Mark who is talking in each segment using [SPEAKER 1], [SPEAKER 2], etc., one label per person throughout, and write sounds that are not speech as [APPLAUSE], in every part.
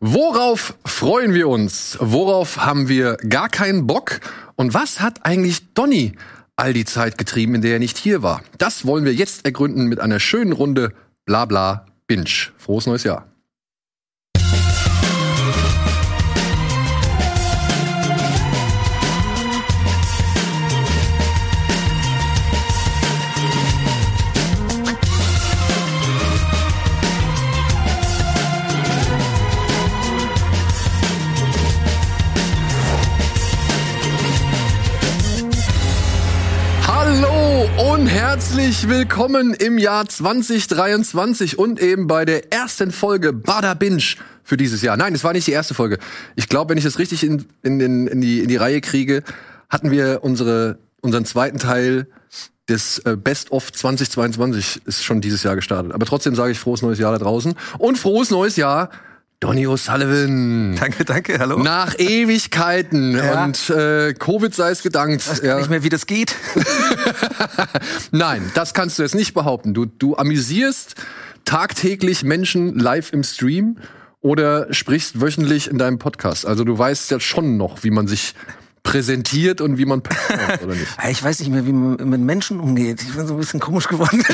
[SPEAKER 1] Worauf freuen wir uns? Worauf haben wir gar keinen Bock? Und was hat eigentlich Donny all die Zeit getrieben, in der er nicht hier war? Das wollen wir jetzt ergründen mit einer schönen Runde Blabla Binge. Frohes neues Jahr. Hallo und herzlich willkommen im Jahr 2023 und eben bei der ersten Folge Bada Binge für dieses Jahr. Nein, es war nicht die erste Folge. Ich glaube, wenn ich das richtig in, in, den- in, die, in die Reihe kriege, hatten wir unsere, unseren zweiten Teil des äh, Best of 2022 ist schon dieses Jahr gestartet. Aber trotzdem sage ich frohes neues Jahr da draußen und frohes neues Jahr Donny O'Sullivan.
[SPEAKER 2] Danke, danke, hallo.
[SPEAKER 1] Nach Ewigkeiten
[SPEAKER 2] Ja.
[SPEAKER 1] und äh, Covid sei es gedankt.
[SPEAKER 2] ich weiß gar nicht mehr, wie das geht.
[SPEAKER 1] [LAUGHS] Nein, das kannst du jetzt nicht behaupten. Du, du amüsierst tagtäglich Menschen live im Stream oder sprichst wöchentlich in deinem Podcast. Also du weißt ja schon noch, wie man sich präsentiert und wie man performt, oder nicht?
[SPEAKER 2] Ich weiß nicht mehr, wie man mit Menschen umgeht. Ich bin so ein bisschen komisch geworden.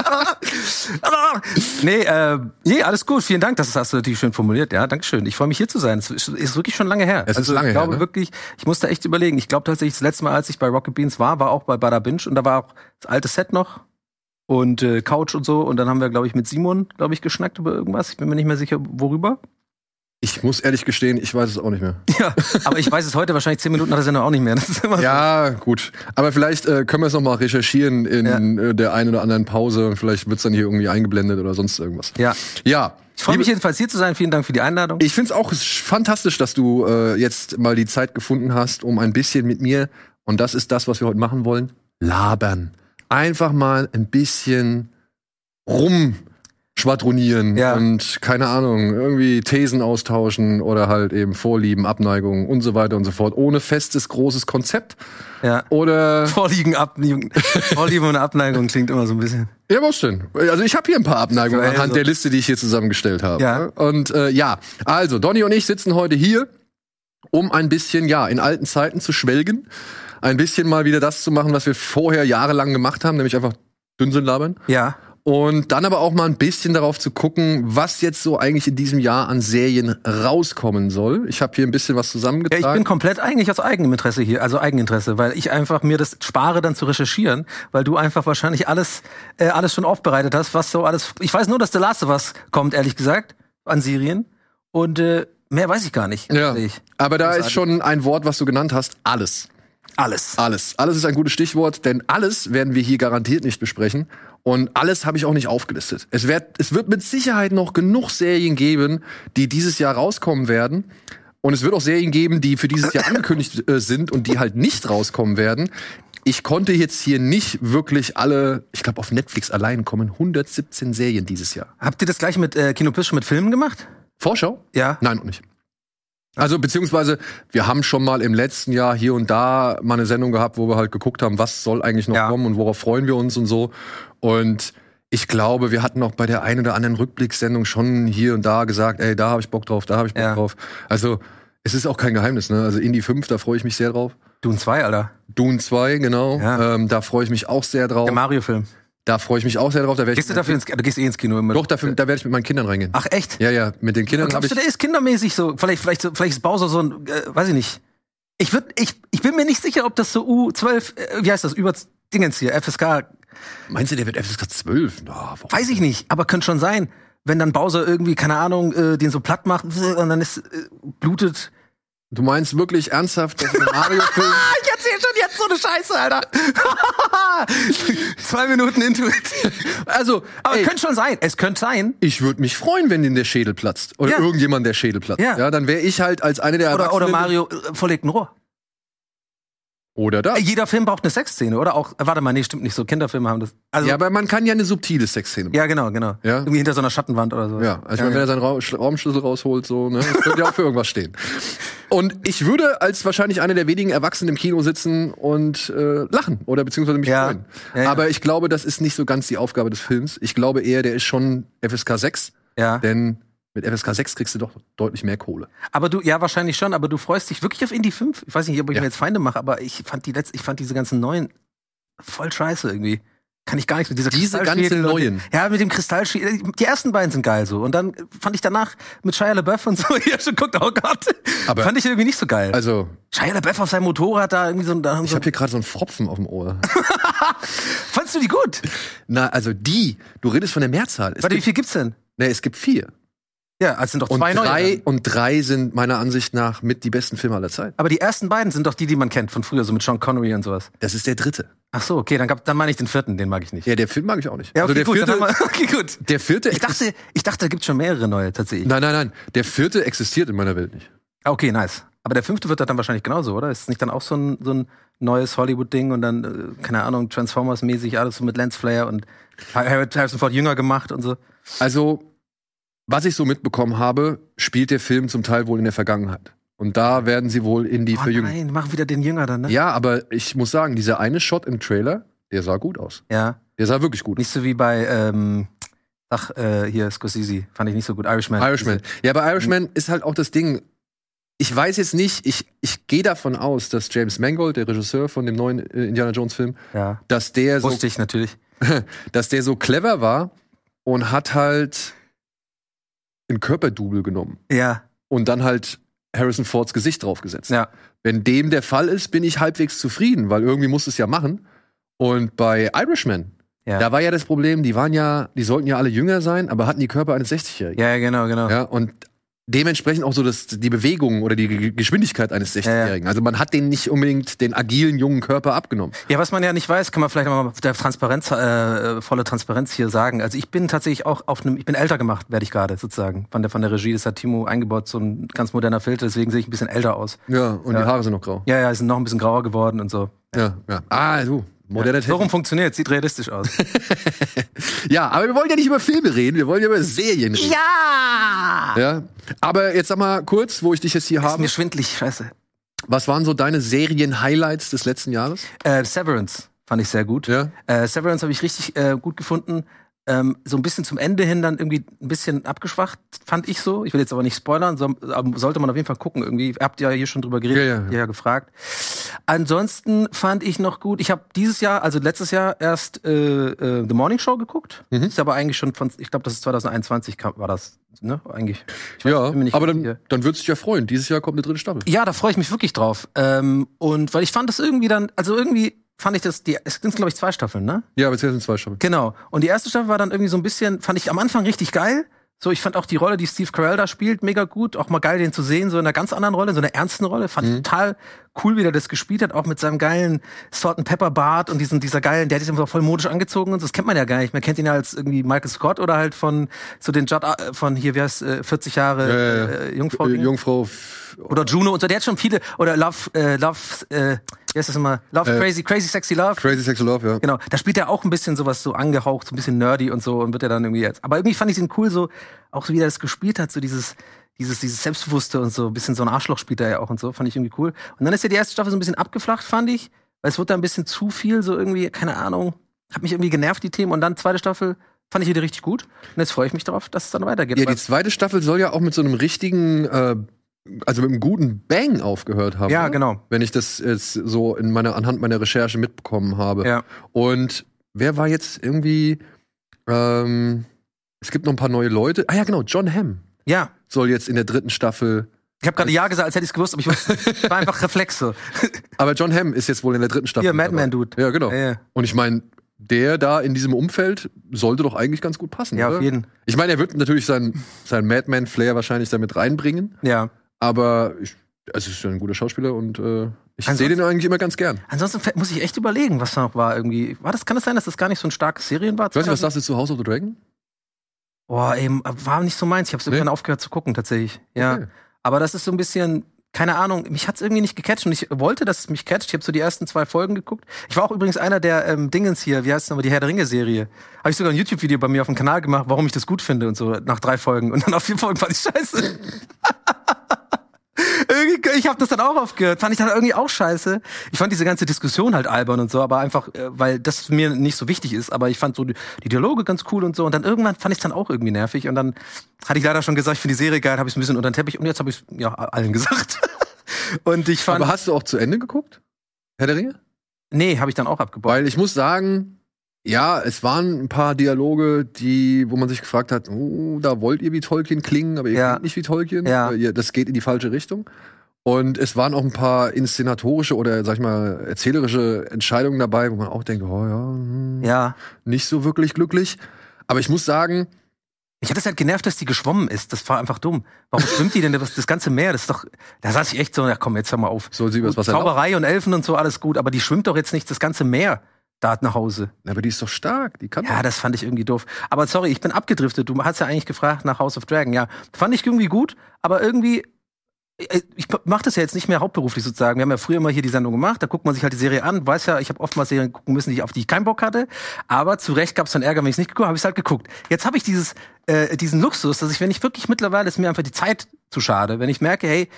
[SPEAKER 2] [LAUGHS] nee, äh, nee, alles gut. Vielen Dank. Das hast du natürlich schön formuliert. Ja, Dankeschön. Ich freue mich hier zu sein. Es ist ist wirklich schon lange her. Also,
[SPEAKER 1] Es ist lange
[SPEAKER 2] ich
[SPEAKER 1] her,
[SPEAKER 2] glaube
[SPEAKER 1] ne?
[SPEAKER 2] wirklich, ich musste echt überlegen. Ich glaube tatsächlich, das letzte Mal, als ich bei Rocket Beans war, war auch bei Bada Binge und da war auch das alte Set noch und äh, Couch und so. Und dann haben wir, glaube ich, mit Simon, glaube ich, geschnackt über irgendwas. Ich bin mir nicht mehr sicher, worüber.
[SPEAKER 1] Ich muss ehrlich gestehen, ich weiß es auch nicht mehr.
[SPEAKER 2] Ja, aber ich weiß es heute wahrscheinlich zehn Minuten nach der Sendung auch nicht mehr. Das ist immer
[SPEAKER 1] [LAUGHS]
[SPEAKER 2] so.
[SPEAKER 1] Ja, gut. Aber vielleicht äh, können wir es nochmal recherchieren in äh, der einen oder anderen Pause und vielleicht wird's dann hier irgendwie eingeblendet oder sonst irgendwas.
[SPEAKER 2] Ja.
[SPEAKER 1] Ja.
[SPEAKER 2] Ich freue mich jedenfalls hier zu sein. Vielen Dank für die Einladung.
[SPEAKER 1] Ich finde es auch fantastisch, dass du äh, jetzt mal die Zeit gefunden hast, um ein bisschen mit mir, und das ist das, was wir heute machen wollen, labern. Einfach mal ein bisschen rumschwadronieren
[SPEAKER 2] Ja.
[SPEAKER 1] und keine Ahnung, irgendwie Thesen austauschen oder halt eben Vorlieben, Abneigungen und so weiter und so fort, ohne festes, großes Konzept.
[SPEAKER 2] ja.
[SPEAKER 1] Oder. [LAUGHS]
[SPEAKER 2] Vorliegen, Abneigung, Vorliebe und Abneigung klingt immer so ein bisschen.
[SPEAKER 1] Ja, was denn? Also ich habe hier ein paar Abneigungen
[SPEAKER 2] Ja,
[SPEAKER 1] anhand
[SPEAKER 2] also-
[SPEAKER 1] der Liste, die ich hier zusammengestellt habe.
[SPEAKER 2] Ja.
[SPEAKER 1] Und äh, ja, also Donny und ich sitzen heute hier, um ein bisschen, ja, in alten Zeiten zu schwelgen, ein bisschen mal wieder das zu machen, was wir vorher jahrelang gemacht haben, nämlich einfach Dünnsinn labern.
[SPEAKER 2] Ja.
[SPEAKER 1] Und dann aber auch mal ein bisschen darauf zu gucken, was jetzt so eigentlich in diesem Jahr an Serien rauskommen soll. Ich habe hier ein bisschen was
[SPEAKER 2] ja.
[SPEAKER 1] zusammengetragen.
[SPEAKER 2] Ich bin komplett eigentlich aus eigenem Interesse hier, also Eigeninteresse, weil ich einfach mir das spare, dann zu recherchieren, weil du einfach wahrscheinlich alles, äh, alles schon aufbereitet hast, was so alles. Ich weiß nur, dass The Last of Us kommt, ehrlich gesagt, an Syrien. Und äh, mehr weiß ich gar nicht.
[SPEAKER 1] ja.
[SPEAKER 2] sehe Ich.
[SPEAKER 1] Aber da ist
[SPEAKER 2] Großartig.
[SPEAKER 1] schon ein Wort, was du genannt hast, alles.
[SPEAKER 2] Alles.
[SPEAKER 1] Alles. Alles ist ein gutes Stichwort, denn alles werden wir hier garantiert nicht besprechen. Und alles habe ich auch nicht aufgelistet. Es wird, es wird mit Sicherheit noch genug Serien geben, die dieses Jahr rauskommen werden. Und es wird auch Serien geben, die für dieses Jahr angekündigt äh, sind und die halt nicht rauskommen werden. Ich konnte jetzt hier nicht wirklich alle, ich glaube, auf Netflix allein kommen 117 Serien dieses Jahr.
[SPEAKER 2] Habt ihr das gleich mit äh, Kinopisch mit Filmen gemacht?
[SPEAKER 1] Vorschau?
[SPEAKER 2] Ja.
[SPEAKER 1] Nein, noch nicht. Also, beziehungsweise, wir haben schon mal im letzten Jahr hier und da mal eine Sendung gehabt, wo wir halt geguckt haben, was soll eigentlich noch
[SPEAKER 2] Ja.
[SPEAKER 1] kommen und worauf freuen wir uns und so. Und ich glaube, wir hatten auch bei der einen oder anderen Rückblickssendung schon hier und da gesagt, ey, da habe ich Bock drauf, da habe ich Bock
[SPEAKER 2] Ja.
[SPEAKER 1] drauf. Also, es ist auch kein Geheimnis, ne? Also, Indie 5, da freue ich mich sehr drauf.
[SPEAKER 2] Dune 2, Alter.
[SPEAKER 1] Dune 2, genau.
[SPEAKER 2] Ja.
[SPEAKER 1] Ähm, da freue ich mich auch sehr drauf.
[SPEAKER 2] Der Mario-Film.
[SPEAKER 1] Da freue ich mich auch sehr drauf. Da werd ich
[SPEAKER 2] Gehst du dafür ins, du gehst eh ins Kino immer.
[SPEAKER 1] Doch, dafür, da werde ich mit meinen Kindern reingehen.
[SPEAKER 2] Ach echt?
[SPEAKER 1] Ja, ja, mit den Kindern
[SPEAKER 2] Und
[SPEAKER 1] habe ich.
[SPEAKER 2] glaubst du, der ist kindermäßig so? Vielleicht, vielleicht, so- vielleicht ist Bowser so ein, äh, weiß ich nicht. Ich würd, ich, ich bin mir nicht sicher, ob das so U12, äh, wie heißt das, über Dingens hier, FSK,
[SPEAKER 1] Meinst du, der wird FSK 12? Na, warum?
[SPEAKER 2] weiß ich nicht, aber könnte schon sein, wenn dann Bowser irgendwie, keine Ahnung, äh, den so platt macht und dann ist, äh, blutet.
[SPEAKER 1] Du meinst wirklich ernsthaft, dass ein
[SPEAKER 2] [LAUGHS]
[SPEAKER 1] Mario-Film.
[SPEAKER 2] Ah, Ich erzähl schon jetzt so eine Scheiße, Alter. [LAUGHS] Zwei Minuten Intuit.
[SPEAKER 1] Also,
[SPEAKER 2] Aber
[SPEAKER 1] ey,
[SPEAKER 2] könnte schon sein, es könnte sein.
[SPEAKER 1] ich würde mich freuen, wenn denen der Schädel platzt. Oder
[SPEAKER 2] Ja.
[SPEAKER 1] irgendjemand der Schädel platzt. Ja,
[SPEAKER 2] Ja.
[SPEAKER 1] dann wäre ich halt als eine der
[SPEAKER 2] Oder, oder
[SPEAKER 1] Erwachsenen-
[SPEAKER 2] Mario äh, verlegt ein Rohr.
[SPEAKER 1] Oder das.
[SPEAKER 2] Äh, Jeder Film braucht eine Sexszene, oder? Auch, warte mal, nee, stimmt nicht so. Kinderfilme haben das. Also,
[SPEAKER 1] Ja,
[SPEAKER 2] ja,
[SPEAKER 1] aber man kann ja eine subtile Sexszene machen.
[SPEAKER 2] genau, genau.
[SPEAKER 1] Ja.
[SPEAKER 2] Irgendwie hinter so einer Schattenwand oder so.
[SPEAKER 1] Ja, also ich meine, wenn er seinen Ra Sch- Raumschlüssel rausholt, so, ne, das könnte ja auch für irgendwas stehen. Und ich würde als wahrscheinlich einer der wenigen Erwachsenen im Kino sitzen und äh, lachen oder beziehungsweise mich
[SPEAKER 2] Ja.
[SPEAKER 1] freuen.
[SPEAKER 2] Ja, ja.
[SPEAKER 1] Aber ich glaube, das ist nicht so ganz die Aufgabe des Films. Ich glaube eher, der ist schon FSK 6.
[SPEAKER 2] Ja.
[SPEAKER 1] Denn Mit FSK 6 kriegst du doch deutlich mehr Kohle.
[SPEAKER 2] Aber du, ja, wahrscheinlich schon, aber du freust dich wirklich auf Indie 5? Ich weiß nicht, ob ich
[SPEAKER 1] Ja.
[SPEAKER 2] mir jetzt Feinde mache, aber ich fand die letzte, ich fand diese ganzen neuen voll scheiße irgendwie. Kann ich gar nichts mit dieser
[SPEAKER 1] Diese
[SPEAKER 2] Kristallschädel
[SPEAKER 1] ganzen
[SPEAKER 2] und-
[SPEAKER 1] neuen?
[SPEAKER 2] Ja, mit dem Kristallschädel. Die ersten beiden sind geil so. Und dann fand ich danach mit Shia LaBeouf und so, [LAUGHS] ja, schon guckt, oh Gott.
[SPEAKER 1] Aber-
[SPEAKER 2] fand ich irgendwie nicht so geil.
[SPEAKER 1] Also,
[SPEAKER 2] Shia LaBeouf auf seinem Motorrad da irgendwie so, da haben
[SPEAKER 1] ich
[SPEAKER 2] so
[SPEAKER 1] habe hier gerade so einen Fropfen auf dem
[SPEAKER 2] [LAUGHS]
[SPEAKER 1] Ohr.
[SPEAKER 2] Fandst du die gut?
[SPEAKER 1] Na, also die, du redest von der Mehrzahl. Es
[SPEAKER 2] Warte, wie
[SPEAKER 1] gibt,
[SPEAKER 2] viel gibt's denn?
[SPEAKER 1] nee, es gibt vier.
[SPEAKER 2] Ja, also sind doch
[SPEAKER 1] Und
[SPEAKER 2] zwei neue.
[SPEAKER 1] drei,
[SPEAKER 2] dann.
[SPEAKER 1] und drei sind meiner Ansicht nach mit die besten Filme aller Zeit.
[SPEAKER 2] Aber die ersten beiden sind doch die, die man kennt von früher, so mit Sean Connery und sowas.
[SPEAKER 1] Das ist der dritte.
[SPEAKER 2] Ach so, okay, dann, gab, dann meine ich den vierten, den mag ich nicht.
[SPEAKER 1] Ja, der Film mag ich auch nicht.
[SPEAKER 2] Ja, okay,
[SPEAKER 1] also der
[SPEAKER 2] gut, dann
[SPEAKER 1] vierte,
[SPEAKER 2] haben wir, [LAUGHS] okay, gut.
[SPEAKER 1] [LAUGHS] der vierte
[SPEAKER 2] Ich dachte, ich dachte, da gibt's schon mehrere neue tatsächlich.
[SPEAKER 1] Nein, nein, nein. Der vierte existiert in meiner Welt nicht.
[SPEAKER 2] Ah, Okay, nice. Aber der fünfte wird dann wahrscheinlich genauso, oder? Ist es nicht dann auch so ein, so ein neues Hollywood-Ding und dann, äh, keine Ahnung, Transformers-mäßig alles so mit Lance Flair und Har- Harrison Ford jünger gemacht und so?
[SPEAKER 1] Also, was ich so mitbekommen habe, spielt der Film zum Teil wohl in der Vergangenheit. Und da werden sie wohl in die
[SPEAKER 2] oh
[SPEAKER 1] verjüngen.
[SPEAKER 2] nein, machen wieder den Jünger dann, ne?
[SPEAKER 1] Ja, aber ich muss sagen, dieser eine Shot im Trailer, der sah gut aus.
[SPEAKER 2] ja.
[SPEAKER 1] Der sah wirklich gut aus.
[SPEAKER 2] Nicht so wie bei, ähm, ach, äh, hier, Scorsese. Fand ich nicht so gut. Irishman.
[SPEAKER 1] Irishman. Ja, bei Irishman ist halt auch das Ding. Ich weiß jetzt nicht, ich, ich gehe davon aus, dass James Mangold, der Regisseur von dem neuen äh, Indiana Jones Film,
[SPEAKER 2] Ja.
[SPEAKER 1] dass der so
[SPEAKER 2] Wusste ich natürlich.
[SPEAKER 1] dass der so clever war und hat halt einen Körperdouble genommen
[SPEAKER 2] Ja,
[SPEAKER 1] und dann halt Harrison Fords Gesicht draufgesetzt.
[SPEAKER 2] ja.
[SPEAKER 1] Wenn dem der Fall ist, bin ich halbwegs zufrieden, weil irgendwie muss es ja machen. Und bei Irishman,
[SPEAKER 2] Ja.
[SPEAKER 1] da war ja das Problem, die waren ja, die sollten ja alle jünger sein, aber hatten die Körper eines 60-Jährigen.
[SPEAKER 2] Ja, ja, genau, genau.
[SPEAKER 1] Ja, und dementsprechend auch so das, die Bewegung oder die Ge- Geschwindigkeit eines 60-Jährigen. Also man hat den nicht unbedingt den agilen jungen Körper abgenommen.
[SPEAKER 2] Ja, was man ja nicht weiß, kann man vielleicht nochmal der Transparenz, äh, äh, volle Transparenz hier sagen. Also ich bin tatsächlich auch auf einem, ich bin älter gemacht, werde ich gerade sozusagen. Von der, von der Regie, das hat Timo eingebaut, so ein ganz moderner Filter, deswegen sehe ich ein bisschen älter aus.
[SPEAKER 1] Ja, und die Haare sind noch grau.
[SPEAKER 2] Ja, ja, ist noch ein bisschen grauer geworden und so.
[SPEAKER 1] Ja, ja. Ah, du. Moderne Technik.
[SPEAKER 2] So rum funktioniert, sieht realistisch aus.
[SPEAKER 1] Ja, aber wir wollen ja nicht über Filme reden, wir wollen ja über Serien reden.
[SPEAKER 2] ja!
[SPEAKER 1] Ja. Aber jetzt sag mal kurz, wo ich dich jetzt hier
[SPEAKER 2] Ist mir
[SPEAKER 1] habe.
[SPEAKER 2] schwindlig, scheiße.
[SPEAKER 1] Was waren so deine Serien-Highlights des letzten Jahres?
[SPEAKER 2] Äh, Severance fand ich sehr gut.
[SPEAKER 1] Ja.
[SPEAKER 2] Äh, Severance habe ich richtig äh, gut gefunden. Ähm, so ein bisschen zum Ende hin dann irgendwie ein bisschen abgeschwacht, fand ich so. Ich will jetzt aber nicht spoilern, so, aber sollte man auf jeden Fall gucken irgendwie. Habt ihr ja hier schon drüber geredet,
[SPEAKER 1] Ja, ja, ja.
[SPEAKER 2] habt ihr ja gefragt. Ansonsten fand ich noch gut, ich habe dieses Jahr, also letztes Jahr erst äh, äh, The Morning Show geguckt.
[SPEAKER 1] Mhm.
[SPEAKER 2] Ist aber eigentlich schon von, ich glaube, das ist 2021 kam, war das, ne? Eigentlich. Ich weiß-
[SPEAKER 1] Ja,
[SPEAKER 2] bin mir nicht
[SPEAKER 1] aber
[SPEAKER 2] ganz
[SPEAKER 1] dann,
[SPEAKER 2] sicher.
[SPEAKER 1] dann würdest du dich ja freuen. Dieses Jahr kommt eine dritte Staffel.
[SPEAKER 2] Ja, da freue ich mich wirklich drauf. Ähm, und weil ich fand das irgendwie dann, also irgendwie fand ich das, die, es sind glaube ich zwei Staffeln, ne?
[SPEAKER 1] Ja, aber jetzt sind zwei Staffeln.
[SPEAKER 2] Genau. Und die erste Staffel war dann irgendwie so ein bisschen, fand ich am Anfang richtig geil. So, ich fand auch die Rolle, die Steve Carell da spielt, mega gut. Auch mal geil, den zu sehen, so in einer ganz anderen Rolle, in so einer ernsten Rolle. Fand ich total cool, wie der das gespielt hat. Auch mit seinem geilen Salt and Pepper Bart und diesen, dieser geilen, der hat sich immer voll modisch angezogen und so. Das kennt man ja gar nicht. Man kennt ihn ja als irgendwie Michael Scott oder halt von, so den Judd, äh, von hier, wie heißt, äh, 40 Jahre
[SPEAKER 1] Äh,
[SPEAKER 2] äh, Jungfrau.
[SPEAKER 1] äh,
[SPEAKER 2] Ding.
[SPEAKER 1] Jungfrau. F-
[SPEAKER 2] oder Juno und so. Der hat schon viele, oder Love, äh, Love, äh, wie heißt das immer? Love Crazy, Crazy Sexy Love.
[SPEAKER 1] Crazy Sexual Love, ja.
[SPEAKER 2] Genau, da spielt er auch ein bisschen sowas so angehaucht, so ein bisschen nerdy und so und wird er dann irgendwie jetzt. Aber irgendwie fand ich ihn cool, so auch so wie er das gespielt hat, so dieses dieses dieses selbstbewusste und so ein bisschen so ein Arschloch spielt er ja auch und so, fand ich irgendwie cool. Und dann ist ja die erste Staffel so ein bisschen abgeflacht, fand ich, weil es wurde da ein bisschen zu viel, so irgendwie keine Ahnung, hat mich irgendwie genervt die Themen und dann zweite Staffel fand ich wieder richtig gut und jetzt freue ich mich drauf, dass es dann weitergeht.
[SPEAKER 1] Ja,
[SPEAKER 2] Aber-
[SPEAKER 1] die zweite Staffel soll ja auch mit so einem richtigen, äh, also mit einem guten Bang aufgehört haben.
[SPEAKER 2] ja
[SPEAKER 1] oder?
[SPEAKER 2] genau.
[SPEAKER 1] Wenn ich das jetzt so in meiner, anhand meiner Recherche mitbekommen habe.
[SPEAKER 2] Ja.
[SPEAKER 1] Und wer war jetzt irgendwie? Ähm, es gibt noch ein paar neue Leute. Ah ja, genau, John Hamm
[SPEAKER 2] Ja,
[SPEAKER 1] soll jetzt in der dritten Staffel.
[SPEAKER 2] ich habe gerade ja gesagt, als hätte ich es gewusst, aber ich
[SPEAKER 1] [LAUGHS]
[SPEAKER 2] wusste, es war einfach Reflexe.
[SPEAKER 1] Aber John Hamm ist jetzt wohl in der dritten Staffel.
[SPEAKER 2] Hier
[SPEAKER 1] mit
[SPEAKER 2] Madman
[SPEAKER 1] dabei.
[SPEAKER 2] Dude.
[SPEAKER 1] Ja, genau.
[SPEAKER 2] Ja, ja.
[SPEAKER 1] Und ich meine, der da in diesem Umfeld sollte doch eigentlich ganz gut passen.
[SPEAKER 2] Ja,
[SPEAKER 1] oder?
[SPEAKER 2] auf jeden.
[SPEAKER 1] Ich meine, er wird natürlich sein, sein Madman-Flair wahrscheinlich damit reinbringen,
[SPEAKER 2] Ja.
[SPEAKER 1] aber ich, also es ist ja ein guter Schauspieler und äh, ich sehe
[SPEAKER 2] Ansonsten-
[SPEAKER 1] den eigentlich immer ganz gern.
[SPEAKER 2] Ansonsten fällt- muss ich echt überlegen, was da noch war irgendwie. War das, kann es das sein, dass das gar nicht so ein starkes Serien war?
[SPEAKER 1] Ich weiß nicht, was sagst du zu House of the Dragon?
[SPEAKER 2] Boah, ey, war nicht so meins. Ich habe irgendwann aufgehört zu gucken, tatsächlich. Ja.
[SPEAKER 1] Okay.
[SPEAKER 2] Aber das ist so ein bisschen, keine Ahnung, mich hat's irgendwie nicht gecatcht und ich wollte, dass es mich catcht. Ich habe so die ersten zwei Folgen geguckt. Ich war auch übrigens einer der ähm, Dingens hier, wie heißt es nochmal, die Herr der Ringe-Serie. Habe ich sogar ein YouTube-Video bei mir auf dem Kanal gemacht, warum ich das gut finde und so, nach drei Folgen. Und dann auf vier Folgen fand ich scheiße. irgendwie, ich habe das dann auch aufgehört. Fand ich dann irgendwie auch scheiße. Ich fand diese ganze Diskussion halt albern und so, aber einfach, äh, weil das mir nicht so wichtig ist. Aber ich fand so die, die Dialoge ganz cool und so. Und dann irgendwann fand ich dann auch irgendwie nervig. Und dann hatte ich leider schon gesagt, ich finde die Serie geil, habe ich ein bisschen unter den Teppich. Und jetzt habe ich ja allen [LAUGHS] gesagt. und ich fand,
[SPEAKER 1] Aber hast du auch zu Ende geguckt? Herr der Ringe?
[SPEAKER 2] nee, habe ich dann auch abgebaut.
[SPEAKER 1] Weil ich muss sagen, ja, es waren ein paar Dialoge, die, wo man sich gefragt hat, oh, da wollt ihr wie Tolkien klingen, aber ihr
[SPEAKER 2] Ja.
[SPEAKER 1] klingt nicht wie Tolkien.
[SPEAKER 2] Ja.
[SPEAKER 1] Weil ihr- Das geht in die falsche Richtung. Und es waren auch ein paar inszenatorische oder, sag ich mal, erzählerische Entscheidungen dabei, wo man auch denkt, oh ja, hm,
[SPEAKER 2] Ja.
[SPEAKER 1] nicht so wirklich glücklich. Aber ich muss sagen,
[SPEAKER 2] Ich hatte es halt genervt, dass die geschwommen ist. Das war einfach dumm. Warum schwimmt die denn das, das ganze Meer? Das ist doch, da saß ich echt so, ja komm, jetzt hör mal auf.
[SPEAKER 1] soll sie übers
[SPEAKER 2] Gut,
[SPEAKER 1] Wasser laufen.
[SPEAKER 2] Zauberei und Elfen und so, alles gut, aber die schwimmt doch jetzt nicht das ganze Meer da nach Hause.
[SPEAKER 1] Aber die ist doch stark, die kann
[SPEAKER 2] Ja, das fand ich irgendwie doof. Aber sorry, ich bin abgedriftet. Du hast ja eigentlich gefragt nach House of Dragon. Ja, fand ich irgendwie gut, aber irgendwie. äh, Ich mache das ja jetzt nicht mehr hauptberuflich sozusagen. Wir haben ja früher immer hier die Sendung gemacht, da guckt man sich halt die Serie an. Weiß ja, ich habe oftmals Serien gucken müssen, die, auf die ich keinen Bock hatte. Aber zu Recht gab es dann Ärger, wenn ich es nicht geguckt habe, habe ich halt geguckt. Jetzt habe ich dieses, äh, diesen Luxus, dass ich, wenn ich wirklich mittlerweile ist mir einfach die Zeit zu schade, wenn ich merke, hey,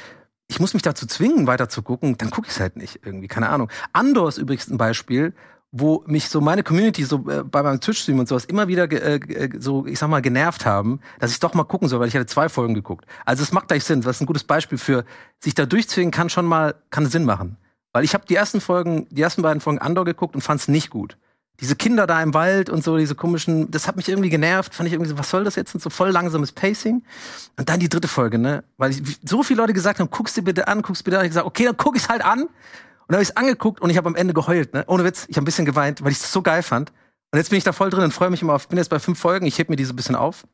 [SPEAKER 2] ich muss mich dazu zwingen, weiter zu gucken, dann gucke ich es halt nicht irgendwie, keine Ahnung. Andor ist übrigens ein Beispiel, wo mich so meine Community so äh, bei meinem Twitch-Stream und sowas immer wieder ge- äh, ge- äh, so, ich sag mal, genervt haben, dass ich doch mal gucken soll, weil ich hatte zwei Folgen geguckt. Also es macht gleich Sinn, was ein gutes Beispiel für sich da durchzwingen kann schon mal, kann Sinn machen. Weil ich habe die ersten Folgen, die ersten beiden Folgen Andor geguckt und fand es nicht gut. Diese Kinder da im Wald und so, diese komischen, das hat mich irgendwie genervt, fand ich irgendwie so, was soll das jetzt? Und so voll langsames Pacing. Und dann die dritte Folge, ne? Weil ich, so viele Leute gesagt haben, guck's dir bitte an, guck's bitte an. Ich gesagt, okay, dann guck ich's halt an. Und dann habe ich's angeguckt und ich habe am Ende geheult, ne? Ohne Witz, ich habe ein bisschen geweint, weil ich es so geil fand. Und jetzt bin ich da voll drin und freue mich immer auf. Ich bin jetzt bei fünf Folgen, ich heb mir die so ein bisschen auf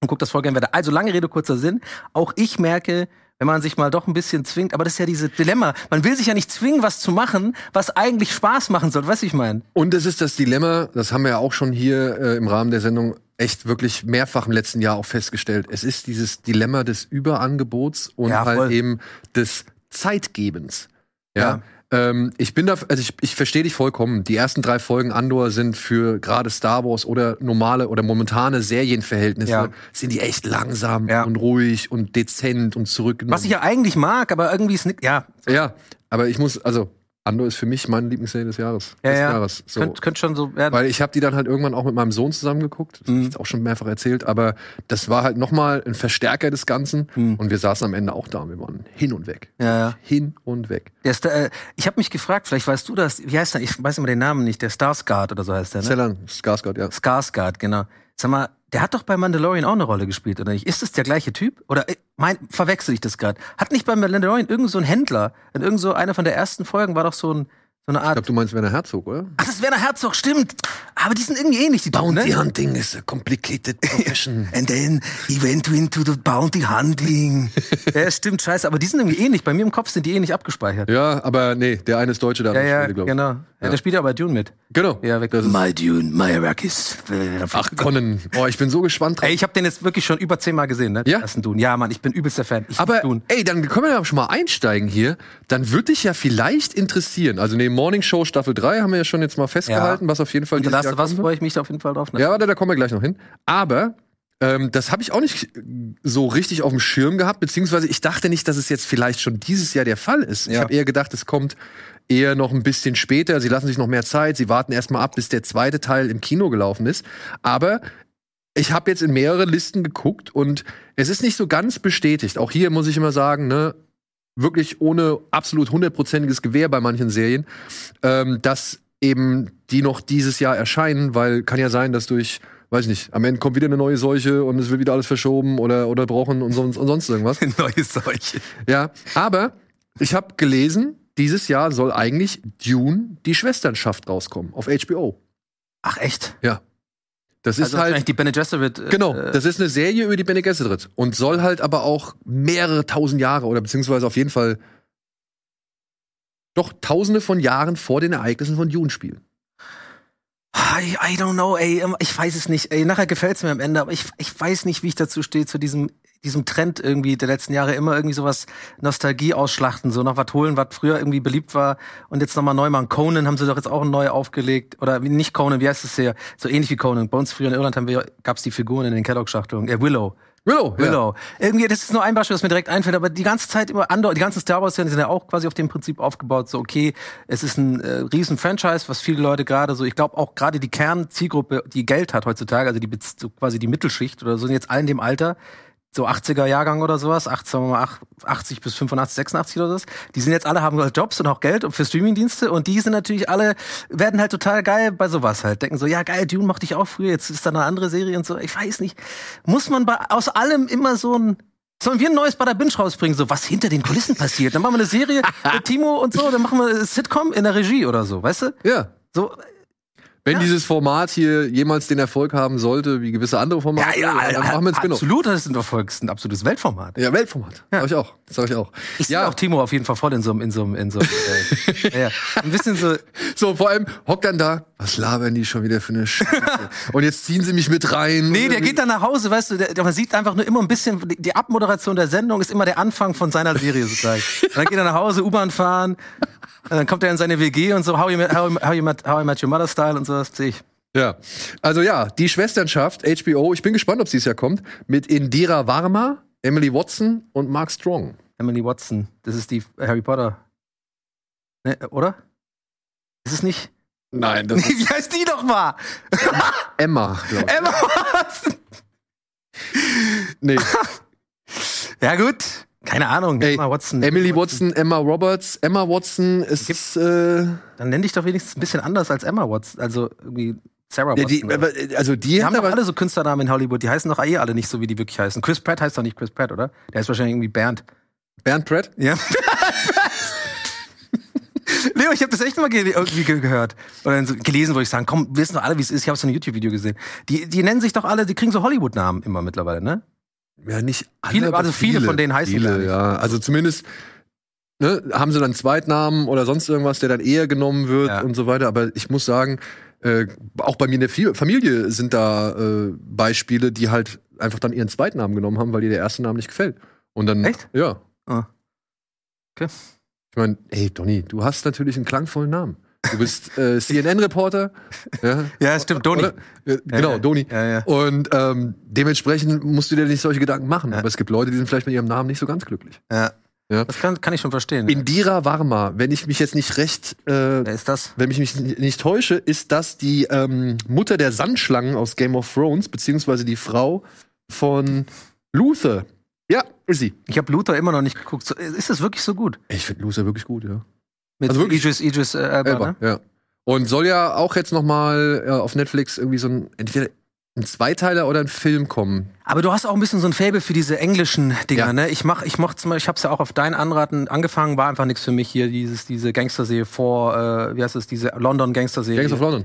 [SPEAKER 2] und guck das voll gerne weiter. Also lange Rede, kurzer Sinn. Auch ich merke, wenn man sich mal doch ein bisschen zwingt, aber das ist ja dieses Dilemma. Man will sich ja nicht zwingen, was zu machen, was eigentlich Spaß machen soll. Weißt du, ich meine?
[SPEAKER 1] Und es ist das Dilemma, das haben wir ja auch schon hier äh, im Rahmen der Sendung echt wirklich mehrfach im letzten Jahr auch festgestellt. Es ist dieses Dilemma des Überangebots und
[SPEAKER 2] Ja,
[SPEAKER 1] halt
[SPEAKER 2] voll.
[SPEAKER 1] eben des Zeitgebens. Ja. Ähm, ich bin da, also ich, ich verstehe dich vollkommen. Die ersten drei Folgen Andor sind für gerade Star Wars oder normale oder momentane Serienverhältnisse
[SPEAKER 2] Ja.
[SPEAKER 1] sind die echt langsam
[SPEAKER 2] Ja.
[SPEAKER 1] und ruhig und dezent und zurückgenommen.
[SPEAKER 2] Was ich ja eigentlich mag, aber irgendwie ist nicht. Ja,
[SPEAKER 1] ja, aber ich muss, also Andor ist für mich meine Lieblingsserie des Jahres.
[SPEAKER 2] ja,
[SPEAKER 1] des
[SPEAKER 2] ja.
[SPEAKER 1] Jahres. So.
[SPEAKER 2] Könnte könnt schon so
[SPEAKER 1] [LAUGHS]
[SPEAKER 2] werden.
[SPEAKER 1] Weil ich habe die dann halt irgendwann auch mit meinem Sohn zusammengeguckt. Das
[SPEAKER 2] Mhm.
[SPEAKER 1] hab ich jetzt auch schon mehrfach erzählt. Aber das war halt nochmal ein Verstärker des Ganzen. Und wir saßen am Ende auch da und wir waren hin und weg.
[SPEAKER 2] Mhm. Ja, ja.
[SPEAKER 1] Hin und weg.
[SPEAKER 2] Der Sta- äh, ich habe mich gefragt, vielleicht weißt du das, wie heißt der? Ich weiß immer den Namen nicht, der Starsguard oder so heißt der, ne?
[SPEAKER 1] Zellan, Skarsgård, ja.
[SPEAKER 2] Skarsgård, genau. Sag mal, der hat doch bei Mandalorian auch eine Rolle gespielt, oder nicht? Ist das der gleiche Typ? Oder äh, mein, verwechsel ich das gerade? Hat nicht bei Mandalorian irgend so ein Händler, in irgend so einer von der ersten Folgen war doch so, ein, so eine
[SPEAKER 1] Ich
[SPEAKER 2] Art.
[SPEAKER 1] glaube, du meinst Werner Herzog, oder?
[SPEAKER 2] ach, das wäre der Herzog, stimmt. Aber die sind irgendwie ähnlich, die Typen, ne?
[SPEAKER 1] Hunting is a complicated profession.
[SPEAKER 2] And then he went into the bounty
[SPEAKER 1] [LAUGHS]
[SPEAKER 2] hunting. ja, stimmt, scheiße. Aber die sind irgendwie ähnlich. Bei mir im Kopf sind die ähnlich
[SPEAKER 1] [LAUGHS]
[SPEAKER 2] abgespeichert.
[SPEAKER 1] ja, aber nee, der eine ist Deutsche, der
[SPEAKER 2] Ja,
[SPEAKER 1] andere
[SPEAKER 2] ja,
[SPEAKER 1] ist Schwede, glaub ich.
[SPEAKER 2] genau. Ja. der spielt ja auch bei Dune mit.
[SPEAKER 1] Genau.
[SPEAKER 2] Ja, weg.
[SPEAKER 1] Das ist,
[SPEAKER 2] My Dune, my Arrakis.
[SPEAKER 1] ach, Conan. Oh, ich bin so gespannt drauf.
[SPEAKER 2] Ey, ich habe den jetzt wirklich schon über zehnmal gesehen, ne? den
[SPEAKER 1] Ja?
[SPEAKER 2] ersten Dune. Ja, Mann, ich bin übelster Fan. Ich lieb
[SPEAKER 1] Aber
[SPEAKER 2] Dune.
[SPEAKER 1] ey, dann können wir ja schon mal einsteigen hier. Dann würde dich ja vielleicht interessieren. Also nee, Morning Show Staffel 3 haben wir ja schon jetzt mal festgehalten, was auf jeden Fall
[SPEAKER 2] Und The
[SPEAKER 1] dieses
[SPEAKER 2] Last
[SPEAKER 1] Jahr
[SPEAKER 2] of Us
[SPEAKER 1] kommen wird.
[SPEAKER 2] freue ich mich da auf jeden Fall drauf. Ne?
[SPEAKER 1] Ja, [LAUGHS] warte, da kommen wir gleich noch hin. Aber ähm, das habe ich auch nicht so richtig auf dem Schirm gehabt, beziehungsweise ich dachte nicht, dass es jetzt vielleicht schon dieses Jahr der Fall ist. Ich
[SPEAKER 2] Ja.
[SPEAKER 1] habe eher gedacht, es kommt eher noch ein bisschen später. Sie lassen sich noch mehr Zeit, sie warten erstmal ab, bis der zweite Teil im Kino gelaufen ist. Aber ich habe jetzt in mehrere Listen geguckt und es ist nicht so ganz bestätigt. Auch hier muss ich immer sagen, ne, wirklich ohne absolut hundertprozentiges Gewehr bei manchen Serien, ähm, dass eben die noch dieses Jahr erscheinen, weil kann ja sein, dass durch, weiß nicht, am Ende kommt wieder eine neue Seuche und es wird wieder alles verschoben oder oder brochen und sonst, und sonst
[SPEAKER 2] [LAUGHS]
[SPEAKER 1] irgendwas.
[SPEAKER 2] Neue Seuche.
[SPEAKER 1] Ja, aber ich habe gelesen, dieses Jahr soll eigentlich Dune, die Schwesternschaft rauskommen auf HBO.
[SPEAKER 2] Ach, echt?
[SPEAKER 1] Ja. Das ist
[SPEAKER 2] also
[SPEAKER 1] halt
[SPEAKER 2] wahrscheinlich die Bene Gesserit. äh,
[SPEAKER 1] Genau,
[SPEAKER 2] Äh,
[SPEAKER 1] das ist eine Serie über die Bene Gesserit und soll halt aber auch mehrere tausend Jahre oder beziehungsweise auf jeden Fall doch tausende von Jahren vor den Ereignissen von Dune spielen.
[SPEAKER 2] I, I don't know, ey. Ich weiß es nicht. Ey, nachher gefällt es mir am Ende, aber ich, ich weiß nicht, wie ich dazu stehe, zu diesem, diesem Trend irgendwie der letzten Jahre immer irgendwie sowas Nostalgie ausschlachten, so noch was holen, was früher irgendwie beliebt war und jetzt nochmal neu machen. Conan haben sie doch jetzt auch neu aufgelegt. Oder wie- nicht Conan, wie heißt es hier? So ähnlich wie Conan. Bei uns früher in Irland haben wir, gab's die Figuren in den Kellogg-Schachteln. Äh, Willow.
[SPEAKER 1] Willow, Genau, ja.
[SPEAKER 2] Willow. Irgendwie, das ist nur ein Beispiel, das mir direkt einfällt, aber die ganze Zeit immer andere, die ganzen Star Wars-Serien die sind ja auch quasi auf dem Prinzip aufgebaut, so okay, es ist ein äh, riesen Franchise, was viele Leute gerade so, ich glaube auch gerade die Kernzielgruppe, die Geld hat heutzutage, also die Bez- so quasi die Mittelschicht oder so, sind jetzt alle in dem Alter, so 80er Jahrgang oder sowas, 18, sagen wir mal, ach- 80 bis 85, 86 oder sowas, die sind jetzt alle, haben Jobs und auch Geld und für Streamingdienste und die sind natürlich alle, werden halt total geil bei sowas halt, denken so, ja geil, Dune mochte ich auch früher, jetzt ist da eine andere Serie und so, ich weiß nicht, muss man bei, aus allem immer so ein, sollen wir ein neues Bada Binge rausbringen, so was hinter den Kulissen passiert, dann machen wir
[SPEAKER 1] [LAUGHS]
[SPEAKER 2] eine Serie mit Timo und so, dann machen wir eine Sitcom in der Regie oder so, weißt du,
[SPEAKER 1] ja.
[SPEAKER 2] so,
[SPEAKER 1] Wenn dieses Format hier jemals den Erfolg haben sollte, wie gewisse andere Formate, dann machen wir ein Spin-off.
[SPEAKER 2] absolut, das ist ein Erfolgs, ein absolutes Weltformat.
[SPEAKER 1] Ja, Weltformat. Sag ich auch. Sag ich auch.
[SPEAKER 2] Ich sehe
[SPEAKER 1] ja,
[SPEAKER 2] auch Timo auf jeden Fall voll in so einem, in so einem, in so einem,
[SPEAKER 1] [LAUGHS]
[SPEAKER 2] äh, ja, ein bisschen so,
[SPEAKER 1] so vor allem hockt dann da, was labern die schon wieder für eine
[SPEAKER 2] [LAUGHS]
[SPEAKER 1] Scheiße? und jetzt ziehen sie mich mit rein.
[SPEAKER 2] nee, der geht dann nach Hause, weißt du, der, der- man sieht einfach nur immer ein bisschen, die- die Abmoderation der Sendung ist immer der Anfang von seiner
[SPEAKER 1] [LAUGHS]
[SPEAKER 2] Serie sozusagen. Und dann geht er nach Hause, U-Bahn fahren, und dann kommt er in seine WG und so, how you met, how, you- how, you met, how I met your mother style und sowas, sehe ich.
[SPEAKER 1] Ja. Also ja, die Schwesternschaft, HBO, ich bin gespannt, ob sie es ja kommt, mit Indira Varma, Emily Watson und Mark Strong.
[SPEAKER 2] Emily Watson, das ist die Harry Potter. Ne, oder? Ist es nicht?
[SPEAKER 1] Nein, das
[SPEAKER 2] [LAUGHS] Wie heißt die doch mal?
[SPEAKER 1] Emma, glaube ich.
[SPEAKER 2] Emma Watson.
[SPEAKER 1] Nee.
[SPEAKER 2] Ja, gut. Keine Ahnung,
[SPEAKER 1] Ey,
[SPEAKER 2] Emma Watson.
[SPEAKER 1] Emily Watson, Emma Roberts, Emma Watson ist äh,
[SPEAKER 2] Dann nenn dich doch wenigstens ein bisschen anders als Emma Watson. Also irgendwie Sarah
[SPEAKER 1] ja,
[SPEAKER 2] Watson.
[SPEAKER 1] die,
[SPEAKER 2] oder?
[SPEAKER 1] äh, also die,
[SPEAKER 2] die haben doch
[SPEAKER 1] aber-
[SPEAKER 2] alle so Künstlernamen in Hollywood. Die heißen doch eh alle nicht so, wie die wirklich heißen. Chris Pratt heißt doch nicht Chris Pratt, oder? Der ist wahrscheinlich irgendwie Bernd.
[SPEAKER 1] Bernd Pratt.
[SPEAKER 2] Ja. [LAUGHS] Leo, ich habe das echt mal ge irgendwie ge gehört. Oder so gelesen, wo ich sagen, komm, wissen doch alle, wie es ist. Ich habe so ein YouTube-Video gesehen. Die, die nennen sich doch alle, die kriegen so Hollywood-Namen immer mittlerweile, ne?
[SPEAKER 1] Ja, nicht alle,
[SPEAKER 2] Viele-
[SPEAKER 1] aber
[SPEAKER 2] also viele von denen heißen gar
[SPEAKER 1] viele,
[SPEAKER 2] nicht.
[SPEAKER 1] ja. Also zumindest ne, haben sie dann einen Zweitnamen oder sonst irgendwas, der dann eher genommen wird
[SPEAKER 2] Ja.
[SPEAKER 1] und so weiter. Aber ich muss sagen, äh, auch bei mir in der Fi- Familie sind da äh, Beispiele, die halt einfach dann ihren Zweitnamen genommen haben, weil ihr der erste Name nicht gefällt. Und dann
[SPEAKER 2] Echt?
[SPEAKER 1] ja.
[SPEAKER 2] Ah. Okay.
[SPEAKER 1] Ich meine, ey Donny, du hast natürlich einen klangvollen Namen. Du bist äh, [LAUGHS] CNN-Reporter. ja,
[SPEAKER 2] Ja, stimmt, Doni.
[SPEAKER 1] oder? Äh, genau,
[SPEAKER 2] ja.
[SPEAKER 1] Doni.
[SPEAKER 2] Ja, ja.
[SPEAKER 1] Und ähm, dementsprechend musst du dir nicht solche Gedanken machen.
[SPEAKER 2] Ja.
[SPEAKER 1] Aber es gibt Leute, die sind vielleicht mit ihrem Namen nicht so ganz glücklich.
[SPEAKER 2] ja.
[SPEAKER 1] Ja.
[SPEAKER 2] Das kann, kann ich schon verstehen.
[SPEAKER 1] Indira Varma, wenn ich mich jetzt nicht recht, äh,
[SPEAKER 2] Wer ist das?
[SPEAKER 1] wenn ich mich n- nicht täusche, ist das die ähm, Mutter der Sandschlangen aus Game of Thrones, beziehungsweise die Frau von Luther. Ja, ist sie.
[SPEAKER 2] Ich habe Luther immer noch nicht geguckt. So, Ist das wirklich so gut?
[SPEAKER 1] Ich finde Luther wirklich gut, ja.
[SPEAKER 2] Mit
[SPEAKER 1] Also wirklich-
[SPEAKER 2] Idris, Idris äh, Elba,
[SPEAKER 1] Elba,
[SPEAKER 2] ne?
[SPEAKER 1] ja. Und soll ja auch jetzt noch mal äh, auf Netflix irgendwie so ein entweder ein Zweiteiler oder ein Film kommen.
[SPEAKER 2] Aber du hast auch ein bisschen so ein Faible für diese englischen Dinger,
[SPEAKER 1] Ja.
[SPEAKER 2] ne? Ich mach, ich mach zum Beispiel, ich hab's ja auch auf deinen Anraten angefangen, war einfach nichts für mich hier, dieses, diese Gangsterserie vor, äh, wie heißt es, diese London Gangsterserie.
[SPEAKER 1] Gangs of London.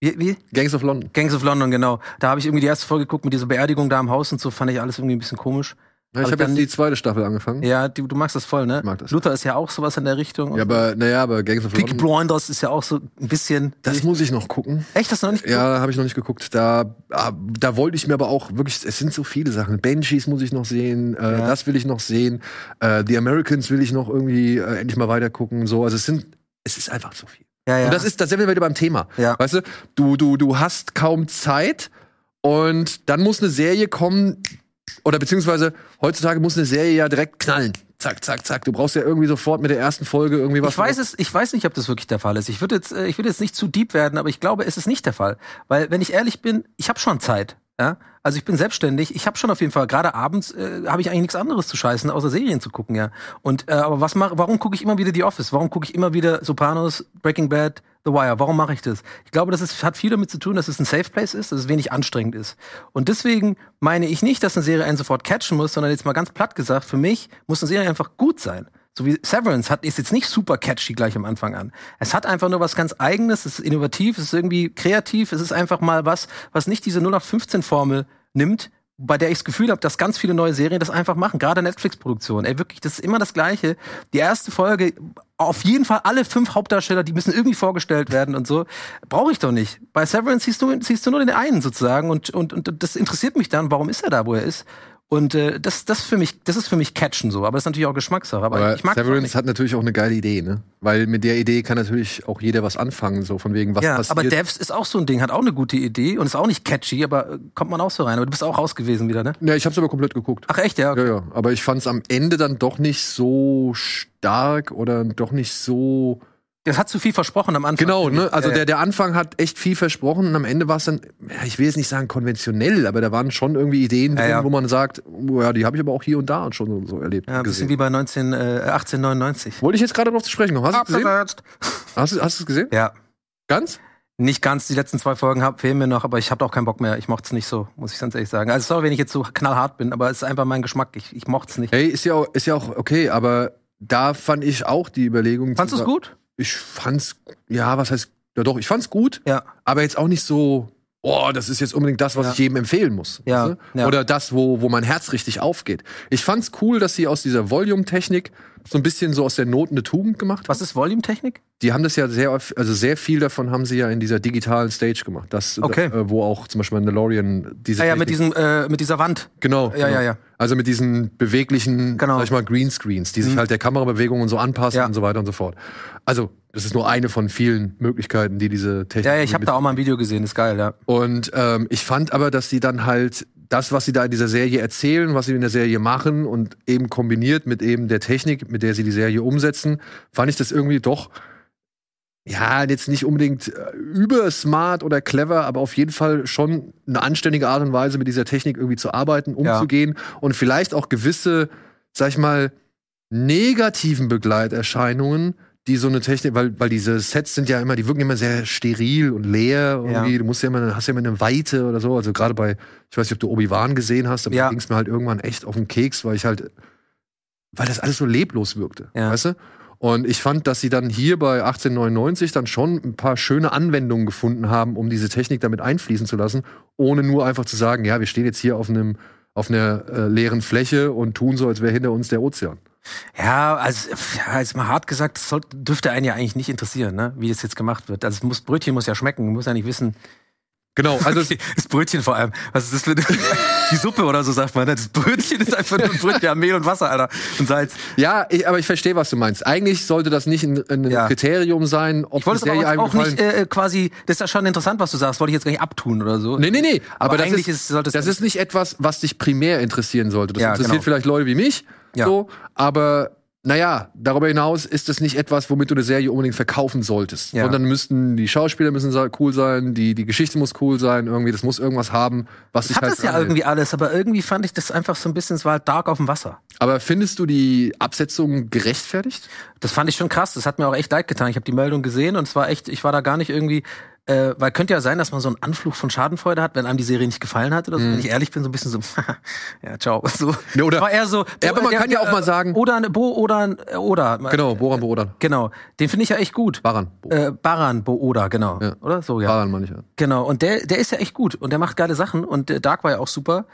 [SPEAKER 2] wie, wie?
[SPEAKER 1] Gangs of London.
[SPEAKER 2] Gangs of London, genau. Da habe ich irgendwie die erste Folge geguckt mit dieser Beerdigung da im Haus und so, fand ich alles irgendwie ein bisschen komisch.
[SPEAKER 1] Ja,
[SPEAKER 2] Aber
[SPEAKER 1] ich habe
[SPEAKER 2] dann-
[SPEAKER 1] jetzt die zweite Staffel angefangen.
[SPEAKER 2] Ja, du, du magst das voll, ne?
[SPEAKER 1] Ich mag das.
[SPEAKER 2] Luther ist ja auch sowas in der Richtung.
[SPEAKER 1] Ja, aber naja, aber Gangs of
[SPEAKER 2] Peaky
[SPEAKER 1] London.
[SPEAKER 2] Blinders ist ja auch so ein bisschen.
[SPEAKER 1] Das muss ich noch gucken.
[SPEAKER 2] Echt, hast du noch nicht geguckt?
[SPEAKER 1] Ja, habe ich noch nicht geguckt. Da, ah, da wollte ich mir aber auch wirklich, es sind so viele Sachen. Banshees muss ich noch sehen, äh,
[SPEAKER 2] Ja.
[SPEAKER 1] das will ich noch sehen. Äh, The Americans will ich noch irgendwie äh, endlich mal weitergucken. So, also es sind, es ist einfach so viel.
[SPEAKER 2] Ja, ja.
[SPEAKER 1] Und das ist, da sind wir wieder beim Thema.
[SPEAKER 2] Ja.
[SPEAKER 1] Weißt du, du, du, du hast kaum Zeit und dann muss eine Serie kommen, oder beziehungsweise heutzutage muss eine Serie ja direkt knallen. Zack, zack, zack. Du brauchst ja irgendwie sofort mit der ersten Folge irgendwie was.
[SPEAKER 2] Ich weiß es, ich weiß nicht, ob das wirklich der Fall ist. Ich würde jetzt, äh, ich würde jetzt nicht zu deep werden, aber ich glaube, es ist nicht der Fall, weil wenn ich ehrlich bin, ich habe schon Zeit. Ja? Also ich bin selbstständig. Ich habe schon auf jeden Fall gerade abends äh, habe ich eigentlich nichts anderes zu scheißen, außer Serien zu gucken, ja. Und äh, aber was mach, Warum gucke ich immer wieder The Office? Warum gucke ich immer wieder Sopranos, Breaking Bad, The Wire? Warum mache ich das? Ich glaube, das ist, hat viel damit zu tun, dass es ein Safe Place ist, dass es wenig anstrengend ist. Und deswegen meine ich nicht, dass eine Serie einen sofort catchen muss, sondern jetzt mal ganz platt gesagt, für mich muss eine Serie einfach gut sein. So wie Severance hat, ist jetzt nicht super catchy gleich am Anfang an. Es hat einfach nur was ganz Eigenes, es ist innovativ, es ist irgendwie kreativ, es ist einfach mal was, was nicht diese 0815-Formel nimmt, bei der ich das Gefühl habe, dass ganz viele neue Serien das einfach machen, gerade Netflix-Produktionen. Ey, wirklich, das ist immer das Gleiche. Die erste Folge, auf jeden Fall alle fünf Hauptdarsteller, die müssen irgendwie vorgestellt werden und so. Brauche ich doch nicht. Bei Severance siehst du, siehst du nur den einen sozusagen und, und, und das interessiert mich dann, warum ist er da, wo er ist? Und äh, das, das, für mich, das ist für mich Catchen so, aber das ist natürlich auch Geschmackssache. Aber,
[SPEAKER 1] Aber
[SPEAKER 2] ich mag
[SPEAKER 1] Severance hat natürlich auch eine geile Idee, ne? Weil mit der Idee kann natürlich auch jeder was anfangen, so von wegen, was
[SPEAKER 2] Ja,
[SPEAKER 1] passiert.
[SPEAKER 2] aber Devs ist auch so ein Ding, hat auch eine gute Idee und ist auch nicht catchy, aber äh, kommt man auch so rein. Aber du bist auch raus gewesen wieder, ne?
[SPEAKER 1] ne, ich hab's aber komplett geguckt.
[SPEAKER 2] Ach echt, ja.
[SPEAKER 1] Ja, ja. Aber ich fand's am Ende dann doch nicht so stark oder doch nicht so.
[SPEAKER 2] Das hat zu viel versprochen am Anfang.
[SPEAKER 1] Genau, ne? Also
[SPEAKER 2] Ja, ja.
[SPEAKER 1] der, der Anfang hat echt viel versprochen und am Ende war es dann, ja, ich will jetzt nicht sagen konventionell, aber da waren schon irgendwie Ideen
[SPEAKER 2] Ja,
[SPEAKER 1] drin,
[SPEAKER 2] ja.
[SPEAKER 1] wo man sagt, oh, ja, die habe ich aber auch hier und da schon so, so erlebt.
[SPEAKER 2] Ja, ein
[SPEAKER 1] gesehen.
[SPEAKER 2] bisschen wie bei 19, äh, 1899.
[SPEAKER 1] Wollte ich jetzt gerade drauf zu sprechen kommen. Hast du es gesehen?
[SPEAKER 2] Abgesetzt.
[SPEAKER 1] Hast du hast du es gesehen?
[SPEAKER 2] Ja,
[SPEAKER 1] Ganz?
[SPEAKER 2] nicht ganz. Die letzten zwei Folgen hab, fehlen mir noch, aber ich habe auch keinen Bock mehr. Ich mochte es nicht so, muss ich ganz ehrlich sagen. Also sorry, wenn ich jetzt so knallhart bin, aber es ist einfach mein Geschmack. Ich, ich mochte es nicht.
[SPEAKER 1] Hey, ist ja auch, ist ja auch okay, aber da fand ich auch die Überlegung.
[SPEAKER 2] Fandst du
[SPEAKER 1] zu-
[SPEAKER 2] es gut?
[SPEAKER 1] Ich fand's, ja, was heißt, ja doch, ich fand's gut,
[SPEAKER 2] Ja.
[SPEAKER 1] aber jetzt auch nicht so, oh, das ist jetzt unbedingt das, was
[SPEAKER 2] Ja.
[SPEAKER 1] ich jedem empfehlen muss.
[SPEAKER 2] Ja,
[SPEAKER 1] weißt du?
[SPEAKER 2] ja.
[SPEAKER 1] Oder das, wo, wo mein Herz richtig aufgeht. Ich fand's cool, dass sie aus dieser Volume-Technik so ein bisschen so aus der Not eine Tugend gemacht haben.
[SPEAKER 2] Was ist Volume-Technik?
[SPEAKER 1] Die haben das ja sehr, oft- also sehr viel davon haben sie ja in dieser digitalen Stage gemacht. Das,
[SPEAKER 2] Okay.
[SPEAKER 1] äh, wo auch zum Beispiel Mandalorian diese
[SPEAKER 2] Ja, ja, mit
[SPEAKER 1] Technik-
[SPEAKER 2] diesem, äh, mit dieser Wand.
[SPEAKER 1] Genau.
[SPEAKER 2] Ja,
[SPEAKER 1] genau.
[SPEAKER 2] ja, ja.
[SPEAKER 1] Also mit diesen beweglichen,
[SPEAKER 2] Genau. Mhm.
[SPEAKER 1] sag ich mal, Greenscreens, die sich halt der Kamerabewegung und so anpassen
[SPEAKER 2] Ja.
[SPEAKER 1] und so weiter und so fort. Also, das ist nur eine von vielen Möglichkeiten, die diese Technik.
[SPEAKER 2] Ja, ja, ich habe da auch mal ein Video gesehen, ist geil, ja.
[SPEAKER 1] Und ähm, ich fand aber, dass sie dann halt das, was sie da in dieser Serie erzählen, was sie in der Serie machen und eben kombiniert mit eben der Technik, mit der sie die Serie umsetzen, fand ich das irgendwie doch, ja, jetzt nicht unbedingt äh, übersmart oder clever, aber auf jeden Fall schon eine anständige Art und Weise, mit dieser Technik irgendwie zu arbeiten,
[SPEAKER 2] Ja.
[SPEAKER 1] umzugehen und vielleicht auch gewisse, sag ich mal, negativen Begleiterscheinungen, die so eine Technik, weil, weil diese Sets sind ja immer, die wirken immer sehr steril und leer. Irgendwie.
[SPEAKER 2] Ja.
[SPEAKER 1] Du musst ja immer, hast ja immer eine Weite oder so. Also gerade bei, ich weiß nicht, ob du Obi-Wan gesehen hast, aber
[SPEAKER 2] Ja.
[SPEAKER 1] da ging es mir halt irgendwann echt auf den Keks, weil ich halt, weil das alles so leblos wirkte.
[SPEAKER 2] Ja.
[SPEAKER 1] Weißt du? Und ich fand, dass sie dann hier bei 1899 dann schon ein paar schöne Anwendungen gefunden haben, um diese Technik damit einfließen zu lassen, ohne nur einfach zu sagen, ja, wir stehen jetzt hier auf einem auf einer äh, leeren Fläche und tun so, als wäre hinter uns der Ozean.
[SPEAKER 2] Ja, also pf, ja, jetzt mal hart gesagt, das sollte, dürfte einen ja eigentlich nicht interessieren, ne? wie das jetzt gemacht wird. Also es muss, Brötchen muss ja schmecken, man muss ja nicht wissen.
[SPEAKER 1] Genau, also es-
[SPEAKER 2] Okay, [LAUGHS] das Brötchen vor allem. Was ist das für eine,
[SPEAKER 1] [LAUGHS]
[SPEAKER 2] die Suppe oder so sagt man? Ne? Das Brötchen ist einfach nur ein Brötchen, ja, Mehl und Wasser, Alter. Und Salz.
[SPEAKER 1] Ja, ich, aber ich verstehe, was du meinst. Eigentlich sollte das nicht ein, ein
[SPEAKER 2] Ja.
[SPEAKER 1] Kriterium sein, ob
[SPEAKER 2] Ich wollte es
[SPEAKER 1] die Serie
[SPEAKER 2] aber jetzt
[SPEAKER 1] einem
[SPEAKER 2] auch
[SPEAKER 1] gefallen.
[SPEAKER 2] nicht äh, quasi, das ist ja schon interessant, was du sagst, wollte ich jetzt gar nicht abtun oder so.
[SPEAKER 1] Nee, nee, nee. Aber,
[SPEAKER 2] Aber
[SPEAKER 1] das,
[SPEAKER 2] eigentlich
[SPEAKER 1] ist,
[SPEAKER 2] ist- sollte es
[SPEAKER 1] das
[SPEAKER 2] nicht-
[SPEAKER 1] ist nicht etwas, was dich primär interessieren sollte. Das
[SPEAKER 2] Ja,
[SPEAKER 1] interessiert
[SPEAKER 2] genau.
[SPEAKER 1] vielleicht Leute wie mich.
[SPEAKER 2] Ja.
[SPEAKER 1] So, aber naja, darüber hinaus ist es nicht etwas, womit du eine Serie unbedingt verkaufen solltest.
[SPEAKER 2] Ja.
[SPEAKER 1] Sondern müssten die Schauspieler müssen sa- cool sein, die, die Geschichte muss cool sein, irgendwie, das muss irgendwas haben, was dich
[SPEAKER 2] Hat
[SPEAKER 1] halt
[SPEAKER 2] das ja
[SPEAKER 1] anhält.
[SPEAKER 2] irgendwie alles, aber irgendwie fand ich das einfach so ein bisschen, es war halt dark auf dem Wasser.
[SPEAKER 1] Aber findest du die Absetzung gerechtfertigt?
[SPEAKER 2] Das fand ich schon krass. Das hat mir auch echt leid getan. Ich habe die Meldung gesehen und es war echt, ich war da gar nicht irgendwie, äh, weil könnte ja sein, dass man so einen Anflug von Schadenfreude hat, wenn einem die Serie nicht gefallen hat oder so. Wenn ich ehrlich bin, so ein bisschen so, [LAUGHS] ja, ciao. [LAUGHS] So.
[SPEAKER 1] Mhm. Ja, oder-
[SPEAKER 2] war eher so,
[SPEAKER 1] Ja, aber man kann ja auch mal sagen-
[SPEAKER 2] Oder, ein Bo, oder, ein- äh, oder.
[SPEAKER 1] Genau, Boran Boodan.
[SPEAKER 2] Genau. Den finde ich ja echt gut.
[SPEAKER 1] Baran.
[SPEAKER 2] Äh, Baran Bo Oda, genau.
[SPEAKER 1] Ja.
[SPEAKER 2] Oder? So, ja.
[SPEAKER 1] Baran meine ich ja.
[SPEAKER 2] Genau. Und der, der ist ja echt gut und der macht geile Sachen und äh, Dark war ja auch super.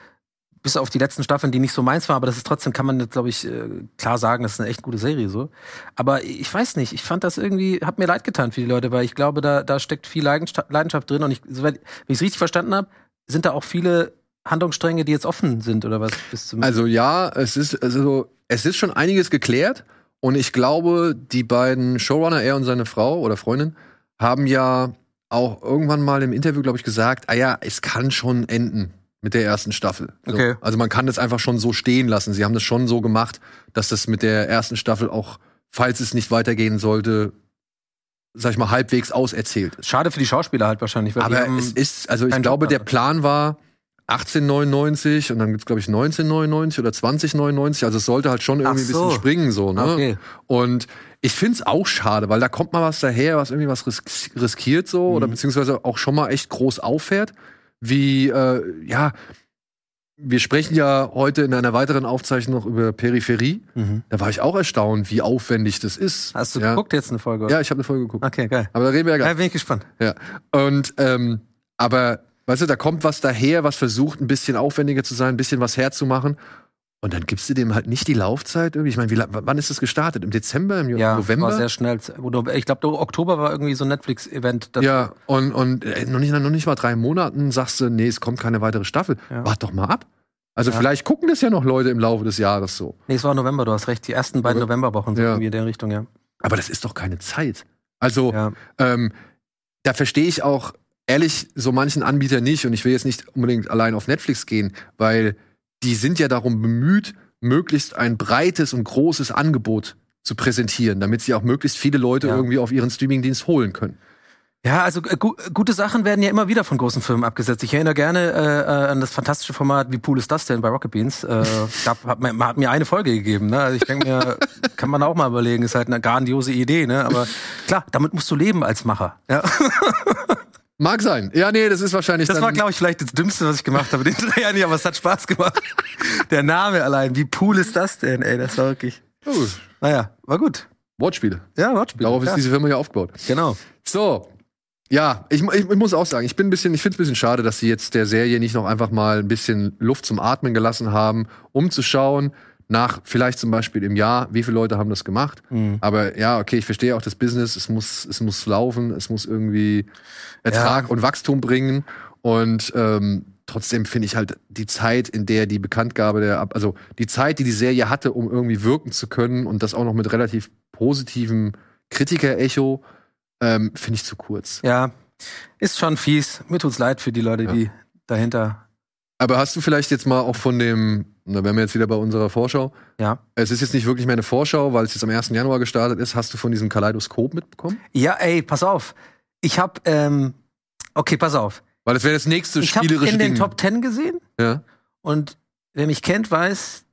[SPEAKER 2] Bis auf die letzten Staffeln, die nicht so meins waren, aber das ist trotzdem, kann man, glaube ich, äh, klar sagen, das ist eine echt gute Serie so. Aber ich weiß nicht, ich fand das irgendwie, hat mir leid getan für die Leute, weil ich glaube, da, da steckt viel Leidenschaft, Leidenschaft drin und ich, soweit- wenn ich es richtig verstanden habe, sind da auch viele Handlungsstränge, die jetzt offen sind oder was bis zum.
[SPEAKER 1] Also ja, es ist also es ist schon einiges geklärt und ich glaube, die beiden Showrunner, er und seine Frau oder Freundin, haben ja auch irgendwann mal im Interview, glaube ich, gesagt, ah ja, es kann schon enden mit der ersten Staffel. So.
[SPEAKER 2] Okay.
[SPEAKER 1] Also man kann das einfach schon so stehen lassen. Sie haben das schon so gemacht, dass das mit der ersten Staffel auch, falls es nicht weitergehen sollte, sag ich mal, halbwegs auserzählt ist.
[SPEAKER 2] Schade für die Schauspieler halt wahrscheinlich, weil die
[SPEAKER 1] Aber
[SPEAKER 2] haben,
[SPEAKER 1] es ist, also ich
[SPEAKER 2] keinen
[SPEAKER 1] glaube,
[SPEAKER 2] Job
[SPEAKER 1] der
[SPEAKER 2] mehr.
[SPEAKER 1] Plan war 1899 und dann gibt's glaube ich 1999 oder 2099. Also es sollte halt schon irgendwie
[SPEAKER 2] Ach
[SPEAKER 1] ein
[SPEAKER 2] so.
[SPEAKER 1] bisschen springen so. Ne?
[SPEAKER 2] Okay.
[SPEAKER 1] Und ich find's auch schade, weil da kommt mal was daher, was irgendwie was ris riskiert so
[SPEAKER 2] Mhm.
[SPEAKER 1] oder beziehungsweise auch schon mal echt groß auffährt. Wie äh, ja, wir sprechen ja heute in einer weiteren Aufzeichnung noch über Peripherie.
[SPEAKER 2] Mhm.
[SPEAKER 1] Da war ich auch erstaunt, wie aufwendig das ist.
[SPEAKER 2] Hast du
[SPEAKER 1] ja.
[SPEAKER 2] geguckt Ah. jetzt eine Folge?
[SPEAKER 1] Ja, ich habe eine Folge geguckt.
[SPEAKER 2] Okay, geil.
[SPEAKER 1] Aber da reden wir ja gleich.
[SPEAKER 2] Ja, bin ich gespannt.
[SPEAKER 1] Ja. Und ähm, aber weißt du, da kommt was daher, was versucht, ein bisschen aufwendiger zu sein, ein bisschen was herzumachen. Und dann gibst du dem halt nicht die Laufzeit irgendwie. Ich meine, wie la- wann ist das gestartet? Im Dezember, im
[SPEAKER 2] Ja,
[SPEAKER 1] November?
[SPEAKER 2] war sehr schnell. Ich glaube, Oktober war irgendwie so ein Netflix-Event. das-
[SPEAKER 1] ja, und, und äh, noch, nicht, noch nicht mal drei Monaten sagst du, nee, es kommt keine weitere Staffel.
[SPEAKER 2] Ja.
[SPEAKER 1] Wart doch mal ab. Also vielleicht gucken das ja noch Leute im Laufe des Jahres so.
[SPEAKER 2] Nee, es war November, du hast recht. Die ersten beiden Novemberwochen sind
[SPEAKER 1] Ja.
[SPEAKER 2] irgendwie in der Richtung, ja.
[SPEAKER 1] Aber das ist doch keine Zeit. Also,
[SPEAKER 2] ja.
[SPEAKER 1] ähm, da verstehe ich auch ehrlich so manchen Anbieter nicht und ich will jetzt nicht unbedingt allein auf Netflix gehen, weil die sind ja darum bemüht, möglichst ein breites und großes Angebot zu präsentieren, damit sie auch möglichst viele Leute
[SPEAKER 2] Ja.
[SPEAKER 1] irgendwie auf ihren Streamingdienst holen können.
[SPEAKER 2] Ja, also äh, gu gute Sachen werden ja immer wieder von großen Firmen abgesetzt. Ich erinnere gerne äh, äh, an das fantastische Format Wie cool ist das denn bei Rocket Beans? Äh,
[SPEAKER 1] [LAUGHS]
[SPEAKER 2] gab, hat, mir, hat mir eine Folge gegeben. Ne? Also ich denke mir, kann man auch mal überlegen, ist halt eine grandiose Idee, ne? Aber klar, damit musst du leben als Macher.
[SPEAKER 1] [LAUGHS]
[SPEAKER 2] Ja?
[SPEAKER 1] Mag sein. Ja, nee, das ist wahrscheinlich
[SPEAKER 2] Das
[SPEAKER 1] dann
[SPEAKER 2] war, glaube ich, vielleicht das Dümmste, was ich gemacht habe. Den drei Jahren nicht, aber es hat Spaß gemacht. Der Name allein, wie cool ist das denn, ey? Das war wirklich.
[SPEAKER 1] Oh,
[SPEAKER 2] Naja, war gut.
[SPEAKER 1] Wortspiele.
[SPEAKER 2] Ja, Wortspiel.
[SPEAKER 1] Darauf ist
[SPEAKER 2] klar.
[SPEAKER 1] diese Firma ja aufgebaut.
[SPEAKER 2] Genau.
[SPEAKER 1] So. Ja, ich, mu- ich, ich muss auch sagen, ich bin ein bisschen, ich finde es ein bisschen schade, dass sie jetzt der Serie nicht noch einfach mal ein bisschen Luft zum Atmen gelassen haben, um zu schauen, nach vielleicht zum Beispiel im Jahr, wie viele Leute haben das gemacht. Aber ja, okay, ich verstehe auch das Business, es muss, es muss laufen, es muss irgendwie Ertrag und Wachstum bringen. Und ähm, trotzdem finde ich halt die Zeit, in der die Bekanntgabe der, Ab- also die Zeit, die die Serie hatte, um irgendwie wirken zu können und das auch noch mit relativ positivem Kritiker-Echo, ähm, finde ich zu kurz.
[SPEAKER 2] Ja, ist schon fies. Mir tut's leid für die Leute, die dahinter.
[SPEAKER 1] Aber hast du vielleicht jetzt mal auch von dem, da wären wir jetzt wieder bei unserer Vorschau.
[SPEAKER 2] Ja.
[SPEAKER 1] Es ist jetzt nicht wirklich mehr eine Vorschau, weil es jetzt am 1. Januar gestartet ist. Hast du von diesem Kaleidoskop mitbekommen?
[SPEAKER 2] Ja, ey, pass auf. Ich hab, ähm, okay, pass auf.
[SPEAKER 1] Weil das wäre das nächste
[SPEAKER 2] Ich hab
[SPEAKER 1] spielerische
[SPEAKER 2] in den
[SPEAKER 1] Ding.
[SPEAKER 2] Top Ten gesehen
[SPEAKER 1] ja.
[SPEAKER 2] und wer mich kennt, weiß,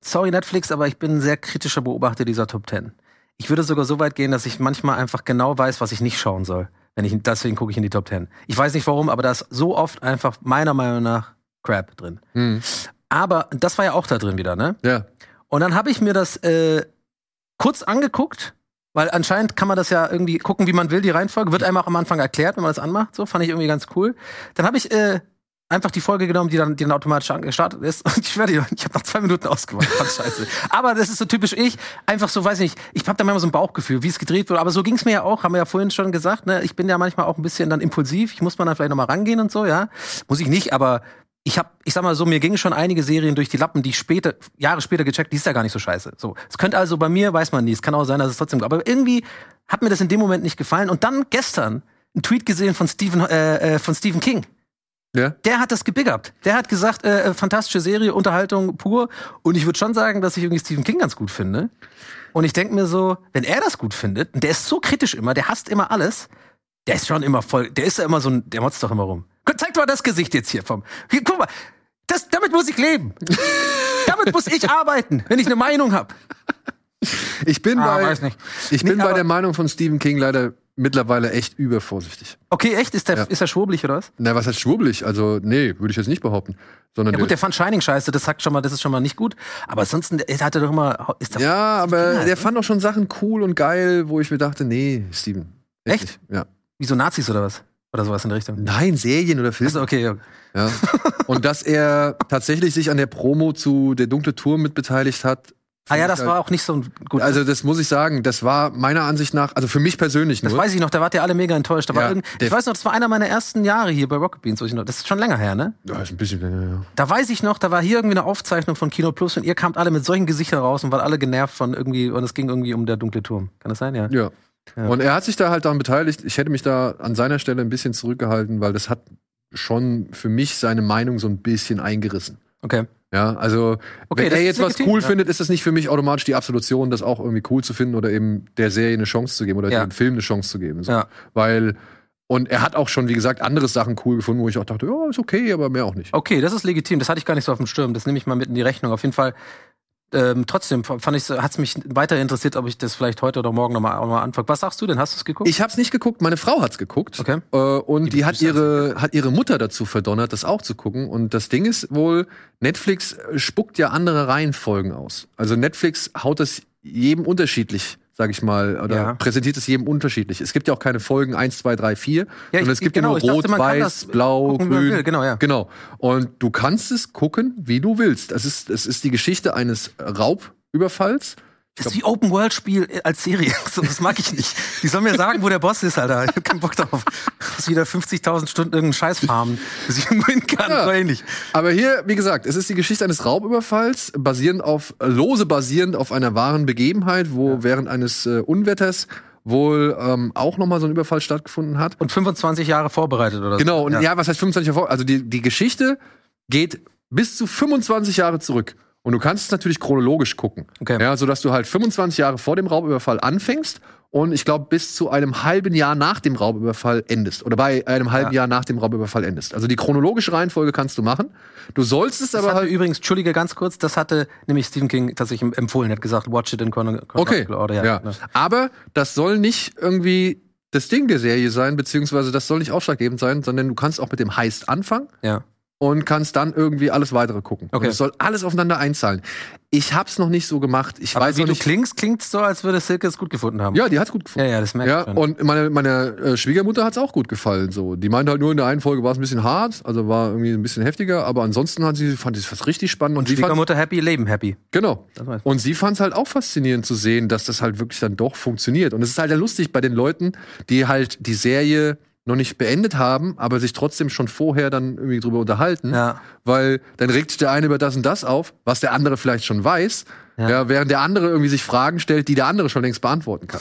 [SPEAKER 2] sorry Netflix, aber ich bin ein sehr kritischer Beobachter dieser Top Ten. Ich würde sogar so weit gehen, dass ich manchmal einfach genau weiß, was ich nicht schauen soll. Wenn ich, deswegen gucke ich in die Top Ten. Ich weiß nicht warum, aber da ist so oft einfach meiner Meinung nach Crap drin.
[SPEAKER 1] Hm.
[SPEAKER 2] Aber das war ja auch da drin wieder, ne?
[SPEAKER 1] ja.
[SPEAKER 2] Und dann habe ich mir das äh, kurz angeguckt, weil anscheinend kann man das ja irgendwie gucken, wie man will, die Reihenfolge. Wird einem auch am Anfang erklärt, wenn man das anmacht. So, fand ich irgendwie ganz cool. Dann habe ich äh, einfach die Folge genommen, die dann, die dann automatisch an- gestartet ist. [LAUGHS] Und ich schwöre dir, ich habe nach zwei Minuten ausgemacht. Fand scheiße. aber das ist so typisch ich. Einfach so, weiß nicht, ich habe da manchmal so ein Bauchgefühl, wie es gedreht wird. Aber so ging es mir ja auch, haben wir ja vorhin schon gesagt. Ne? Ich bin ja manchmal auch ein bisschen dann impulsiv. Ich muss man dann vielleicht nochmal rangehen und so, ja. Muss ich nicht, aber ich habe, ich sag mal so, mir gingen schon einige Serien durch die Lappen, die ich später, Jahre später gecheckt, die ist ja gar nicht so scheiße. So, es könnte also bei mir, weiß man nie, es kann auch sein, dass es trotzdem, aber irgendwie hat mir das in dem Moment nicht gefallen. Und dann gestern einen Tweet gesehen von Stephen, äh, äh, von Stephen King.
[SPEAKER 1] Ja.
[SPEAKER 2] Der hat das gebiggt. Der hat gesagt, äh, äh, fantastische Serie, Unterhaltung pur. Und ich würde schon sagen, dass ich irgendwie Stephen King ganz gut finde. Und ich denke mir so, wenn er das gut findet, und der ist so kritisch immer, der hasst immer alles, der ist schon immer voll, der ist ja immer so ein, der motzt doch immer rum. Guck, Zeig mal das Gesicht jetzt hier vom. Hier, guck mal, das, damit muss ich leben. damit muss ich arbeiten, wenn ich eine Meinung habe.
[SPEAKER 1] Ich bin
[SPEAKER 2] Ah,
[SPEAKER 1] bei,
[SPEAKER 2] weiß nicht.
[SPEAKER 1] Ich bin
[SPEAKER 2] Nee,
[SPEAKER 1] bei
[SPEAKER 2] aber-
[SPEAKER 1] der Meinung von Stephen King leider mittlerweile echt übervorsichtig.
[SPEAKER 2] Okay, echt? Ist der, ist der schwurbelig oder was?
[SPEAKER 1] Na, was heißt schwurbelig? Also, nee, würde ich jetzt nicht behaupten. Sondern
[SPEAKER 2] Ja gut, der fand Shining scheiße, das sagt schon mal, das ist schon mal nicht gut. Aber ansonsten, der hat er doch immer. Ist der,
[SPEAKER 1] ja, aber
[SPEAKER 2] halt,
[SPEAKER 1] der
[SPEAKER 2] ne?
[SPEAKER 1] fand auch schon Sachen cool und geil, wo ich mir dachte, nee, Steven.
[SPEAKER 2] Echt?
[SPEAKER 1] nicht. Ja.
[SPEAKER 2] Wie so Nazis oder was? Oder sowas in der Richtung.
[SPEAKER 1] Nein, Serien oder Filme.
[SPEAKER 2] Also, okay, ja.
[SPEAKER 1] Ja. und dass er tatsächlich sich an der Promo zu Der dunkle Turm mitbeteiligt hat.
[SPEAKER 2] Ah ja,
[SPEAKER 1] find ich
[SPEAKER 2] das
[SPEAKER 1] halt-
[SPEAKER 2] war auch nicht so ein gut.
[SPEAKER 1] Also, das muss ich sagen, das war meiner Ansicht nach, also für mich persönlich
[SPEAKER 2] das
[SPEAKER 1] nur.
[SPEAKER 2] weiß ich noch, da wart ihr alle mega enttäuscht. Da war
[SPEAKER 1] Ja,
[SPEAKER 2] irgend,
[SPEAKER 1] der-
[SPEAKER 2] ich weiß noch, das war einer meiner ersten Jahre hier bei Rocket Beans. wo ich noch- Das ist schon länger her, ne?
[SPEAKER 1] ja, ist ein bisschen länger, ja.
[SPEAKER 2] Da weiß ich noch, da war hier irgendwie eine Aufzeichnung von Kino Plus und ihr kamt alle mit solchen Gesichtern raus und wart alle genervt von irgendwie, und es ging irgendwie um der dunkle Turm. Kann das sein, ja?
[SPEAKER 1] Ja.
[SPEAKER 2] Ja.
[SPEAKER 1] Und er hat sich da halt daran beteiligt. Ich hätte mich da an seiner Stelle ein bisschen zurückgehalten, weil das hat schon für mich seine Meinung so ein bisschen eingerissen.
[SPEAKER 2] Okay.
[SPEAKER 1] Ja, also
[SPEAKER 2] Okay,
[SPEAKER 1] wenn
[SPEAKER 2] das
[SPEAKER 1] er
[SPEAKER 2] ist
[SPEAKER 1] jetzt was
[SPEAKER 2] legitim,
[SPEAKER 1] cool
[SPEAKER 2] ja.
[SPEAKER 1] findet, ist das nicht für mich automatisch die Absolution, das auch irgendwie cool zu finden oder eben der Serie eine Chance zu geben oder
[SPEAKER 2] Ja.
[SPEAKER 1] dem Film eine Chance zu geben. So.
[SPEAKER 2] Ja.
[SPEAKER 1] Weil und er hat auch schon, wie gesagt, andere Sachen cool gefunden, wo ich auch dachte, ja, ist okay, aber mehr auch nicht.
[SPEAKER 2] Okay, das ist legitim. Das hatte ich gar nicht so auf dem Sturm. Das nehme ich mal mit in die Rechnung. Auf jeden Fall. Ähm, trotzdem fand ich, hat es mich weiter interessiert, ob ich das vielleicht heute oder morgen nochmal noch mal anfange. Was sagst du denn? Hast du es geguckt?
[SPEAKER 1] Ich hab's nicht geguckt, meine Frau hat's geguckt.
[SPEAKER 2] Okay.
[SPEAKER 1] Äh, und die, hat
[SPEAKER 2] Begrüße
[SPEAKER 1] ihre hat ihre Mutter dazu verdonnert, das auch zu gucken. Und das Ding ist wohl, Netflix äh, spuckt ja andere Reihenfolgen aus. Also Netflix haut das jedem unterschiedlich, sag ich mal, oder
[SPEAKER 2] Ja.
[SPEAKER 1] präsentiert es jedem unterschiedlich. Es gibt ja auch keine Folgen 1, 2, 3, 4,
[SPEAKER 2] Ja, ich-
[SPEAKER 1] sondern es gibt
[SPEAKER 2] genau,
[SPEAKER 1] ja
[SPEAKER 2] ich
[SPEAKER 1] nur
[SPEAKER 2] dachte,
[SPEAKER 1] Rot,
[SPEAKER 2] man kann das
[SPEAKER 1] Weiß, Blau,
[SPEAKER 2] gucken, wie man
[SPEAKER 1] Grün.
[SPEAKER 2] will, genau, ja.
[SPEAKER 1] Genau. Und du kannst es gucken, wie du willst. Es ist, es ist die Geschichte eines Raubüberfalls,
[SPEAKER 2] ist wie Open World Spiel als Serie. [LAUGHS] So, das mag ich nicht. Die sollen mir sagen, wo der Boss ist, Alter. Ich hab keinen Bock drauf. Muss wieder 50.000 Stunden irgendeinen Scheiß farmen, bis ich irgendwo hin kann
[SPEAKER 1] Ja.
[SPEAKER 2] oder ähnlich.
[SPEAKER 1] Aber hier, wie gesagt, es ist die Geschichte eines Raubüberfalls, basierend auf, äh, lose basierend auf einer wahren Begebenheit, wo während eines äh, Unwetters wohl ähm, auch nochmal so ein Überfall stattgefunden hat.
[SPEAKER 2] Und 25 Jahre vorbereitet oder so.
[SPEAKER 1] Genau, und ja,
[SPEAKER 2] ja.
[SPEAKER 1] was heißt 25 Jahre vor? Also die, die Geschichte geht bis zu 25 Jahre zurück. Und du kannst es natürlich chronologisch gucken.
[SPEAKER 2] Okay.
[SPEAKER 1] Ja, sodass du halt 25 Jahre vor dem Raubüberfall anfängst und ich glaube bis zu einem halben Jahr nach dem Raubüberfall endest. Oder bei einem halben
[SPEAKER 2] Ja.
[SPEAKER 1] Jahr nach dem Raubüberfall endest. Also die chronologische Reihenfolge kannst du machen. Du sollst es
[SPEAKER 2] Das
[SPEAKER 1] aber
[SPEAKER 2] hatte
[SPEAKER 1] halt.
[SPEAKER 2] übrigens, Entschuldige, ganz kurz, das hatte nämlich Stephen King tatsächlich empfohlen, hat gesagt, watch it in chron-
[SPEAKER 1] Okay.
[SPEAKER 2] chronological order.
[SPEAKER 1] ja.
[SPEAKER 2] ne.
[SPEAKER 1] Aber das soll nicht irgendwie das Ding der Serie sein, beziehungsweise das soll nicht ausschlaggebend sein, sondern du kannst auch mit dem Heist anfangen.
[SPEAKER 2] ja.
[SPEAKER 1] und kannst dann irgendwie alles weitere gucken.
[SPEAKER 2] Okay.
[SPEAKER 1] Und es soll alles aufeinander einzahlen. Ich hab's noch nicht so gemacht. Ich
[SPEAKER 2] Aber
[SPEAKER 1] weiß
[SPEAKER 2] wie
[SPEAKER 1] noch
[SPEAKER 2] du
[SPEAKER 1] nicht.
[SPEAKER 2] klingst, klingt so, als würde Silke es gut gefunden haben.
[SPEAKER 1] ja, die hat's gut
[SPEAKER 2] ja,
[SPEAKER 1] gefallen.
[SPEAKER 2] ja das merkt
[SPEAKER 1] Ja,
[SPEAKER 2] ich schon.
[SPEAKER 1] und meine, meine äh, Schwiegermutter hat's auch gut gefallen. So, die meinte halt nur in der einen Folge war es ein bisschen hart, also war irgendwie ein bisschen heftiger, aber ansonsten hat sie fand sie es richtig spannend
[SPEAKER 2] Und
[SPEAKER 1] sie fand
[SPEAKER 2] Schwiegermutter happy, Leben happy.
[SPEAKER 1] genau.
[SPEAKER 2] Das weiß ich.
[SPEAKER 1] Und sie fand's halt auch faszinierend zu sehen, dass das halt wirklich dann doch funktioniert. Und es ist halt ja lustig bei den Leuten, die halt die Serie noch nicht beendet haben, aber sich trotzdem schon vorher dann irgendwie drüber unterhalten.
[SPEAKER 2] Ja.
[SPEAKER 1] weil dann regt sich der eine über das und das auf, was der andere vielleicht schon weiß,
[SPEAKER 2] Ja.
[SPEAKER 1] ja. während der andere irgendwie sich Fragen stellt, die der andere schon längst beantworten kann.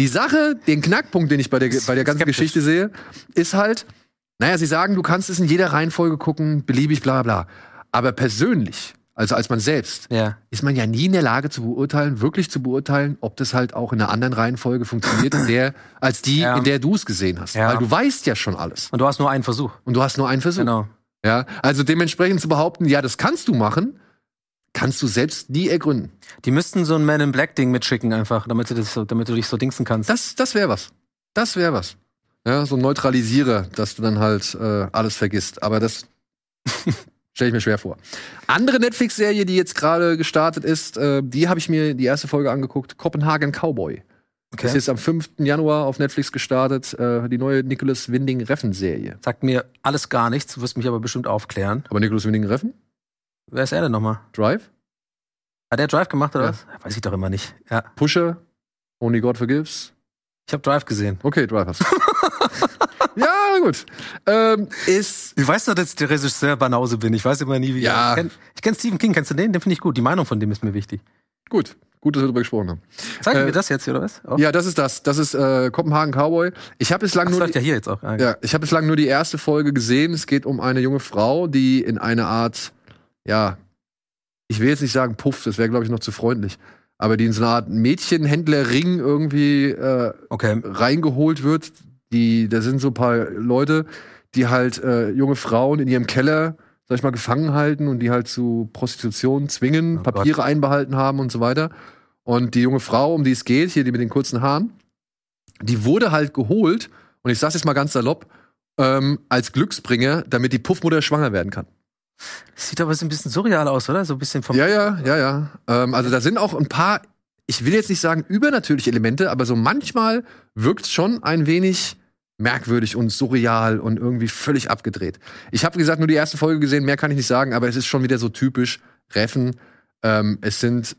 [SPEAKER 1] Die Sache, den Knackpunkt, den ich bei der, bei der ganzen
[SPEAKER 2] skeptisch.
[SPEAKER 1] Geschichte sehe, ist halt, naja, sie sagen, du kannst es in jeder Reihenfolge gucken, beliebig, bla bla bla. Aber persönlich, also als man selbst,
[SPEAKER 2] Ja.
[SPEAKER 1] ist man ja nie in der Lage zu beurteilen, wirklich zu beurteilen, ob das halt auch in einer anderen Reihenfolge funktioniert, in der, als die,
[SPEAKER 2] Ja.
[SPEAKER 1] in der du es gesehen hast.
[SPEAKER 2] Ja.
[SPEAKER 1] Weil du weißt ja schon alles.
[SPEAKER 2] Und du hast nur einen Versuch.
[SPEAKER 1] Und du hast nur einen Versuch.
[SPEAKER 2] Genau.
[SPEAKER 1] Ja, also dementsprechend zu behaupten, ja, das kannst du machen, kannst du selbst nie ergründen.
[SPEAKER 2] Die müssten so ein Man in Black Ding mitschicken einfach, damit du, das so, damit du dich so dingsen kannst.
[SPEAKER 1] Das, das wäre was. Das wäre was. Ja, so ein Neutralisierer, dass du dann halt äh, alles vergisst. Aber das [LAUGHS] stelle ich mir schwer vor. Andere Netflix-Serie, die jetzt gerade gestartet ist, äh, die habe ich mir die erste Folge angeguckt. Copenhagen Cowboy.
[SPEAKER 2] Okay.
[SPEAKER 1] Ist jetzt am 5. Januar auf Netflix gestartet. Äh, die neue Nicholas Winding-Reffen-Serie.
[SPEAKER 2] Sagt mir alles gar nichts, wirst mich aber bestimmt aufklären.
[SPEAKER 1] Aber Nicholas Winding-Reffen?
[SPEAKER 2] Wer ist er denn nochmal?
[SPEAKER 1] Drive?
[SPEAKER 2] Hat der Drive gemacht oder
[SPEAKER 1] Ja.
[SPEAKER 2] was? Weiß ich doch immer nicht. Ja.
[SPEAKER 1] Pusher? Only God Forgives?
[SPEAKER 2] Ich habe Drive gesehen.
[SPEAKER 1] Okay, Drivers. [LAUGHS] ja, gut. Ähm, ist.
[SPEAKER 2] Du weißt doch, dass der Regisseur Banause bin. Ich weiß immer nie, wie
[SPEAKER 1] Ja.
[SPEAKER 2] ich kenn, ich kenn Stephen King, kennst du den? Den finde ich gut. Die Meinung von dem ist mir wichtig.
[SPEAKER 1] Gut. Gut, dass wir darüber gesprochen haben.
[SPEAKER 2] Zeigen
[SPEAKER 1] Äh,
[SPEAKER 2] wir das jetzt hier, oder was? Oh. Auch?
[SPEAKER 1] Ja, das ist das. Das ist äh, Kopenhagen Cowboy. Ich habe bislang
[SPEAKER 2] das
[SPEAKER 1] nur.
[SPEAKER 2] läuft
[SPEAKER 1] Die,
[SPEAKER 2] ja hier jetzt auch. Ah,
[SPEAKER 1] ja, ich habe bislang nur die erste Folge gesehen. Es geht um eine junge Frau, die in eine Art, ja, ich will jetzt nicht sagen Puff, das wäre glaube ich noch zu freundlich, aber die in so eine Art Mädchenhändlerring irgendwie äh,
[SPEAKER 2] Okay.
[SPEAKER 1] reingeholt wird. Die, da sind so ein paar Leute, die halt äh, junge Frauen in ihrem Keller, sag ich mal, gefangen halten und die halt zu Prostitution zwingen,
[SPEAKER 2] Oh
[SPEAKER 1] Papiere einbehalten haben und so weiter. Und die junge Frau, um die es geht, hier die mit den kurzen Haaren, die wurde halt geholt, und ich sag's jetzt mal ganz salopp, ähm, als Glücksbringer, damit die Puffmutter schwanger werden kann.
[SPEAKER 2] Sieht aber so ein bisschen surreal aus, oder? So ein bisschen vom.
[SPEAKER 1] Ja, ja, ja, ja. Ähm, also da sind auch ein paar, ich will jetzt nicht sagen übernatürliche Elemente, aber so manchmal wirkt schon ein wenig merkwürdig und surreal und irgendwie völlig abgedreht. Ich habe, wie gesagt, nur die erste Folge gesehen, mehr kann ich nicht sagen, aber es ist schon wieder so typisch Reffen. Ähm, es sind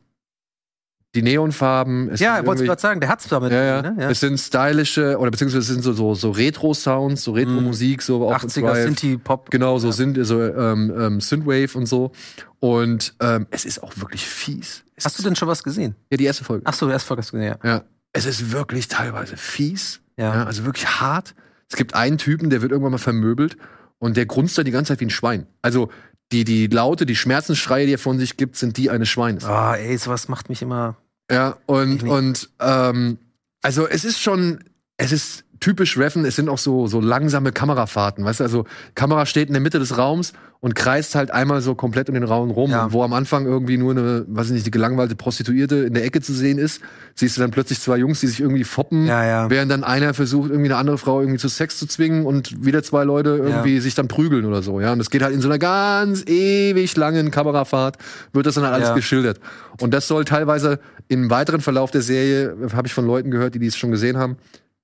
[SPEAKER 1] die Neonfarben. Es
[SPEAKER 2] Ja,
[SPEAKER 1] sind
[SPEAKER 2] wolltest du
[SPEAKER 1] irgendwie-
[SPEAKER 2] gerade sagen, der hat's damit.
[SPEAKER 1] ja, ja.
[SPEAKER 2] Ne?
[SPEAKER 1] Es sind stylische, oder beziehungsweise es sind so, so, so Retro-Sounds, so Retro-Musik, so auch
[SPEAKER 2] 80er
[SPEAKER 1] Drive.
[SPEAKER 2] Sinti-Pop.
[SPEAKER 1] Genau, so sind so ähm, ähm, Synthwave und so. Und ähm, es ist auch wirklich fies. Es
[SPEAKER 2] Hast du
[SPEAKER 1] ist,
[SPEAKER 2] denn schon was gesehen?
[SPEAKER 1] ja die erste Folge?
[SPEAKER 2] Ach so, erst vorgestern, ja.
[SPEAKER 1] Ja. Es ist wirklich teilweise fies.
[SPEAKER 2] Ja.
[SPEAKER 1] Ja, also wirklich hart. Es gibt einen Typen, der wird irgendwann mal vermöbelt und der grunzt dann die ganze Zeit wie ein Schwein. Also die, die Laute, die Schmerzensschreie, die er von sich gibt, sind die eines Schweines.
[SPEAKER 2] Ah, ey, sowas macht mich immer.
[SPEAKER 1] Ja,
[SPEAKER 2] Ich
[SPEAKER 1] und,
[SPEAKER 2] nicht.
[SPEAKER 1] und ähm, also es ist schon, es ist typisch Reffen, es sind auch so, so langsame Kamerafahrten, weißt du, also Kamera steht in der Mitte des Raums und kreist halt einmal so komplett um den Raum rum.
[SPEAKER 2] Ja.
[SPEAKER 1] Und wo am Anfang irgendwie nur eine, weiß ich nicht, die gelangweilte Prostituierte in der Ecke zu sehen ist, siehst du dann plötzlich zwei Jungs, die sich irgendwie foppen,
[SPEAKER 2] Ja, ja.
[SPEAKER 1] während dann einer versucht, irgendwie eine andere Frau irgendwie zu Sex zu zwingen und wieder zwei Leute irgendwie sich dann prügeln oder so, ja. Und das geht halt in so einer ganz ewig langen Kamerafahrt, wird das dann halt alles
[SPEAKER 2] Ja.
[SPEAKER 1] geschildert. Und das soll teilweise im weiteren Verlauf der Serie, habe ich von Leuten gehört, die dies schon gesehen haben,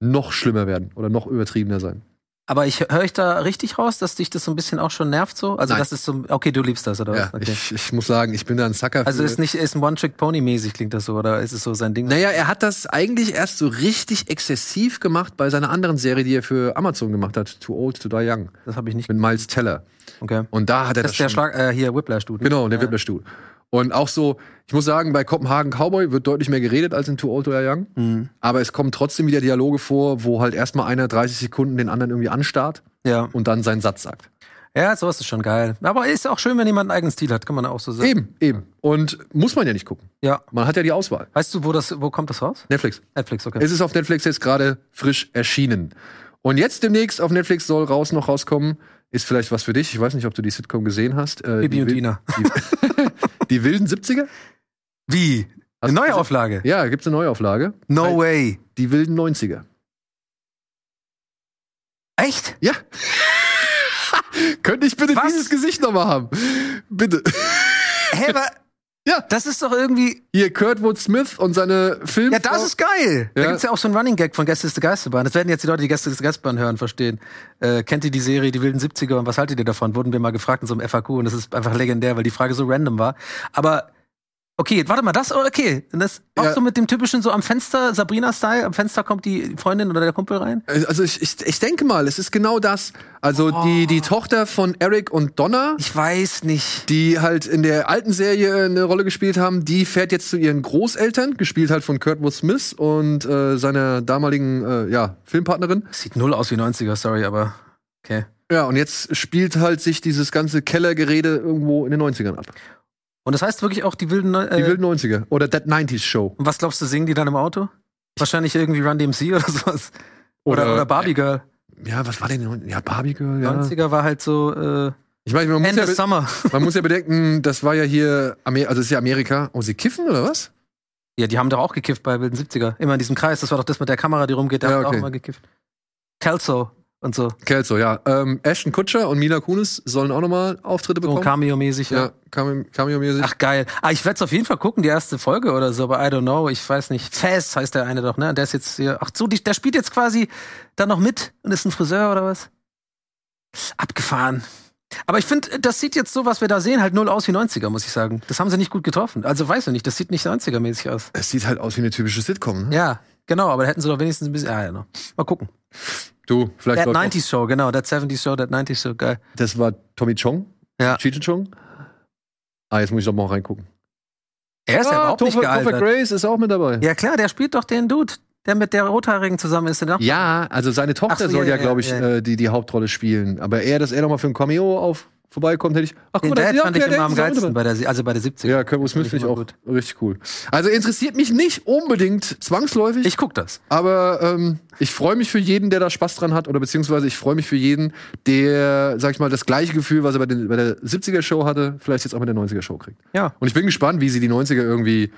[SPEAKER 1] noch schlimmer werden oder noch übertriebener sein.
[SPEAKER 2] Aber ich höre ich da richtig raus, dass dich das so ein bisschen auch schon nervt so? Also
[SPEAKER 1] Nein.
[SPEAKER 2] das ist so, okay, du liebst das oder
[SPEAKER 1] Ja,
[SPEAKER 2] was? Okay.
[SPEAKER 1] ich, ich muss sagen, ich bin da ein Sucker.
[SPEAKER 2] Also
[SPEAKER 1] für-
[SPEAKER 2] ist nicht ist ein One-Trick-Pony-mäßig klingt das so oder ist es so sein Ding?
[SPEAKER 1] Naja, er hat das eigentlich erst so richtig exzessiv gemacht bei seiner anderen Serie, die er für Amazon gemacht hat, Too Old to Die Young,
[SPEAKER 2] Das habe ich nicht.
[SPEAKER 1] mit Miles Teller.
[SPEAKER 2] Okay.
[SPEAKER 1] Und da hat er das,
[SPEAKER 2] Das ist der
[SPEAKER 1] schon-
[SPEAKER 2] Schlag äh, hier Whiplash Dude. ne?
[SPEAKER 1] Genau, der Wipplerstuhl. Und auch so, ich muss sagen, bei Kopenhagen Cowboy wird deutlich mehr geredet als in Too Old to Die Young.
[SPEAKER 2] Mhm.
[SPEAKER 1] Aber es kommen trotzdem wieder Dialoge vor, wo halt erstmal einer 30 Sekunden den anderen irgendwie anstarrt
[SPEAKER 2] Ja.
[SPEAKER 1] und dann seinen Satz sagt.
[SPEAKER 2] Ja, sowas ist schon geil. Aber ist auch schön, wenn jemand einen eigenen Stil hat, kann man auch so sagen.
[SPEAKER 1] Eben, eben. Und muss man ja nicht gucken.
[SPEAKER 2] Ja.
[SPEAKER 1] Man hat ja die Auswahl.
[SPEAKER 2] Weißt du, wo das wo kommt das raus?
[SPEAKER 1] Netflix.
[SPEAKER 2] Netflix, okay.
[SPEAKER 1] Es ist auf Netflix jetzt gerade frisch erschienen. Und jetzt demnächst auf Netflix soll raus noch rauskommen, ist vielleicht was für dich. Ich weiß nicht, ob du die Sitcom gesehen hast. Äh,
[SPEAKER 2] Bibi
[SPEAKER 1] die
[SPEAKER 2] und
[SPEAKER 1] Wil-
[SPEAKER 2] Tina.
[SPEAKER 1] Die [LAUGHS] wilden 70er?
[SPEAKER 2] Wie?
[SPEAKER 1] Hast
[SPEAKER 2] Eine
[SPEAKER 1] du
[SPEAKER 2] neue
[SPEAKER 1] gesehen?
[SPEAKER 2] Auflage.
[SPEAKER 1] Ja, gibt's eine Neuauflage.
[SPEAKER 2] No way.
[SPEAKER 1] Die wilden 90er.
[SPEAKER 2] Echt?
[SPEAKER 1] Ja. Könnte ich bitte
[SPEAKER 2] Was?
[SPEAKER 1] dieses Gesicht nochmal haben? Bitte.
[SPEAKER 2] Hä, aber
[SPEAKER 1] [LAUGHS] Ja.
[SPEAKER 2] Das ist doch irgendwie.
[SPEAKER 1] Hier Kurtwood Smith und seine Film.
[SPEAKER 2] Ja, das ist geil. Da
[SPEAKER 1] Ja.
[SPEAKER 2] gibt's ja auch so einen Running Gag von Gäste ist die Geisterbahn. Das werden jetzt die Leute, die Gäste ist die Geisterbahn hören, verstehen. Äh, kennt ihr die Serie Die wilden 70er und was haltet ihr davon? Wurden wir mal gefragt in so einem FAQ und das ist einfach legendär, weil die Frage so random war. Aber okay, warte mal, das, oh, okay. Und das auch
[SPEAKER 1] Ja.
[SPEAKER 2] so mit dem typischen so am Fenster, Sabrina-Style, am Fenster kommt die Freundin oder der Kumpel rein.
[SPEAKER 1] Also ich, ich, ich denke mal, es ist genau das. Also
[SPEAKER 2] Oh.
[SPEAKER 1] die, die Tochter von Eric und Donna.
[SPEAKER 2] Ich weiß nicht.
[SPEAKER 1] die halt in der alten Serie eine Rolle gespielt haben, die fährt jetzt zu ihren Großeltern, gespielt halt von Kurtwood Smith und äh, seiner damaligen äh, ja, Filmpartnerin.
[SPEAKER 2] Sieht null aus wie 90er, sorry, aber okay.
[SPEAKER 1] Ja, und jetzt spielt halt sich dieses ganze Kellergerede irgendwo in den 90ern ab.
[SPEAKER 2] Und das heißt wirklich auch die wilden, Neu- äh,
[SPEAKER 1] Die wilden 90er oder That 90s Show.
[SPEAKER 2] Und was glaubst du, singen die dann im Auto? Wahrscheinlich irgendwie Run DMC oder [LAUGHS] sowas. Oder,
[SPEAKER 1] Oder-
[SPEAKER 2] oder, Barbie Girl.
[SPEAKER 1] Ja, was war denn? die neun- Ja, Barbie Girl, ja.
[SPEAKER 2] 90er war halt so äh,
[SPEAKER 1] Ich meine, man, muss
[SPEAKER 2] End
[SPEAKER 1] ja
[SPEAKER 2] of
[SPEAKER 1] be-
[SPEAKER 2] Summer.
[SPEAKER 1] man muss ja bedenken, das war ja hier, Amer also es ist ja Amerika. Oh, sie kiffen oder was?
[SPEAKER 2] Ja, die haben doch auch gekifft bei wilden 70er. Immer in diesem Kreis. Das war doch das mit der Kamera, die rumgeht. Da
[SPEAKER 1] Ja,
[SPEAKER 2] haben auch
[SPEAKER 1] okay.
[SPEAKER 2] immer gekifft. Kelso und so.
[SPEAKER 1] Kelso, ja. Ähm, Ashton Kutscher und Mila Kunis sollen auch nochmal Auftritte
[SPEAKER 2] So
[SPEAKER 1] bekommen.
[SPEAKER 2] Cameo-mäßig. Ja.
[SPEAKER 1] ja, Cameo- Cameo-mäßig.
[SPEAKER 2] Ach, geil. Ah, ich werde es auf jeden Fall gucken, die erste Folge oder so, aber I don't know. Ich weiß nicht. Fast heißt der eine doch, ne? Der ist jetzt hier. Ach so, die, der spielt jetzt quasi da noch mit und ist ein Friseur oder was? Abgefahren. Aber ich finde, das sieht jetzt so, was wir da sehen, halt null aus wie 90er, muss ich sagen. Das haben sie nicht gut getroffen. Also weiß ich nicht, das sieht nicht 90er-mäßig aus.
[SPEAKER 1] Es sieht halt aus wie eine typische Sitcom, ne?
[SPEAKER 2] Ja, genau, aber da hätten sie doch wenigstens ein bisschen. Ah, ja, genau. Mal gucken.
[SPEAKER 1] Du, vielleicht
[SPEAKER 2] That
[SPEAKER 1] läuft noch-
[SPEAKER 2] 90s Show, genau, that 70s Show, that 90s Show, geil.
[SPEAKER 1] Das war Tommy Chong.
[SPEAKER 2] Ja.
[SPEAKER 1] Cheech Chong. Ah, jetzt muss ich doch mal reingucken.
[SPEAKER 2] Er ist ja überhaupt nicht gealtert.
[SPEAKER 1] Ah, Grace ist auch mit dabei. Ja,
[SPEAKER 2] Ja klar, der spielt doch den Dude, der mit der Rothaarigen zusammen ist. Der
[SPEAKER 1] also seine Tochter
[SPEAKER 2] Ach so,
[SPEAKER 1] soll ja,
[SPEAKER 2] ja, ja,
[SPEAKER 1] glaube ich,
[SPEAKER 2] ja, ja.
[SPEAKER 1] Äh, die, die Hauptrolle spielen. Aber eher, dass er nochmal für ein Cameo auf, vorbeikommt, hätte ich. Ach, guck
[SPEAKER 2] Den
[SPEAKER 1] mal, da
[SPEAKER 2] Dad
[SPEAKER 1] ist- ja,
[SPEAKER 2] fand ich
[SPEAKER 1] der
[SPEAKER 2] immer
[SPEAKER 1] Dad
[SPEAKER 2] am
[SPEAKER 1] ist auch
[SPEAKER 2] geilsten,
[SPEAKER 1] mit
[SPEAKER 2] bei der, Se- also bei der
[SPEAKER 1] dabei.
[SPEAKER 2] 70.
[SPEAKER 1] Ja, Kurt Smith
[SPEAKER 2] ich
[SPEAKER 1] finde ich
[SPEAKER 2] immer
[SPEAKER 1] auch
[SPEAKER 2] gut.
[SPEAKER 1] richtig cool. Also interessiert mich nicht unbedingt zwangsläufig,
[SPEAKER 2] Ich guck das.
[SPEAKER 1] aber ähm, ich freue mich für jeden, der da Spaß dran hat, oder beziehungsweise ich freue mich für jeden, der, sag ich mal, das gleiche Gefühl, was er bei, den, bei der 70er-Show hatte, vielleicht jetzt auch mit der 90er-Show kriegt.
[SPEAKER 2] Ja.
[SPEAKER 1] Und ich bin gespannt, wie sie die 90er irgendwie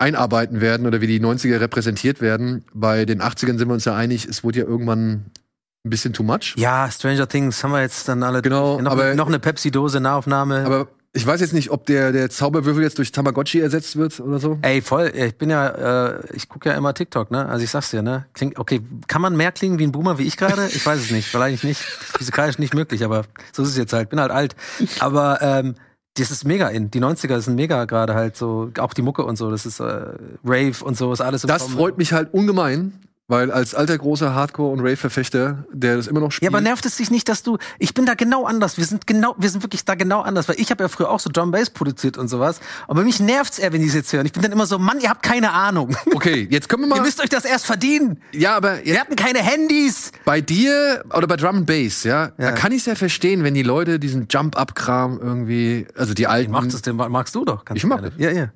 [SPEAKER 1] einarbeiten werden oder wie die 90er repräsentiert werden. Bei den 80ern sind wir uns ja einig, es wurde ja irgendwann ein bisschen too much.
[SPEAKER 2] Ja, Stranger Things haben wir jetzt dann alle.
[SPEAKER 1] Genau,
[SPEAKER 2] noch,
[SPEAKER 1] aber-
[SPEAKER 2] noch eine Pepsi-Dose, Nahaufnahme.
[SPEAKER 1] Aber ich weiß jetzt nicht, ob der, der Zauberwürfel jetzt durch Tamagotchi ersetzt wird oder so.
[SPEAKER 2] Ey, voll. Ich bin ja, äh, ich gucke ja immer TikTok, ne? Also ich sag's dir, ne? Klingt, okay, kann man mehr klingen wie ein Boomer wie ich gerade? Ich weiß es nicht. Vielleicht nicht. Physikalisch nicht möglich, aber so ist es jetzt halt. Bin halt alt. Aber ähm, das ist mega in. Die 90er sind mega gerade halt so. Auch die Mucke und so. Das ist äh, Rave und so, ist alles im
[SPEAKER 1] Das
[SPEAKER 2] Kommen.
[SPEAKER 1] freut mich halt ungemein, weil als alter großer Hardcore- und Rave-Verfechter, der das immer noch
[SPEAKER 2] Ja,
[SPEAKER 1] spielt.
[SPEAKER 2] aber ne- nervt es dich nicht, dass du ich bin da genau anders. Wir sind genau wir sind wirklich da genau anders, weil ich habe ja früher auch so Drum Bass produziert und sowas, aber mich nervt's eher, wenn die es jetzt hören. Ich bin dann immer so, Mann, ihr habt keine Ahnung. [LAUGHS]
[SPEAKER 1] okay, jetzt können wir
[SPEAKER 2] ihr
[SPEAKER 1] mal.
[SPEAKER 2] müsst euch das erst verdienen.
[SPEAKER 1] Ja, aber
[SPEAKER 2] Wir
[SPEAKER 1] ja,
[SPEAKER 2] hatten keine Handys.
[SPEAKER 1] bei dir oder bei Drum and Bass, ja, da
[SPEAKER 2] Ja.
[SPEAKER 1] kann ich es ja verstehen, wenn die Leute diesen Jump-Up-Kram irgendwie, also die alten.
[SPEAKER 2] Macht es denn magst du doch,
[SPEAKER 1] Ich mach
[SPEAKER 2] Ja, ja.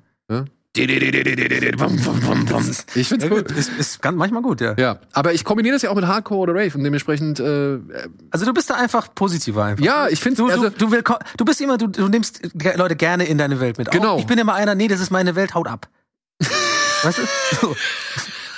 [SPEAKER 1] ne? Ich find's
[SPEAKER 2] ja
[SPEAKER 1] cool.
[SPEAKER 2] gut. Ist, ist ganz manchmal gut, ja.
[SPEAKER 1] Ja, aber ich kombiniere das ja auch mit Hardcore oder Rave und dementsprechend, äh, äh,
[SPEAKER 2] Also du bist da einfach positiver einfach.
[SPEAKER 1] ja, ich finde
[SPEAKER 2] Du,
[SPEAKER 1] also,
[SPEAKER 2] du, du, willko- du bist immer, du, du nimmst ge- Leute gerne in deine Welt mit. Auch
[SPEAKER 1] Genau.
[SPEAKER 2] Ich bin immer einer, nee, das ist meine Welt,
[SPEAKER 1] [LAUGHS]
[SPEAKER 2] haut ab. weißt du? So.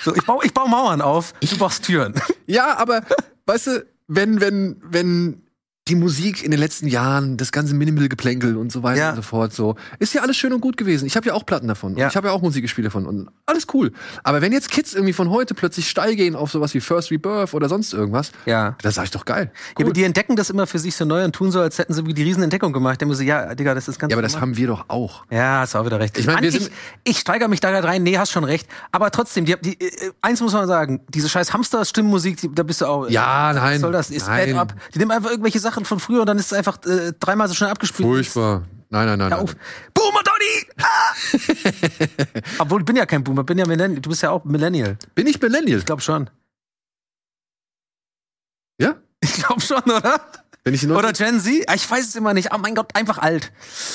[SPEAKER 2] So, ich baue
[SPEAKER 1] [LAUGHS]
[SPEAKER 2] ich bau Mauern auf, du baust Türen.
[SPEAKER 1] ja, aber, weißt du, wenn, wenn, wenn die Musik in den letzten Jahren, das ganze Minimal-Geplänkel und so weiter
[SPEAKER 2] Ja.
[SPEAKER 1] und so fort, so. Ist ja alles schön und gut gewesen. Ich habe ja auch Platten davon.
[SPEAKER 2] Ja.
[SPEAKER 1] Und ich habe ja auch Musikgespiele davon. Und alles cool. Aber wenn jetzt Kids irgendwie von heute plötzlich steil gehen auf sowas wie First Rebirth oder sonst irgendwas,
[SPEAKER 2] Ja.
[SPEAKER 1] das sag ich doch geil.
[SPEAKER 2] Ja, aber die entdecken das immer für sich so neu und tun so, als hätten sie wie die Riesenentdeckung gemacht. Dann muss ich, ja, Digga, das ist ganz
[SPEAKER 1] Ja, aber das
[SPEAKER 2] normal.
[SPEAKER 1] haben wir doch auch.
[SPEAKER 2] Ja, hast du auch wieder recht.
[SPEAKER 1] Ich meine, wir
[SPEAKER 2] Mann,
[SPEAKER 1] sind-
[SPEAKER 2] ich, ich steigere mich da gerade rein. Nee, hast schon recht. Aber trotzdem, die, die, äh, eins muss man sagen, diese scheiß Hamster-Stimmmusik, die- da bist du auch. äh,
[SPEAKER 1] Ja, nein.
[SPEAKER 2] Was soll das? Ist
[SPEAKER 1] nein.
[SPEAKER 2] bad up. Die nehmen einfach irgendwelche Sachen von früher und dann ist es einfach äh, dreimal so schnell abgespielt.
[SPEAKER 1] Furchtbar. Nein, nein, nein.
[SPEAKER 2] Hör
[SPEAKER 1] nein.
[SPEAKER 2] Auf. Boomer Donny!
[SPEAKER 1] [LAUGHS]
[SPEAKER 2] Ah! Obwohl, ich bin ja kein Boomer, bin ja Millennial. Du bist ja auch Millennial.
[SPEAKER 1] Bin ich Millennial?
[SPEAKER 2] Ich glaube schon.
[SPEAKER 1] Ja?
[SPEAKER 2] Ich glaube schon, oder?
[SPEAKER 1] Bin ich in
[SPEAKER 2] Oder Gen Z? Ah, Ich weiß es immer nicht. Oh mein Gott, einfach alt.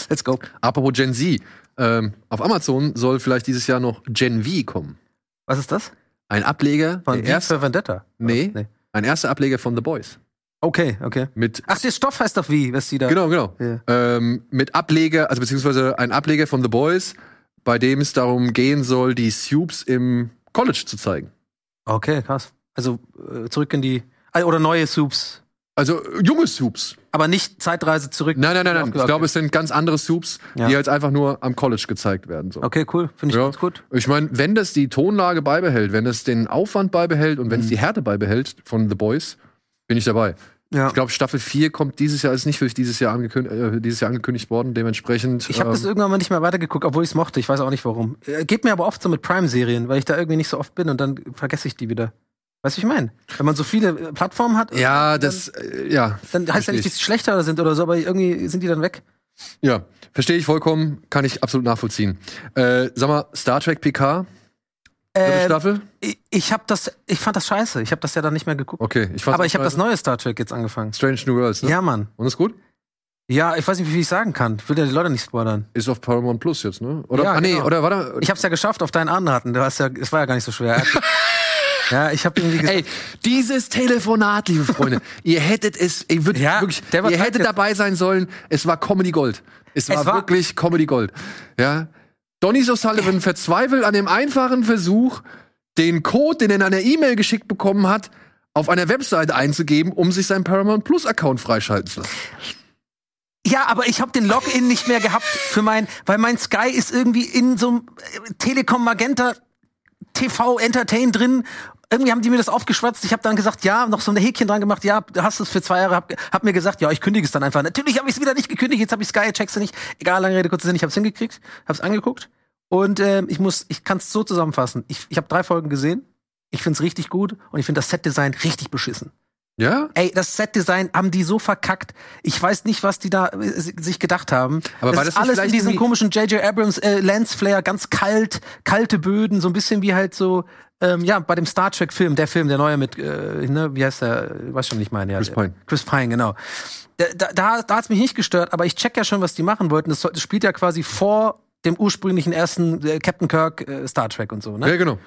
[SPEAKER 2] Let's go.
[SPEAKER 1] Apropos Gen Z. Ähm, auf Amazon soll vielleicht dieses Jahr noch Gen V kommen.
[SPEAKER 2] Was ist das?
[SPEAKER 1] Ein Ableger,
[SPEAKER 2] Von
[SPEAKER 1] der
[SPEAKER 2] V
[SPEAKER 1] erste,
[SPEAKER 2] für Vendetta.
[SPEAKER 1] nee,
[SPEAKER 2] Nee.
[SPEAKER 1] ein erster Ableger von The Boys.
[SPEAKER 2] Okay, okay.
[SPEAKER 1] Mit,
[SPEAKER 2] Ach, der Stoff heißt doch wie, was die da.
[SPEAKER 1] genau, genau.
[SPEAKER 2] Ja.
[SPEAKER 1] Ähm, mit Ableger, also beziehungsweise ein Ableger von The Boys, bei dem es darum gehen soll, die Supes im College zu zeigen.
[SPEAKER 2] Okay, krass. Also äh, zurück in die. ah, Oder neue Soups.
[SPEAKER 1] Also äh, junge Supes.
[SPEAKER 2] Aber nicht Zeitreise zurück.
[SPEAKER 1] Nein, nein, nein, nein. Ich
[SPEAKER 2] Okay.
[SPEAKER 1] glaube, es sind ganz andere Supes,
[SPEAKER 2] Ja.
[SPEAKER 1] die jetzt einfach nur am College gezeigt werden. So.
[SPEAKER 2] Okay, cool. Finde ich
[SPEAKER 1] Ja.
[SPEAKER 2] ganz gut.
[SPEAKER 1] Ich meine, wenn das die Tonlage beibehält, wenn es den Aufwand beibehält und
[SPEAKER 2] Mhm.
[SPEAKER 1] wenn es die Härte beibehält von The Boys, bin ich dabei.
[SPEAKER 2] Ja.
[SPEAKER 1] Ich glaube, Staffel 4 kommt dieses Jahr, ist nicht für dieses Jahr, angekündigt, äh, dieses Jahr angekündigt worden. Dementsprechend. ähm,
[SPEAKER 2] Ich habe das irgendwann mal nicht mehr weitergeguckt, obwohl ich es mochte. Ich weiß auch nicht warum. Äh, Geht mir aber oft so mit Prime-Serien, weil ich da irgendwie nicht so oft bin und dann vergesse ich die wieder. Weißt du, was ich meine? Wenn man so viele äh, Plattformen hat,
[SPEAKER 1] ja, das, äh, ja.
[SPEAKER 2] dann heißt ja
[SPEAKER 1] versteh
[SPEAKER 2] nicht,
[SPEAKER 1] ich.
[SPEAKER 2] dass sie schlechter sind oder so, aber irgendwie sind die dann weg.
[SPEAKER 1] Ja, verstehe ich vollkommen, kann ich absolut nachvollziehen. Äh, sag mal, Star Trek PK, dritte
[SPEAKER 2] Ähm,
[SPEAKER 1] Staffel?
[SPEAKER 2] ich ich habe das, ich fand das scheiße. Ich habe das ja dann nicht mehr geguckt.
[SPEAKER 1] Okay, ich fand's
[SPEAKER 2] aber ich habe das
[SPEAKER 1] scheiße.
[SPEAKER 2] neue Star Trek jetzt angefangen.
[SPEAKER 1] Strange New Worlds, ne?
[SPEAKER 2] Ja, Mann.
[SPEAKER 1] Und ist gut?
[SPEAKER 2] Ja, ich weiß nicht, wie ich sagen kann. Ich will ja die Leute nicht spoilern.
[SPEAKER 1] Ist auf Paramount Plus jetzt, ne? Oder,
[SPEAKER 2] Ja,
[SPEAKER 1] ah, nee,
[SPEAKER 2] genau.
[SPEAKER 1] oder warte.
[SPEAKER 2] Ich hab's ja geschafft auf deinen Anraten. Du hast ja, es war ja gar nicht so schwer. ja, ich habe irgendwie gesagt,
[SPEAKER 1] Ey, dieses Telefonat, liebe
[SPEAKER 2] [LAUGHS]
[SPEAKER 1] Freunde, ihr hättet es, ihr, würd,
[SPEAKER 2] Ja,
[SPEAKER 1] wirklich,
[SPEAKER 2] der war
[SPEAKER 1] ihr hättet
[SPEAKER 2] kacke.
[SPEAKER 1] dabei sein sollen, es war Comedy Gold. Es war,
[SPEAKER 2] war-
[SPEAKER 1] wirklich Comedy Gold. Ja. Donny O'Sullivan verzweifelt an dem einfachen Versuch, den Code, den er in einer E-Mail geschickt bekommen hat, auf einer Webseite einzugeben, um sich seinen Paramount Plus Account freischalten zu lassen.
[SPEAKER 2] ja, aber ich habe den Login nicht mehr gehabt für mein, weil mein Sky ist irgendwie in so einem äh, Telekom Magenta TV Entertain drin. Irgendwie haben die mir das aufgeschwatzt. Ich habe dann gesagt, ja, noch so ein Häkchen dran gemacht. Ja, du hast es für zwei Jahre. Hab, hab mir gesagt, ja, ich kündige es dann einfach. Natürlich habe ich es wieder nicht gekündigt. Jetzt habe ich Sky, checkst du nicht. Egal, lange Rede, kurzer Sinn. Ich habe es hingekriegt, habe es angeguckt und ähm, ich muss, ich kann es so zusammenfassen. Ich, ich habe drei Folgen gesehen. Ich find's richtig gut und ich find das Set-Design richtig beschissen.
[SPEAKER 1] Ja?
[SPEAKER 2] Ey, das Set-Design haben die so verkackt. Ich weiß nicht, was die da äh, si- sich gedacht haben.
[SPEAKER 1] Aber war das
[SPEAKER 2] ist
[SPEAKER 1] nicht
[SPEAKER 2] alles in
[SPEAKER 1] vielleicht
[SPEAKER 2] diesem
[SPEAKER 1] irgendwie-
[SPEAKER 2] komischen J.J. Abrams äh, Lens Flair, ganz kalt, kalte Böden, so ein bisschen wie halt so, ähm, ja, bei dem Star Trek-Film, der Film, der neue mit, äh, ne, wie heißt der, weiß schon nicht meine, ja.
[SPEAKER 1] Chris Pine.
[SPEAKER 2] Chris Pine, genau. Da, da, da, da hat's mich nicht gestört, aber ich check ja schon, was die machen wollten. Das, soll- das spielt ja quasi vor dem ursprünglichen ersten äh, Captain Kirk äh, Star Trek und so, ne?
[SPEAKER 1] Ja, genau.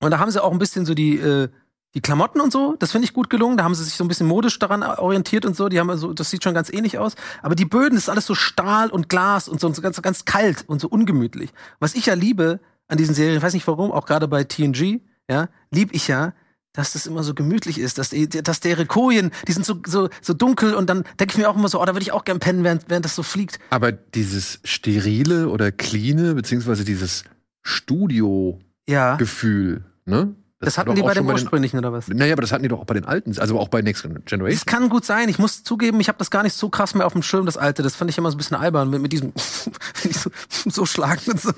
[SPEAKER 2] Und da haben sie auch ein bisschen so die, äh, die Klamotten und so, das finde ich gut gelungen. Da haben sie sich so ein bisschen modisch daran orientiert und so. Die haben also, das sieht schon ganz ähnlich aus. Aber die Böden das ist alles so Stahl und Glas und so, und so ganz, ganz kalt und so ungemütlich. Was ich ja liebe an diesen Serien, ich weiß nicht warum, auch gerade bei TNG, ja, lieb ich ja, dass das immer so gemütlich ist, dass, die, dass deren Koje, die sind so, so, so dunkel und dann denke ich mir auch immer so, oh, da würde ich auch gern pennen, während, während das so fliegt.
[SPEAKER 1] Aber dieses sterile oder cleane, beziehungsweise dieses Studio-Gefühl,
[SPEAKER 2] Ja.
[SPEAKER 1] ne?
[SPEAKER 2] Das
[SPEAKER 1] war
[SPEAKER 2] hatten
[SPEAKER 1] doch
[SPEAKER 2] die
[SPEAKER 1] auch
[SPEAKER 2] bei
[SPEAKER 1] schon
[SPEAKER 2] dem
[SPEAKER 1] den
[SPEAKER 2] ursprünglichen, oder was?
[SPEAKER 1] Naja, aber das hatten die doch auch bei den alten, also auch bei Next
[SPEAKER 2] Es
[SPEAKER 1] Generation.
[SPEAKER 2] kann gut sein. Ich muss zugeben, ich habe das gar nicht so krass mehr auf dem Schirm, das alte. Das fand ich immer so ein bisschen albern mit, mit diesem, [LAUGHS] wenn ich so, so schlagen und so.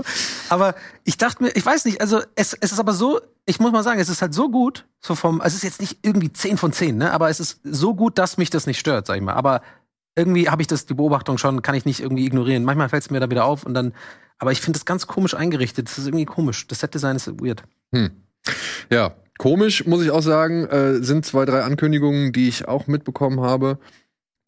[SPEAKER 2] Aber ich dachte mir, ich weiß nicht, also es, es ist aber so, ich muss mal sagen, es ist halt so gut, so vom, also es ist jetzt nicht irgendwie 10 von 10, ne? Aber es ist so gut, dass mich das nicht stört, sag ich mal. Aber irgendwie habe ich das, die Beobachtung schon, kann ich nicht irgendwie ignorieren. Manchmal fällt es mir da wieder auf und dann, aber ich finde das ganz komisch eingerichtet. Das ist irgendwie komisch. Das Set-Design ist weird.
[SPEAKER 1] Ja, komisch, muss ich auch sagen, äh, sind zwei, drei Ankündigungen, die ich auch mitbekommen habe,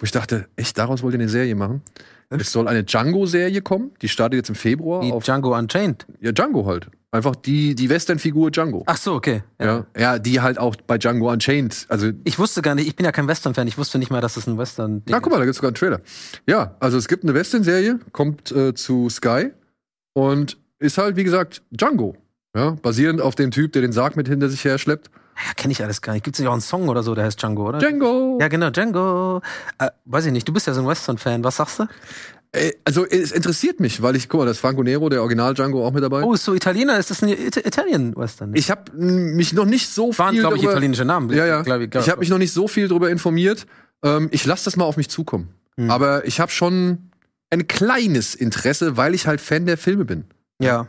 [SPEAKER 1] wo ich dachte, echt, daraus wollt ihr eine Serie machen?
[SPEAKER 2] Echt?
[SPEAKER 1] Es soll eine Django-Serie kommen, die startet jetzt im Februar
[SPEAKER 2] Wie
[SPEAKER 1] auf
[SPEAKER 2] Django Unchained.
[SPEAKER 1] ja, Django halt. Einfach die, die Western-Figur Django.
[SPEAKER 2] Ach so, okay.
[SPEAKER 1] Ah, Ja. ja, die halt auch bei Django Unchained, also
[SPEAKER 2] Ich wusste gar nicht, ich bin ja kein Western-Fan, ich wusste nicht mal, dass es ein Western
[SPEAKER 1] Na, guck mal, da gibt's sogar einen Trailer. Ja, also es gibt eine Western-Serie, kommt äh, zu Sky und ist halt, wie gesagt, Django. Ja, basierend auf dem Typ, der den Sarg mit hinter sich herschleppt.
[SPEAKER 2] Ja, kenne ich alles gar nicht. Gibt's nicht auch einen Song oder so, der heißt Django, oder?
[SPEAKER 1] Django!
[SPEAKER 2] Ja, genau, Django. Äh, weiß ich nicht, du bist ja so ein Western-Fan. Was sagst du?
[SPEAKER 1] Ey, also, es interessiert mich, weil ich, guck mal, das ist Franco Nero, der Original Django, auch mit dabei.
[SPEAKER 2] Oh, ist so Italiener? Ist das ein It Italian-Western?
[SPEAKER 1] Ich habe mich noch nicht so
[SPEAKER 2] Waren,
[SPEAKER 1] viel
[SPEAKER 2] glaube ich,
[SPEAKER 1] darüber,
[SPEAKER 2] italienische Namen.
[SPEAKER 1] ja, ja.
[SPEAKER 2] Glaub, glaub,
[SPEAKER 1] ich habe mich noch nicht so viel darüber informiert. Ähm, ich lasse das mal auf mich zukommen.
[SPEAKER 2] Hm.
[SPEAKER 1] Aber ich habe schon ein kleines Interesse, weil ich halt Fan der Filme bin.
[SPEAKER 2] Ja.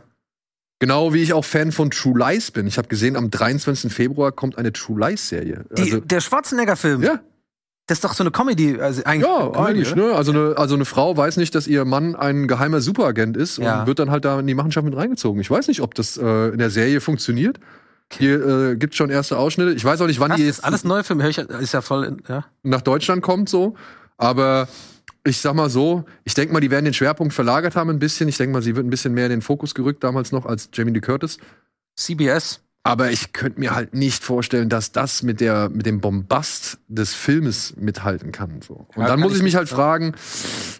[SPEAKER 1] Genau wie ich auch Fan von True Lies bin. Ich habe gesehen, am 23. Februar kommt eine True Lies-Serie.
[SPEAKER 2] Die, der Schwarzenegger-Film,
[SPEAKER 1] also- ja,
[SPEAKER 2] das ist doch so eine Comedy. Also eigentlich
[SPEAKER 1] ja,
[SPEAKER 2] [LAUGHS] Comedy,
[SPEAKER 1] eigentlich.
[SPEAKER 2] oder?
[SPEAKER 1] Ne? Also, eine, also eine Frau weiß nicht, dass ihr Mann ein geheimer Superagent ist und
[SPEAKER 2] Ja.
[SPEAKER 1] wird dann halt da in die Machenschaft mit reingezogen. Ich weiß nicht, ob das äh, in der Serie funktioniert. Hier äh, gibt schon erste Ausschnitte. Ich weiß auch nicht, wann
[SPEAKER 2] Das
[SPEAKER 1] die
[SPEAKER 2] ist
[SPEAKER 1] jetzt
[SPEAKER 2] alles neu für mich. Ist ja voll. in- Ja.
[SPEAKER 1] nach Deutschland kommt, so. Aber ich sag mal so, ich denke mal, die werden den Schwerpunkt verlagert haben ein bisschen. Ich denke mal, sie wird ein bisschen mehr in den Fokus gerückt damals noch als Jamie Lee Curtis.
[SPEAKER 2] CBS.
[SPEAKER 1] Aber ich könnte mir halt nicht vorstellen, dass das mit, der, mit dem Bombast des Filmes mithalten kann. So. Und
[SPEAKER 2] Ja,
[SPEAKER 1] dann
[SPEAKER 2] kann
[SPEAKER 1] muss
[SPEAKER 2] ich
[SPEAKER 1] ich mich halt
[SPEAKER 2] ja.
[SPEAKER 1] fragen,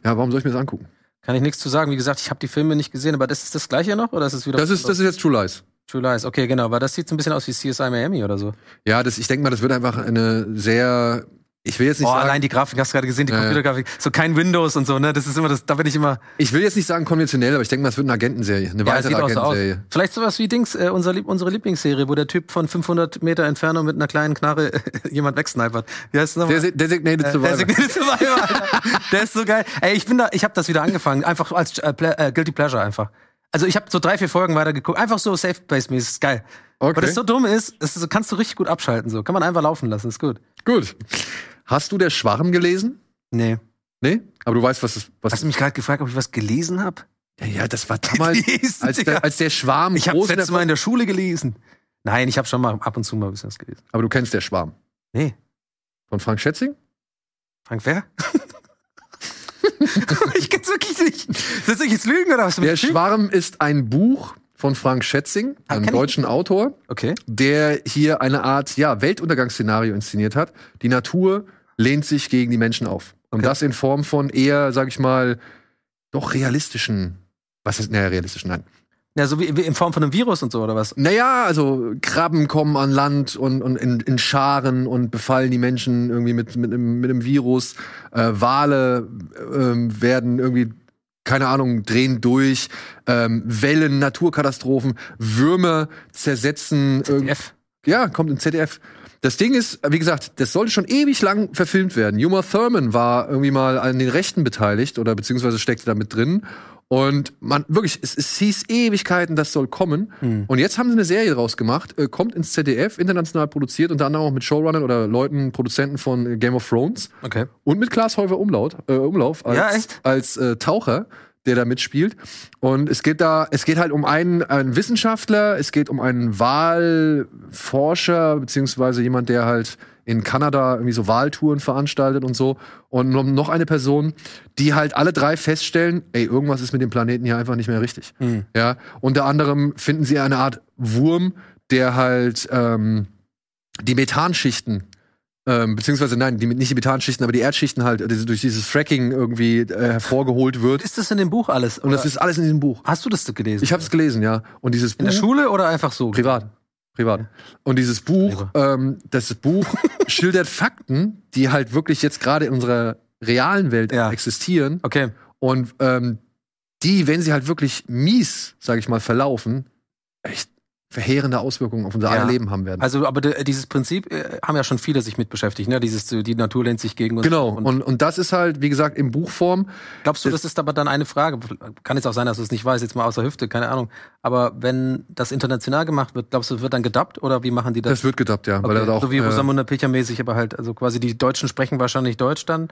[SPEAKER 1] ja, warum soll ich mir das angucken?
[SPEAKER 2] Kann ich nichts zu sagen. Wie gesagt, ich habe die Filme nicht gesehen, aber das ist das gleiche noch oder ist es wieder
[SPEAKER 1] Das ist, das ist jetzt True Lies.
[SPEAKER 2] True Lies? Okay, genau, aber das sieht so ein bisschen aus wie CSI Miami oder so.
[SPEAKER 1] Ja, das, ich denke mal, das wird einfach eine sehr. Ich will jetzt nicht
[SPEAKER 2] Oh,
[SPEAKER 1] sagen,
[SPEAKER 2] allein die Grafik hast du gerade gesehen, die
[SPEAKER 1] Ja, ja.
[SPEAKER 2] Computergrafik, so kein Windows und so, ne? Das ist immer das, da bin ich immer
[SPEAKER 1] ich will jetzt nicht sagen konventionell, aber ich denke mal, es wird eine Agentenserie, eine
[SPEAKER 2] Ja,
[SPEAKER 1] weitere
[SPEAKER 2] sieht auch so aus.
[SPEAKER 1] Agentenserie.
[SPEAKER 2] Vielleicht sowas wie Dings, äh, unser Lieb unsere Lieblingsserie, wo der Typ von 500 Meter Entfernung mit einer kleinen Knarre [LAUGHS] jemand wegsnipert. Wie heißt das nochmal?
[SPEAKER 1] Desi- Designated
[SPEAKER 2] Äh,
[SPEAKER 1] Survivor.
[SPEAKER 2] Designated Survivor, Alter. Der ist so geil. Ey, ich bin da, ich habe das wieder angefangen, einfach als äh, Ple äh, Guilty Pleasure einfach. Also ich habe so drei, vier Folgen weitergeguckt, einfach so Safe Space mäßig, ist geil.
[SPEAKER 1] Okay.
[SPEAKER 2] Aber das so dumm ist, das ist so, kannst du richtig gut abschalten so, kann man einfach laufen lassen, ist gut.
[SPEAKER 1] Gut. Hast du der Schwarm gelesen?
[SPEAKER 2] Nee.
[SPEAKER 1] Nee? Aber du weißt, was das. Was
[SPEAKER 2] Hast du mich gerade gefragt, ob ich was gelesen habe?
[SPEAKER 1] ja, ja, das war
[SPEAKER 2] [LAUGHS]
[SPEAKER 1] damals,
[SPEAKER 2] Gelesen,
[SPEAKER 1] als
[SPEAKER 2] Digga.
[SPEAKER 1] der, als der Schwarm
[SPEAKER 2] Ich habe
[SPEAKER 1] groß in
[SPEAKER 2] letztes
[SPEAKER 1] der-
[SPEAKER 2] Mal in der Schule gelesen. Nein, ich habe schon mal ab und zu mal ein bisschen was gelesen.
[SPEAKER 1] Aber du kennst der Schwarm.
[SPEAKER 2] Nee.
[SPEAKER 1] Von Frank Schätzing?
[SPEAKER 2] Frank,
[SPEAKER 1] [LAUGHS]
[SPEAKER 2] wer? ich kenn's wirklich nicht. Soll ich jetzt lügen oder was?
[SPEAKER 1] Der Schwarm ist ein Buch von Frank Schätzing,
[SPEAKER 2] Ah,
[SPEAKER 1] einem
[SPEAKER 2] kenn ich
[SPEAKER 1] deutschen Autor.
[SPEAKER 2] Okay.
[SPEAKER 1] der hier eine Art ja, Weltuntergangsszenario inszeniert hat. Die Natur lehnt sich gegen die Menschen auf. Und
[SPEAKER 2] Okay.
[SPEAKER 1] das in Form von eher, sag ich mal, doch realistischen. Was ist, naja, realistisch, nein.
[SPEAKER 2] Ja, so wie, wie in Form von einem Virus und so oder was?
[SPEAKER 1] Naja, also Krabben kommen an Land und, und in, in Scharen und befallen die Menschen irgendwie mit, mit, einem- mit einem Virus. Äh, Wale ähm, werden irgendwie, keine Ahnung, drehen durch. Ähm, Wellen, Naturkatastrophen, Würmer zersetzen. irgendwie-
[SPEAKER 2] F.
[SPEAKER 1] ja, kommt im ZDF. Das Ding ist, wie gesagt, das sollte schon ewig lang verfilmt werden. Juma Thurman war irgendwie mal an den Rechten beteiligt oder beziehungsweise steckte da mit drin. Und man, wirklich, es, es hieß Ewigkeiten, das soll kommen. Und jetzt haben sie eine Serie draus gemacht, äh, kommt ins ZDF, international produziert, unter anderem auch mit Showrunnern oder Leuten, Produzenten von äh, Game of Thrones
[SPEAKER 2] Okay.
[SPEAKER 1] und mit Klaas Häufer Umlaut, äh, Umlauf als,
[SPEAKER 2] Ja, echt?
[SPEAKER 1] als äh, Taucher, der da mitspielt. Und es geht da, es geht halt um einen, einen Wissenschaftler, es geht um einen Wahlforscher, beziehungsweise jemand, der halt in Kanada irgendwie so Wahltouren veranstaltet und so. Und um noch eine Person, die halt alle drei feststellen, ey, irgendwas ist mit dem Planeten hier einfach nicht mehr richtig. Ja, unter anderem finden sie eine Art Wurm, der halt ähm, die Methanschichten, ähm, beziehungsweise nein, die, nicht die Methanschichten, aber die Erdschichten halt äh, diese- durch dieses Fracking irgendwie äh, hervorgeholt wird.
[SPEAKER 2] Ist das in dem Buch alles?
[SPEAKER 1] Und das ist alles in diesem Buch.
[SPEAKER 2] Hast du das gelesen?
[SPEAKER 1] Äh, Ich habe es gelesen, ja. Und dieses
[SPEAKER 2] in der
[SPEAKER 1] Buch-
[SPEAKER 2] Schule oder einfach so?
[SPEAKER 1] Privat. Privat. Und dieses Buch, ähm, das
[SPEAKER 2] [LAUGHS]
[SPEAKER 1] Buch schildert Fakten, die halt wirklich jetzt gerade in unserer realen Welt
[SPEAKER 2] Ja.
[SPEAKER 1] existieren.
[SPEAKER 2] Okay.
[SPEAKER 1] Und ähm, die, wenn sie halt wirklich mies, sage ich mal, verlaufen, echt verheerende Auswirkungen auf unser
[SPEAKER 2] Ja.
[SPEAKER 1] aller Leben haben werden.
[SPEAKER 2] Also, aber de- dieses Prinzip äh, haben ja schon viele sich mit beschäftigt, ne? Dieses, äh, die Natur lehnt sich gegen uns.
[SPEAKER 1] genau.
[SPEAKER 2] Und,
[SPEAKER 1] Und, und das ist halt, wie gesagt, in Buchform.
[SPEAKER 2] glaubst du, das ist aber dann eine Frage? Kann jetzt auch sein, dass du es nicht weißt, jetzt mal aus der Hüfte, keine Ahnung. Aber wenn das international gemacht wird, glaubst du, wird dann gedubbt oder wie machen die das?
[SPEAKER 1] Das wird gedappt, ja. Weil
[SPEAKER 2] Okay,
[SPEAKER 1] er da auch,
[SPEAKER 2] so wie
[SPEAKER 1] äh,
[SPEAKER 2] Rosamunda Pilcher mäßig, aber halt, also quasi die Deutschen sprechen wahrscheinlich Deutsch dann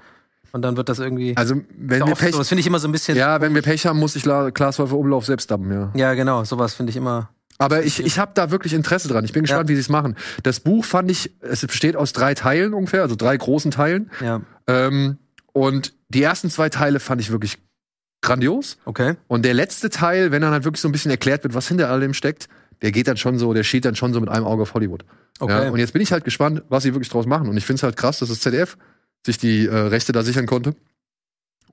[SPEAKER 2] und dann wird das irgendwie.
[SPEAKER 1] also, wenn wir
[SPEAKER 2] oft
[SPEAKER 1] Pech,
[SPEAKER 2] so, das finde ich immer so ein bisschen.
[SPEAKER 1] ja, wenn wir Pech haben, muss ich La- Klaas Wolfer Umlauf selbst dabben, ja.
[SPEAKER 2] Ja, genau, sowas finde ich immer.
[SPEAKER 1] Aber ich, ich habe da wirklich Interesse dran. Ich bin gespannt, wie sie es machen. Das Buch fand ich, es besteht aus drei Teilen ungefähr, also drei großen Teilen.
[SPEAKER 2] Ja,
[SPEAKER 1] Ähm, und die ersten zwei Teile fand ich wirklich grandios.
[SPEAKER 2] okay.
[SPEAKER 1] Und der letzte Teil, wenn dann halt wirklich so ein bisschen erklärt wird, was hinter all dem steckt, der geht dann schon so, der steht dann schon so mit einem Auge auf Hollywood.
[SPEAKER 2] Okay.
[SPEAKER 1] Ja, und jetzt bin ich halt gespannt, was sie wirklich draus machen. Und ich finde es halt krass, dass das ZDF sich die äh, Rechte da sichern konnte.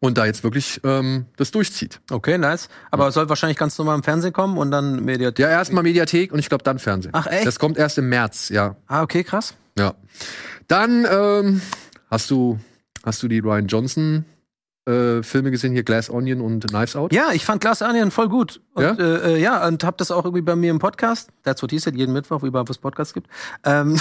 [SPEAKER 1] und da jetzt wirklich ähm, das durchzieht.
[SPEAKER 2] Okay, nice. Aber es soll wahrscheinlich ganz normal im Fernsehen kommen und dann Mediathek.
[SPEAKER 1] Ja, erstmal Mediathek und ich glaube dann Fernsehen.
[SPEAKER 2] Ach, echt?
[SPEAKER 1] Das kommt erst im März, ja.
[SPEAKER 2] Ah, okay, krass.
[SPEAKER 1] Ja. Dann ähm, hast du hast du die Ryan Johnson äh, Filme gesehen hier Glass Onion und Knives Out?
[SPEAKER 2] Ja, ich fand Glass Onion voll gut. Und,
[SPEAKER 1] Ja?
[SPEAKER 2] Äh, äh, ja, und hab das auch irgendwie bei mir im Podcast, That's What He Said, jeden Mittwoch, überall, wo es Podcasts gibt, ähm,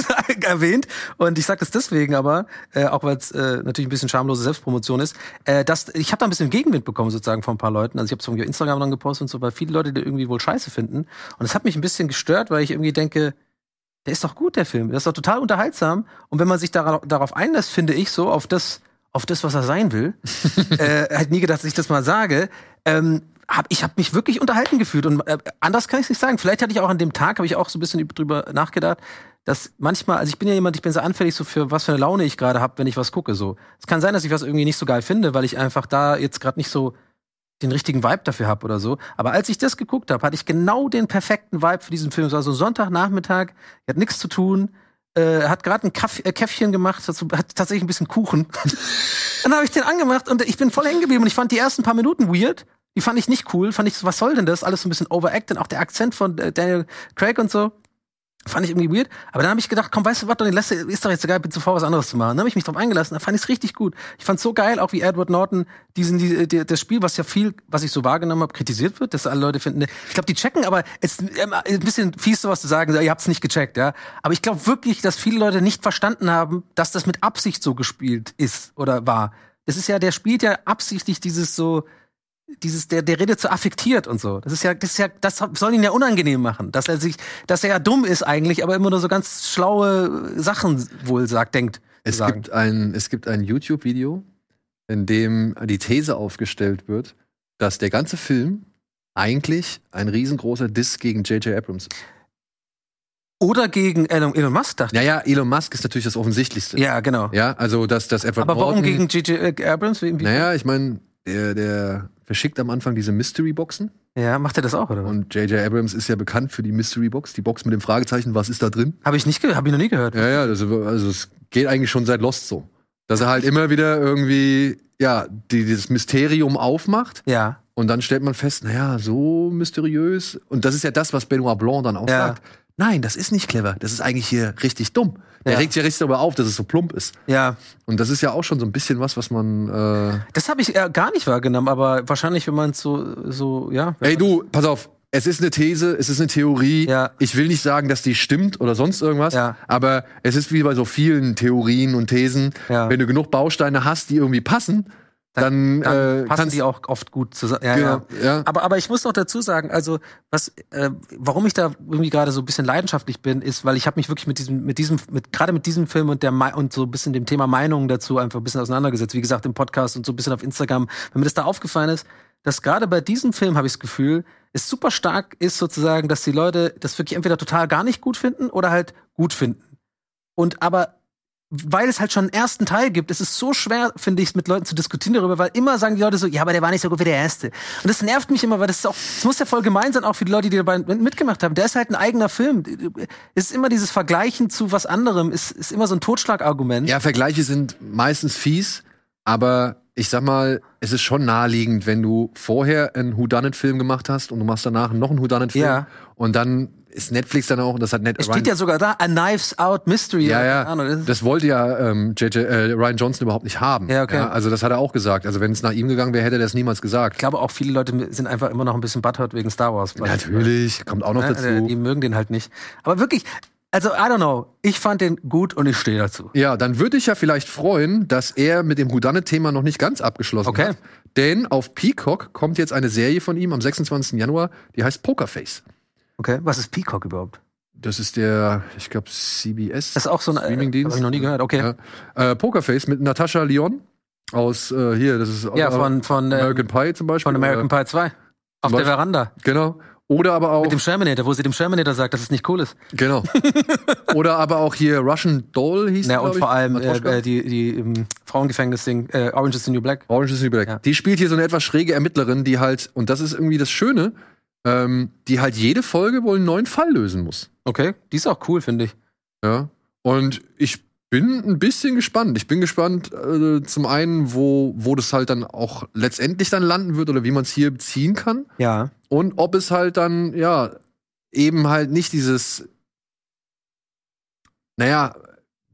[SPEAKER 2] [LAUGHS] erwähnt. Und ich sag das deswegen aber, äh, auch weil es äh, natürlich ein bisschen schamlose Selbstpromotion ist, äh, dass ich habe da ein bisschen Gegenwind bekommen sozusagen von ein paar Leuten. Also ich habe es von Instagram dann gepostet und so, weil viele Leute die irgendwie wohl scheiße finden. Und das hat mich ein bisschen gestört, weil ich irgendwie denke, der ist doch gut, der Film. Der ist doch total unterhaltsam. Und wenn man sich dara- darauf einlässt, finde ich so, auf das, auf das, was er sein will, [LAUGHS] äh, hat nie gedacht, dass ich das mal sage. Ähm, hab, ich habe mich wirklich unterhalten gefühlt und äh, anders kann ich nicht sagen. Vielleicht hatte ich auch an dem Tag, habe ich auch so ein bisschen üb- drüber nachgedacht, dass manchmal, also ich bin ja jemand, ich bin sehr anfällig so für was für eine Laune ich gerade habe, wenn ich was gucke. So, es kann sein, dass ich was irgendwie nicht so geil finde, weil ich einfach da jetzt gerade nicht so den richtigen Vibe dafür habe oder so. Aber als ich das geguckt habe, hatte ich genau den perfekten Vibe für diesen Film. Es war so Sonntagnachmittag, er hat nichts zu tun, äh, hat gerade ein Kaff äh, Käffchen gemacht, hat, so, hat tatsächlich ein bisschen Kuchen. dann habe ich den angemacht und ich bin voll hängen geblieben und ich fand die ersten paar Minuten weird. Die fand ich nicht cool, fand ich so, was soll denn das? Alles so ein bisschen overacted, auch der Akzent von äh, Daniel Craig und so. Fand ich irgendwie weird. Aber dann habe ich gedacht, komm, weißt du was, Donny, lass, ist doch jetzt egal, bin zuvor was anderes zu machen. Dann habe ich mich drauf eingelassen, dann fand ich es richtig gut. Ich fand so geil, auch wie Edward Norton diesen, die, die, das Spiel, was ja viel, was ich so wahrgenommen habe, kritisiert wird, dass alle Leute finden, ne, ich glaube, die checken, aber es ist ähm, ein bisschen fies, sowas zu sagen, so, ihr habt's nicht gecheckt, ja. Aber ich glaube wirklich, dass viele Leute nicht verstanden haben, dass das mit Absicht so gespielt ist oder war. Das ist ja, der spielt ja absichtlich dieses so, dieses, der, der redet so affektiert und so. Das ist ja, das ist ja, das soll ihn ja unangenehm machen, dass er sich, dass er ja dumm ist eigentlich, aber immer nur so ganz schlaue Sachen wohl sagt, denkt.
[SPEAKER 1] Es
[SPEAKER 2] zu sagen.
[SPEAKER 1] gibt ein, es gibt ein YouTube-Video, in dem die These aufgestellt wird, dass der ganze Film eigentlich ein riesengroßer Diss gegen J.J. Abrams ist.
[SPEAKER 2] Oder gegen Elon, Elon Musk dachte
[SPEAKER 1] Naja, Elon Musk ist natürlich das Offensichtlichste.
[SPEAKER 2] ich. Ja, genau.
[SPEAKER 1] Ja, also dass das Edward
[SPEAKER 2] aber warum
[SPEAKER 1] Norton-
[SPEAKER 2] gegen J.J. Abrams? Wie, wie,
[SPEAKER 1] Naja, ich meine, der, der verschickt am Anfang diese Mystery-Boxen.
[SPEAKER 2] Ja, macht er das auch, oder was?
[SPEAKER 1] Und J.J. Abrams ist ja bekannt für die Mystery-Box, die Box mit dem Fragezeichen, was ist da drin?
[SPEAKER 2] Habe ich nicht, ge- hab ich noch nie gehört.
[SPEAKER 1] Ja, ja, also, also es geht eigentlich schon seit Lost so. Dass er halt immer wieder irgendwie, ja, die, dieses Mysterium aufmacht
[SPEAKER 2] Ja.
[SPEAKER 1] und dann stellt man fest, naja, so mysteriös. Und das ist ja das, was Benoit Blanc dann auch
[SPEAKER 2] Ja.
[SPEAKER 1] sagt. Nein, das ist nicht clever. Das ist eigentlich hier richtig dumm. Der
[SPEAKER 2] Ja.
[SPEAKER 1] regt sich ja richtig darüber auf, dass es so plump ist.
[SPEAKER 2] Ja,
[SPEAKER 1] Und das ist ja auch schon so ein bisschen was, was man. Äh
[SPEAKER 2] das habe ich äh, gar nicht wahrgenommen, aber wahrscheinlich, wenn man so, so, ja.
[SPEAKER 1] äh, Ey, du, pass auf. Es ist eine These, es ist eine Theorie.
[SPEAKER 2] Ja.
[SPEAKER 1] Ich will nicht sagen, dass die stimmt oder sonst irgendwas,
[SPEAKER 2] Ja.
[SPEAKER 1] aber es ist wie bei so vielen Theorien und Thesen.
[SPEAKER 2] Ja.
[SPEAKER 1] Wenn du genug Bausteine hast, die irgendwie passen, dann,
[SPEAKER 2] dann
[SPEAKER 1] äh,
[SPEAKER 2] passen
[SPEAKER 1] kannst
[SPEAKER 2] die auch oft gut zusammen. Ja,
[SPEAKER 1] Genau, ja.
[SPEAKER 2] Aber, aber ich muss noch dazu sagen, also was, äh, warum ich da irgendwie gerade so ein bisschen leidenschaftlich bin, ist, weil ich habe mich wirklich mit diesem, mit diesem, mit gerade mit diesem Film und der Mei- und so ein bisschen dem Thema Meinungen dazu einfach ein bisschen auseinandergesetzt. Wie gesagt, im Podcast und so ein bisschen auf Instagram. Wenn mir das da aufgefallen ist, dass gerade bei diesem Film habe ich das Gefühl, es super stark ist sozusagen, dass die Leute das wirklich entweder total gar nicht gut finden oder halt gut finden. Und aber weil es halt schon einen ersten Teil gibt, es ist so schwer, finde ich, mit Leuten zu diskutieren darüber, weil immer sagen die Leute so, ja, aber der war nicht so gut wie der erste. Und das nervt mich immer, weil das ist auch, es muss ja voll gemein sein, auch für die Leute, die dabei mitgemacht haben. Der ist halt ein eigener Film. Es ist immer dieses Vergleichen zu was anderem, ist, ist immer so ein Totschlagargument.
[SPEAKER 1] Ja, Vergleiche sind meistens fies, aber ich sag mal, es ist schon naheliegend, wenn du vorher einen Whodunit-Film gemacht hast und du machst danach noch einen Whodunit-Film
[SPEAKER 2] Ja.
[SPEAKER 1] und dann ist Netflix dann auch, das hat Net
[SPEAKER 2] Es steht ja sogar da, a Knives Out Mystery.
[SPEAKER 1] Ja,
[SPEAKER 2] oder
[SPEAKER 1] ja.
[SPEAKER 2] keine Ahnung, das ist-
[SPEAKER 1] Das wollte ja ähm, JJ, äh, Ryan Johnson überhaupt nicht haben.
[SPEAKER 2] Ja, okay.
[SPEAKER 1] also das hat er auch gesagt. Also wenn es nach ihm gegangen wäre, hätte er das niemals
[SPEAKER 2] Ich
[SPEAKER 1] gesagt.
[SPEAKER 2] glaube auch, viele Leute sind einfach immer noch ein bisschen butthurt wegen Star Wars.
[SPEAKER 1] Natürlich, kommt auch noch
[SPEAKER 2] Ne?
[SPEAKER 1] dazu.
[SPEAKER 2] Die mögen den halt nicht. Aber wirklich, also, I don't know. Ich fand den gut und ich stehe dazu.
[SPEAKER 1] Ja, dann würde ich ja vielleicht freuen, dass er mit dem Houdanet-Thema noch nicht ganz abgeschlossen
[SPEAKER 2] Okay.
[SPEAKER 1] hat. Denn auf Peacock kommt jetzt eine Serie von ihm am 26. Januar, die heißt Pokerface.
[SPEAKER 2] Okay, was ist Peacock überhaupt?
[SPEAKER 1] Das ist der, ich glaube, CBS.
[SPEAKER 2] Das ist auch so ein äh,
[SPEAKER 1] Streamingdienst.
[SPEAKER 2] Hab ich noch nie gehört. Okay.
[SPEAKER 1] Ja. Äh, Pokerface mit Natascha Lyon aus äh, hier, das ist
[SPEAKER 2] Ja, von, von, äh,
[SPEAKER 1] American Pie zum Beispiel.
[SPEAKER 2] von American
[SPEAKER 1] oder,
[SPEAKER 2] Pie 2. Auf
[SPEAKER 1] Beispiel-
[SPEAKER 2] der Veranda.
[SPEAKER 1] Genau. Oder aber auch
[SPEAKER 2] Mit dem Shermanator, wo sie dem Shermanator sagt, dass es nicht cool ist. [LAUGHS]
[SPEAKER 1] Genau. Oder aber auch hier Russian Doll hieß die,
[SPEAKER 2] Ja,
[SPEAKER 1] glaub
[SPEAKER 2] und
[SPEAKER 1] ich.
[SPEAKER 2] vor allem
[SPEAKER 1] Matroschka?
[SPEAKER 2] äh, äh, die, die ähm, Frauengefängnis-Ding, äh, Orange is the New Black.
[SPEAKER 1] Orange is the New Black.
[SPEAKER 2] Ja.
[SPEAKER 1] Die spielt hier so eine etwas schräge Ermittlerin, die halt, und das ist irgendwie das Schöne, ähm, die halt jede Folge wohl einen neuen Fall lösen muss.
[SPEAKER 2] Okay, die ist auch cool, finde ich.
[SPEAKER 1] Ja. Und ich bin ein bisschen gespannt. Ich bin gespannt, äh, zum einen, wo, wo das halt dann auch letztendlich dann landen wird oder wie man es hier beziehen kann.
[SPEAKER 2] Ja.
[SPEAKER 1] Und ob es halt dann, ja, eben halt nicht dieses, naja,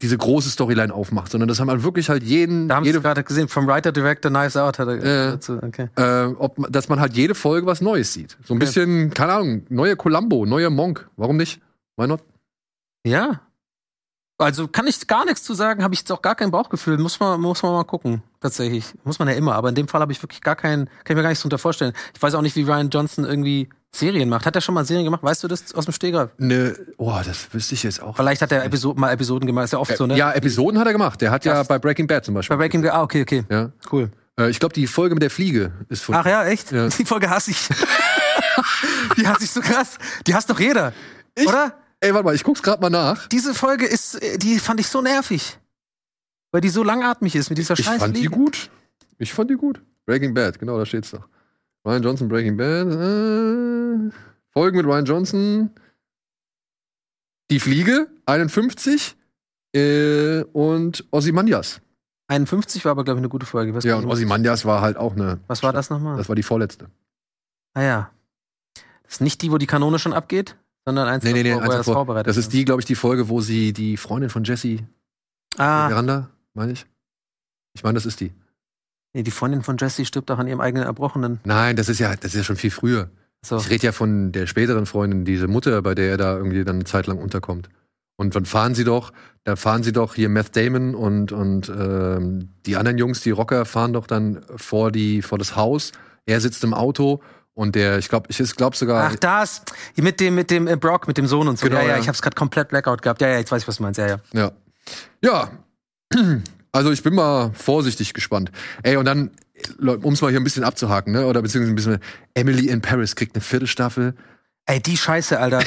[SPEAKER 1] diese große Storyline aufmacht, sondern das haben halt wirklich halt jeden,
[SPEAKER 2] Da haben wir
[SPEAKER 1] jede,
[SPEAKER 2] gerade gesehen, vom Writer Director Knives Out hat er
[SPEAKER 1] Ja.
[SPEAKER 2] dazu. Okay.
[SPEAKER 1] äh, ob, man- dass man halt jede Folge was Neues sieht. So ein
[SPEAKER 2] Okay.
[SPEAKER 1] bisschen, keine Ahnung, neuer Columbo, neuer Monk. Warum nicht? Why not?
[SPEAKER 2] Ja. Also kann ich gar nichts zu sagen, habe ich jetzt auch gar kein Bauchgefühl. Muss man, muss man mal gucken, tatsächlich. Muss man ja immer, aber in dem Fall habe ich wirklich gar keinen, kann ich mir gar nichts drunter vorstellen. Ich weiß auch nicht, wie Ryan Johnson irgendwie Serien macht. Hat er schon mal Serien gemacht? Weißt du das aus dem Stegreif?
[SPEAKER 1] Ne, oh, das wüsste ich jetzt auch. Äh,
[SPEAKER 2] Vielleicht hat er Episo mal Episoden gemacht, ist ja oft so, ne?
[SPEAKER 1] Hm. Ja, Episoden hat er gemacht. Der hat ja
[SPEAKER 2] Das-
[SPEAKER 1] bei Breaking Bad zum
[SPEAKER 2] Bei
[SPEAKER 1] Beispiel.
[SPEAKER 2] Breaking Bad, ah, okay, okay.
[SPEAKER 1] Ja.
[SPEAKER 2] Cool.
[SPEAKER 1] Äh, ich glaube, die Folge mit der Fliege ist von.
[SPEAKER 2] Ach ja, echt?
[SPEAKER 1] Ja.
[SPEAKER 2] Die Folge hasse ich. [LAUGHS] die hasse ich so krass. Die hasst doch jeder.
[SPEAKER 1] Ich-
[SPEAKER 2] Oder?
[SPEAKER 1] Ey, warte mal, ich guck's gerade mal nach.
[SPEAKER 2] Diese Folge ist, äh, die fand ich so nervig. Weil die so langatmig ist mit dieser
[SPEAKER 1] Ich
[SPEAKER 2] scheiß
[SPEAKER 1] fand die
[SPEAKER 2] Liga.
[SPEAKER 1] gut. Ich fand die gut. Breaking Bad, genau, da steht's doch. Ryan Johnson, Breaking Bad. Äh, Folgen mit Ryan Johnson. Die Fliege, 51. Äh, und Ozymandias.
[SPEAKER 2] 51 war aber, glaube ich, eine gute Folge. Was,
[SPEAKER 1] Ja, und Ozymandias war halt auch eine.
[SPEAKER 2] was war das nochmal?
[SPEAKER 1] Das war die vorletzte.
[SPEAKER 2] ah ja. Das ist nicht die, wo die Kanone schon abgeht, sondern eins,
[SPEAKER 1] Nee, nee, nee,
[SPEAKER 2] davor, wo er
[SPEAKER 1] eins
[SPEAKER 2] das
[SPEAKER 1] davor.
[SPEAKER 2] vorbereitet
[SPEAKER 1] Das ist die, glaube ich, die Folge, wo sie die Freundin von Jesse,
[SPEAKER 2] hat. Ah,
[SPEAKER 1] Miranda, meine ich. Ich meine, das ist die.
[SPEAKER 2] nee, die Freundin von Jesse stirbt auch an ihrem eigenen Erbrochenen.
[SPEAKER 1] Nein, das ist ja, das ist ja schon viel früher.
[SPEAKER 2] So.
[SPEAKER 1] Ich rede ja von der späteren Freundin, diese Mutter, bei der er da irgendwie dann eine Zeit lang unterkommt. Und dann fahren sie doch, da fahren sie doch hier Meth Damon und, und ähm, die anderen Jungs, die Rocker, fahren doch dann vor, die, vor das Haus. Er sitzt im Auto und der, ich glaube, ich glaube sogar,
[SPEAKER 2] Ach, das. Mit dem, mit dem äh, Brock, mit dem Sohn und so.
[SPEAKER 1] Genau,
[SPEAKER 2] ja, ja,
[SPEAKER 1] ja.
[SPEAKER 2] ich hab's gerade komplett Blackout gehabt. Ja, ja, jetzt weiß ich, was du meinst. Ja, ja.
[SPEAKER 1] Ja. Ja. [CLEARS THROAT] Also ich bin mal vorsichtig gespannt. Ey, und dann, um es mal hier ein bisschen abzuhaken, ne? Oder beziehungsweise ein bisschen, Emily in Paris kriegt eine Viertelstaffel.
[SPEAKER 2] Ey, die Scheiße,
[SPEAKER 1] [LAUGHS]
[SPEAKER 2] Alter.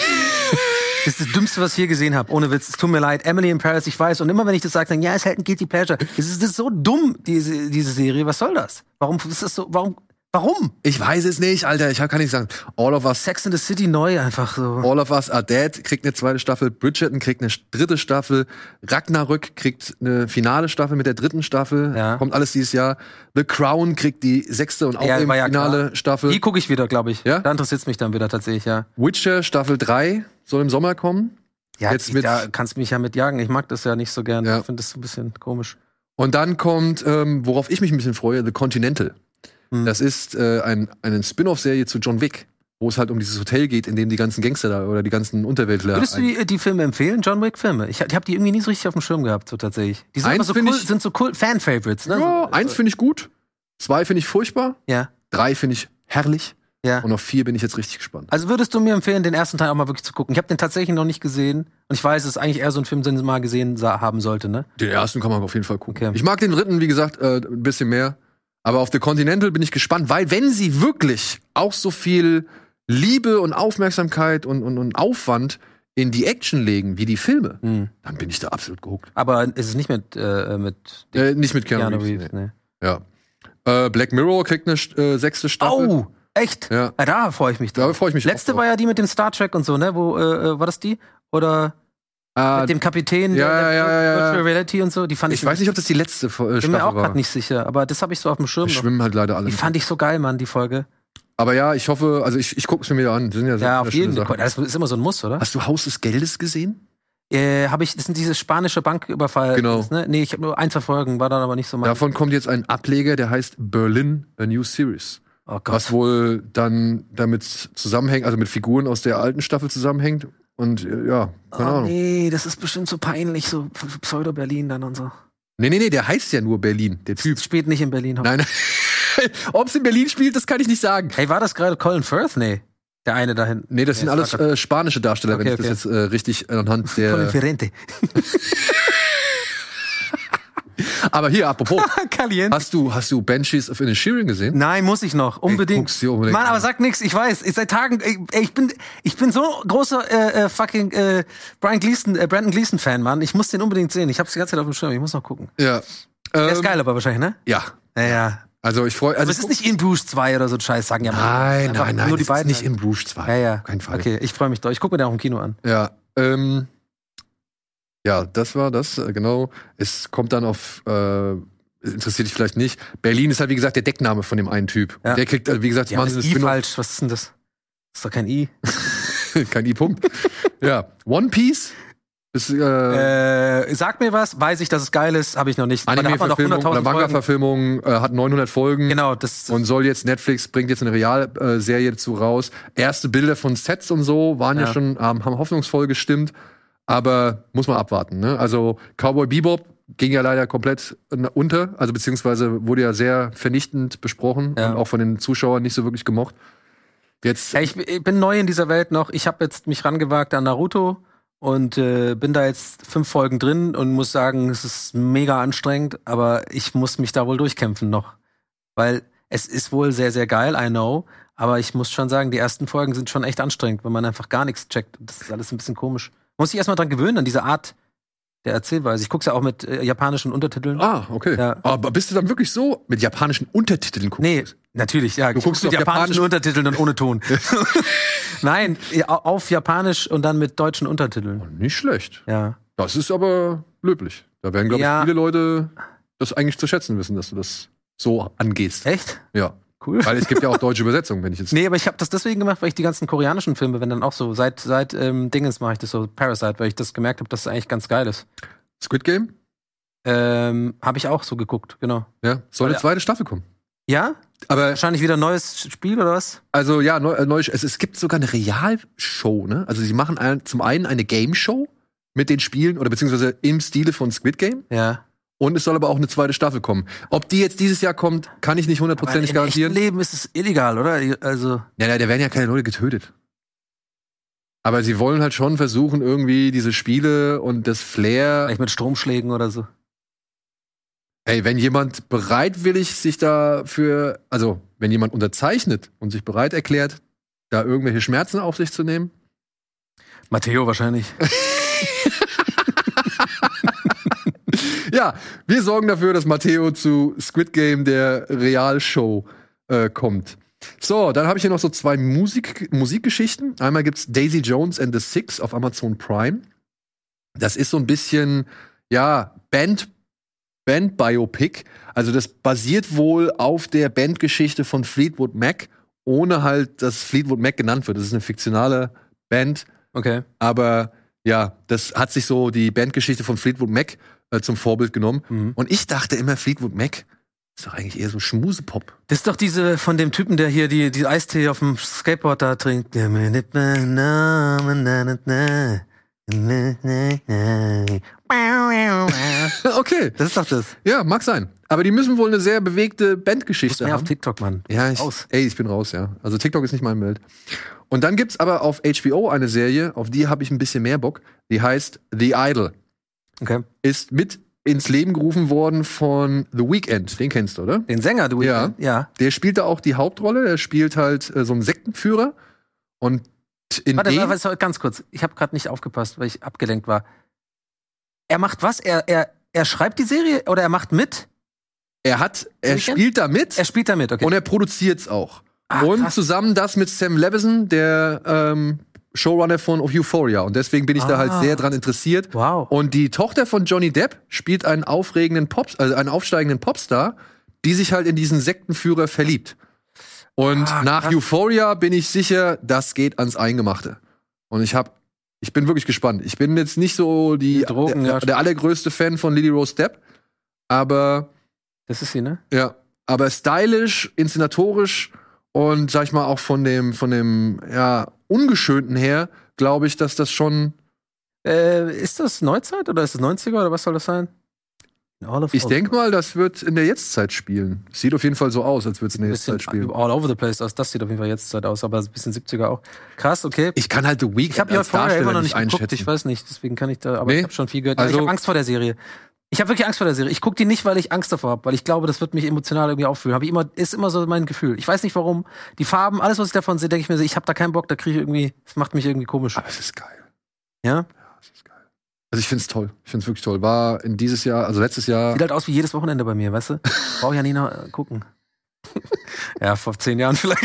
[SPEAKER 2] Das ist das Dümmste, was ich je gesehen habe. Ohne Witz. Es tut mir leid. Emily in Paris, ich weiß. Und immer wenn ich das sage, dann ja, ist halt ein Guilty Pleasure. Es ist, das ist so dumm, diese, diese Serie. Was soll das? Warum ist das so? Warum? Warum?
[SPEAKER 1] Ich weiß es nicht, Alter, ich kann nicht sagen. All of Us,
[SPEAKER 2] Sex in the City neu einfach so.
[SPEAKER 1] All of Us Are Dead kriegt eine zweite Staffel, Bridgerton kriegt eine dritte Staffel, Ragnarök kriegt eine finale Staffel mit der dritten Staffel,
[SPEAKER 2] Ja.
[SPEAKER 1] kommt alles dieses Jahr. The Crown kriegt die sechste und auch
[SPEAKER 2] Ja,
[SPEAKER 1] eben
[SPEAKER 2] war ja
[SPEAKER 1] finale
[SPEAKER 2] klar.
[SPEAKER 1] Staffel.
[SPEAKER 2] Die gucke ich wieder, glaube ich.
[SPEAKER 1] Ja?
[SPEAKER 2] Da interessiert mich dann wieder tatsächlich, ja.
[SPEAKER 1] Witcher Staffel 3 soll im Sommer kommen.
[SPEAKER 2] Ja,
[SPEAKER 1] Jetzt
[SPEAKER 2] jetzt
[SPEAKER 1] mit-
[SPEAKER 2] da kannst du mich ja mit jagen. Ich mag das ja nicht so gern.
[SPEAKER 1] Ja.
[SPEAKER 2] Ich finde das so ein bisschen komisch.
[SPEAKER 1] Und dann kommt, ähm, worauf ich mich ein bisschen freue, The Continental.
[SPEAKER 2] Hm.
[SPEAKER 1] Das ist äh, ein, eine Spin-off-Serie zu John Wick, wo es halt um dieses Hotel geht, in dem die ganzen Gangster da oder die ganzen Unterweltler.
[SPEAKER 2] Würdest du
[SPEAKER 1] ein-
[SPEAKER 2] die, die Filme empfehlen? John Wick Filme? Ich, ich habe die irgendwie nie so richtig auf dem Schirm gehabt, so tatsächlich. Die sind
[SPEAKER 1] Eins
[SPEAKER 2] immer so
[SPEAKER 1] find
[SPEAKER 2] cool,
[SPEAKER 1] ich-
[SPEAKER 2] sind so cool Fan-Favorites, ne?
[SPEAKER 1] ja,
[SPEAKER 2] so,
[SPEAKER 1] eins finde ich gut, zwei finde ich furchtbar,
[SPEAKER 2] Ja.
[SPEAKER 1] drei finde ich herrlich
[SPEAKER 2] Ja.
[SPEAKER 1] und auf vier bin ich jetzt richtig gespannt.
[SPEAKER 2] Also würdest du mir empfehlen, den ersten Teil auch mal wirklich zu gucken? Ich habe den tatsächlich noch nicht gesehen. Und ich weiß, es ist eigentlich eher so ein Film, den man mal gesehen sa- haben sollte, ne?
[SPEAKER 1] Den ersten kann man auf jeden Fall gucken.
[SPEAKER 2] Okay.
[SPEAKER 1] Ich mag den dritten, wie gesagt, äh, ein bisschen mehr. Aber auf The Continental bin ich gespannt, weil wenn sie wirklich auch so viel Liebe und Aufmerksamkeit und, und, und Aufwand in die Action legen, wie die Filme,
[SPEAKER 2] Hm.
[SPEAKER 1] dann bin ich da absolut gehuckt.
[SPEAKER 2] Aber es ist nicht mit, äh, mit
[SPEAKER 1] Äh, nicht mit Keanu,
[SPEAKER 2] Keanu
[SPEAKER 1] Reeves.
[SPEAKER 2] Reeves, ne?
[SPEAKER 1] Nee. Ja. Äh, Black Mirror kriegt eine äh, sechste Staffel.
[SPEAKER 2] Oh, echt?
[SPEAKER 1] Ja.
[SPEAKER 2] Ah, da freue ich mich
[SPEAKER 1] Da
[SPEAKER 2] drauf.
[SPEAKER 1] freue ich mich
[SPEAKER 2] Letzte
[SPEAKER 1] auch drauf.
[SPEAKER 2] war ja die mit dem Star Trek und so, ne? Wo, äh, äh, war das die? Oder
[SPEAKER 1] Ah,
[SPEAKER 2] mit dem Kapitän
[SPEAKER 1] ja,
[SPEAKER 2] der, der
[SPEAKER 1] ja, ja, ja.
[SPEAKER 2] Virtual Reality und so? Die fand ich,
[SPEAKER 1] ich weiß nicht, ob das die letzte Fo- äh,
[SPEAKER 2] bin mir
[SPEAKER 1] Staffel
[SPEAKER 2] auch
[SPEAKER 1] war.
[SPEAKER 2] gerade nicht sicher, aber das habe ich so auf dem Schirm
[SPEAKER 1] Wir
[SPEAKER 2] noch.
[SPEAKER 1] schwimmen halt leider alle.
[SPEAKER 2] Die
[SPEAKER 1] mit.
[SPEAKER 2] fand ich so geil, Mann, die Folge.
[SPEAKER 1] Aber ja, ich hoffe, also ich, ich gucke es mir wieder an. Das sind ja, sehr
[SPEAKER 2] Ja,
[SPEAKER 1] viele
[SPEAKER 2] auf jeden
[SPEAKER 1] schöne
[SPEAKER 2] Fall.
[SPEAKER 1] Sachen.
[SPEAKER 2] Das ist immer so ein Muss, oder?
[SPEAKER 1] Hast du Haus des Geldes gesehen?
[SPEAKER 2] Äh, habe ich, das sind diese spanische Banküberfall.
[SPEAKER 1] Genau.
[SPEAKER 2] Ne? Nee, ich habe nur ein, zwei Folgen, war dann aber nicht so mein.
[SPEAKER 1] Davon kommt jetzt ein Ableger, der heißt Berlin A New Series.
[SPEAKER 2] oh
[SPEAKER 1] Was wohl dann damit zusammenhängt, also mit Figuren aus der alten Staffel zusammenhängt. Und äh, ja, keine
[SPEAKER 2] Oh,
[SPEAKER 1] Ahnung.
[SPEAKER 2] nee, das ist bestimmt so peinlich, so Pseudo-Berlin dann und so.
[SPEAKER 1] Nee, nee, nee, der heißt ja nur Berlin, der Typ.
[SPEAKER 2] Spielt nicht in Berlin.
[SPEAKER 1] Nein. [LAUGHS] Ob es in Berlin spielt, das kann ich nicht sagen.
[SPEAKER 2] Hey, war das gerade Colin Firth? Nee. Der eine da hinten.
[SPEAKER 1] Nee, das
[SPEAKER 2] Nee,
[SPEAKER 1] sind
[SPEAKER 2] das
[SPEAKER 1] alles
[SPEAKER 2] war grad-
[SPEAKER 1] äh, spanische Darsteller, wenn
[SPEAKER 2] Okay,
[SPEAKER 1] ich
[SPEAKER 2] okay.
[SPEAKER 1] das jetzt äh, richtig
[SPEAKER 2] [LAUGHS]
[SPEAKER 1] anhand
[SPEAKER 2] Colin
[SPEAKER 1] der.
[SPEAKER 2] Ferrente.
[SPEAKER 1] Aber hier, apropos,
[SPEAKER 2] Caliente.
[SPEAKER 1] hast du, hast du Banshees of Inisherin gesehen?
[SPEAKER 2] Nein, muss ich noch. Unbedingt.
[SPEAKER 1] guck's dir unbedingt
[SPEAKER 2] Mann,
[SPEAKER 1] an.
[SPEAKER 2] aber sag nix. Ich weiß. Ich, seit Tagen. Ich, ey, ich bin, ich bin so großer äh, äh, fucking äh, Brian Gleason, äh, Brandon Gleason Fan, Mann. Ich muss den unbedingt sehen. Ich hab's die ganze Zeit auf dem Schirm. Ich muss noch gucken.
[SPEAKER 1] Ja.
[SPEAKER 2] Der
[SPEAKER 1] Ähm,
[SPEAKER 2] ist geil, aber wahrscheinlich, ne?
[SPEAKER 1] ja.
[SPEAKER 2] Naja.
[SPEAKER 1] Also ich freue.
[SPEAKER 2] Aber
[SPEAKER 1] Also
[SPEAKER 2] es ist nicht in Bruges 2 oder so ein Scheiß, sagen ja mal.
[SPEAKER 1] nein,
[SPEAKER 2] Einfach
[SPEAKER 1] nein, nein.
[SPEAKER 2] Nur die
[SPEAKER 1] es
[SPEAKER 2] beiden. halt.
[SPEAKER 1] Ist nicht in Bruges 2.
[SPEAKER 2] ja, ja.
[SPEAKER 1] Kein Fall.
[SPEAKER 2] Okay, ich freue mich drauf. Ich gucke mir den auch im Kino an.
[SPEAKER 1] Ja. Ähm, Ja, das war das, äh, genau. Es kommt dann auf, äh, interessiert dich vielleicht nicht. Berlin ist halt, wie gesagt, der Deckname von dem einen Typ.
[SPEAKER 2] Ja.
[SPEAKER 1] Der kriegt, äh, wie gesagt,
[SPEAKER 2] Ja, ist
[SPEAKER 1] wahnsinniges
[SPEAKER 2] I
[SPEAKER 1] Spin-off.
[SPEAKER 2] falsch. Was ist denn das? Ist doch kein I.
[SPEAKER 1] [LAUGHS] Kein I-Punkt. ja, One Piece ist äh,
[SPEAKER 2] Äh, sag mir was, weiß ich, dass es geil ist, habe ich noch nicht. Aber da hat man doch
[SPEAKER 1] Anime-Verfilmung oder
[SPEAKER 2] 100.000 Folgen.
[SPEAKER 1] Manga-Verfilmung, äh, hat 900 Folgen.
[SPEAKER 2] Genau, das
[SPEAKER 1] Und soll jetzt, Netflix bringt jetzt eine Realserie dazu raus. Erste Bilder von Sets und so waren ja,
[SPEAKER 2] Ja.
[SPEAKER 1] schon, haben, haben hoffnungsvoll gestimmt. Aber muss man abwarten. Ne? Also Cowboy Bebop ging ja leider komplett n- unter. Also beziehungsweise wurde ja sehr vernichtend besprochen
[SPEAKER 2] Ja.
[SPEAKER 1] und auch von den Zuschauern nicht so wirklich gemocht. Jetzt
[SPEAKER 2] Ja, ich, ich bin neu in dieser Welt noch. Ich habe jetzt mich rangewagt an Naruto und äh, bin da jetzt fünf Folgen drin und muss sagen, es ist mega anstrengend, aber ich muss mich da wohl durchkämpfen noch. Weil es ist wohl sehr, sehr geil, I know. Aber ich muss schon sagen, die ersten Folgen sind schon echt anstrengend, wenn man einfach gar nichts checkt. Das ist alles ein bisschen komisch. Muss ich erstmal dran gewöhnen, an diese Art der Erzählweise. Ich guck's ja auch mit äh, japanischen Untertiteln.
[SPEAKER 1] Ah, okay.
[SPEAKER 2] Ja.
[SPEAKER 1] Aber bist du dann wirklich so mit japanischen Untertiteln gucken?
[SPEAKER 2] Nee, natürlich, ja. Du
[SPEAKER 1] guckst
[SPEAKER 2] mit
[SPEAKER 1] auf
[SPEAKER 2] japanischen
[SPEAKER 1] Japanisch-
[SPEAKER 2] Untertiteln und ohne
[SPEAKER 1] [LAUGHS]
[SPEAKER 2] Ton. Nein, ja, au- auf Japanisch und dann mit deutschen Untertiteln.
[SPEAKER 1] Nicht schlecht.
[SPEAKER 2] Ja.
[SPEAKER 1] Das ist aber löblich. Da werden, glaube ich,
[SPEAKER 2] Ja.
[SPEAKER 1] viele Leute das eigentlich zu schätzen wissen, dass du das so angehst.
[SPEAKER 2] Echt?
[SPEAKER 1] Ja.
[SPEAKER 2] Cool.
[SPEAKER 1] Weil es gibt ja auch deutsche Übersetzungen, wenn ich jetzt.
[SPEAKER 2] Nee, aber ich habe das deswegen gemacht, weil ich die ganzen koreanischen Filme, wenn dann auch so, seit, seit ähm, Dingens mache ich das so, Parasite, weil ich das gemerkt habe, dass das eigentlich ganz geil ist.
[SPEAKER 1] Squid Game?
[SPEAKER 2] Ähm, habe ich auch so geguckt, genau.
[SPEAKER 1] Ja. Soll eine
[SPEAKER 2] Ja.
[SPEAKER 1] zweite Staffel kommen.
[SPEAKER 2] Ja?
[SPEAKER 1] Aber,
[SPEAKER 2] Wahrscheinlich wieder neues Spiel oder was?
[SPEAKER 1] also ja, neu, äh, neu, es, es gibt sogar eine Realshow, ne? Also sie machen ein, zum einen eine Game Show mit den Spielen oder beziehungsweise im Stile von Squid Game.
[SPEAKER 2] Ja.
[SPEAKER 1] Und es soll aber auch eine zweite Staffel kommen. Ob die jetzt dieses Jahr kommt, kann ich nicht hundertprozentig
[SPEAKER 2] Aber im echten
[SPEAKER 1] garantieren.
[SPEAKER 2] Leben ist es illegal, oder? Also,
[SPEAKER 1] Naja, da werden ja keine Leute getötet. Aber sie wollen halt schon versuchen, irgendwie diese Spiele und das Flair.
[SPEAKER 2] vielleicht mit Stromschlägen oder so.
[SPEAKER 1] Ey, wenn jemand bereitwillig sich dafür, also wenn jemand unterzeichnet und sich bereit erklärt, da irgendwelche Schmerzen auf sich zu nehmen.
[SPEAKER 2] Matteo
[SPEAKER 1] [LAUGHS]
[SPEAKER 2] wahrscheinlich.
[SPEAKER 1] Ja, wir sorgen dafür, dass Matteo zu Squid Game der Realshow äh, kommt. So, dann habe ich hier noch so zwei Musik Musikgeschichten. Einmal gibt's Daisy Jones and the Six auf Amazon Prime. Das ist so ein bisschen, ja, Band, Band-Biopic. Also das basiert wohl auf der Bandgeschichte von Fleetwood Mac, ohne halt, dass Fleetwood Mac genannt wird. Das ist eine fiktionale Band,
[SPEAKER 2] Okay.
[SPEAKER 1] aber ja, das hat sich so die Bandgeschichte von Fleetwood Mac äh, zum Vorbild genommen.
[SPEAKER 2] Mhm.
[SPEAKER 1] Und ich dachte immer, Fleetwood Mac ist doch eigentlich eher so Schmusepop.
[SPEAKER 2] Das ist doch diese von dem Typen, der hier die, die Eistee auf dem Skateboard da trinkt. Gib mir nicht meinen Namen, na, na, na. Na, na, na. Wow, wow, wow.
[SPEAKER 1] okay,
[SPEAKER 2] Das ist doch das.
[SPEAKER 1] ja, mag sein. Aber die müssen wohl eine sehr bewegte
[SPEAKER 2] Ist
[SPEAKER 1] Bandgeschichte
[SPEAKER 2] mehr auf
[SPEAKER 1] haben.
[SPEAKER 2] TikTok, Mann.
[SPEAKER 1] Ja, ich,
[SPEAKER 2] Raus.
[SPEAKER 1] ey, ich bin raus, ja. Also TikTok ist nicht meine Welt. Und dann gibt's aber auf HBO eine Serie, auf die habe ich ein bisschen mehr Bock. Die heißt The Idol.
[SPEAKER 2] Okay.
[SPEAKER 1] Ist mit ins Leben gerufen worden von The Weeknd. Den kennst du, oder?
[SPEAKER 2] Den Sänger, du.
[SPEAKER 1] Ja.
[SPEAKER 2] ja.
[SPEAKER 1] Der spielt da auch die Hauptrolle. Der spielt halt äh, so einen Sektenführer. Und in
[SPEAKER 2] Warte,
[SPEAKER 1] dem
[SPEAKER 2] warte, warte, ganz kurz. Ich habe gerade nicht aufgepasst, weil ich abgelenkt war. Er macht was? Er, er, er schreibt die Serie oder er macht mit?
[SPEAKER 1] er hat, er
[SPEAKER 2] Weekend?
[SPEAKER 1] spielt da mit
[SPEAKER 2] Er spielt damit, okay.
[SPEAKER 1] und er produziert's auch.
[SPEAKER 2] Ah,
[SPEAKER 1] und
[SPEAKER 2] krass.
[SPEAKER 1] zusammen das mit Sam Levinson, der ähm, Showrunner von Euphoria. Und deswegen bin ich da halt
[SPEAKER 2] Ah.
[SPEAKER 1] sehr dran interessiert.
[SPEAKER 2] Wow.
[SPEAKER 1] Und die Tochter von Johnny Depp spielt einen aufregenden Pop, also einen aufsteigenden Popstar, die sich halt in diesen Sektenführer verliebt. Und
[SPEAKER 2] Ah,
[SPEAKER 1] nach
[SPEAKER 2] krass.
[SPEAKER 1] Euphoria bin ich sicher, das geht ans Eingemachte. Und ich hab, ich bin wirklich gespannt. Ich bin jetzt nicht so die,
[SPEAKER 2] Die Drogen,
[SPEAKER 1] der,
[SPEAKER 2] ja.
[SPEAKER 1] der allergrößte Fan von Lily Rose Depp, aber
[SPEAKER 2] Das ist sie, ne?
[SPEAKER 1] ja, aber stylisch, inszenatorisch und sag ich mal auch von dem von dem ja ungeschönten her, glaube ich, dass das schon
[SPEAKER 2] Äh, ist das Neuzeit oder ist das 90er oder was soll das sein? All of
[SPEAKER 1] Ich
[SPEAKER 2] all-
[SPEAKER 1] denke mal, das wird in der Jetztzeit spielen. Sieht auf jeden Fall so aus, als würde es in der
[SPEAKER 2] ein bisschen
[SPEAKER 1] Jetztzeit spielen.
[SPEAKER 2] all over the place aus. Das sieht auf jeden Fall jetzt Zeit aus, aber ein bisschen 70er auch. Krass, okay.
[SPEAKER 1] Ich kann halt The Weeknd
[SPEAKER 2] Ich habe ja
[SPEAKER 1] als
[SPEAKER 2] vorher
[SPEAKER 1] Darsteller
[SPEAKER 2] immer noch
[SPEAKER 1] nicht
[SPEAKER 2] nicht geguckt,
[SPEAKER 1] einschätzen.
[SPEAKER 2] ich weiß nicht, deswegen kann ich da, aber
[SPEAKER 1] Nee.
[SPEAKER 2] ich habe schon viel gehört.
[SPEAKER 1] Also-
[SPEAKER 2] ich habe Angst vor der Serie. Ich habe wirklich Angst vor der Serie. Ich gucke die nicht, weil ich Angst davor habe, weil ich glaube, das wird mich emotional irgendwie auffühlen. Hab ich immer, ist immer so mein Gefühl. Ich weiß nicht warum. Die Farben, alles, was ich davon sehe, denke ich mir, so, ich habe da keinen Bock, da kriege ich irgendwie, das macht mich irgendwie komisch.
[SPEAKER 1] Aber es ist geil.
[SPEAKER 2] Ja?
[SPEAKER 1] Ja, es ist geil. Also ich finde es toll. Ich finde es wirklich toll. War in dieses Jahr, also letztes Jahr.
[SPEAKER 2] Sieht halt aus wie jedes Wochenende bei mir, weißt du? Brauche ich ja nie noch äh, gucken. [LAUGHS] ja, vor zehn Jahren vielleicht.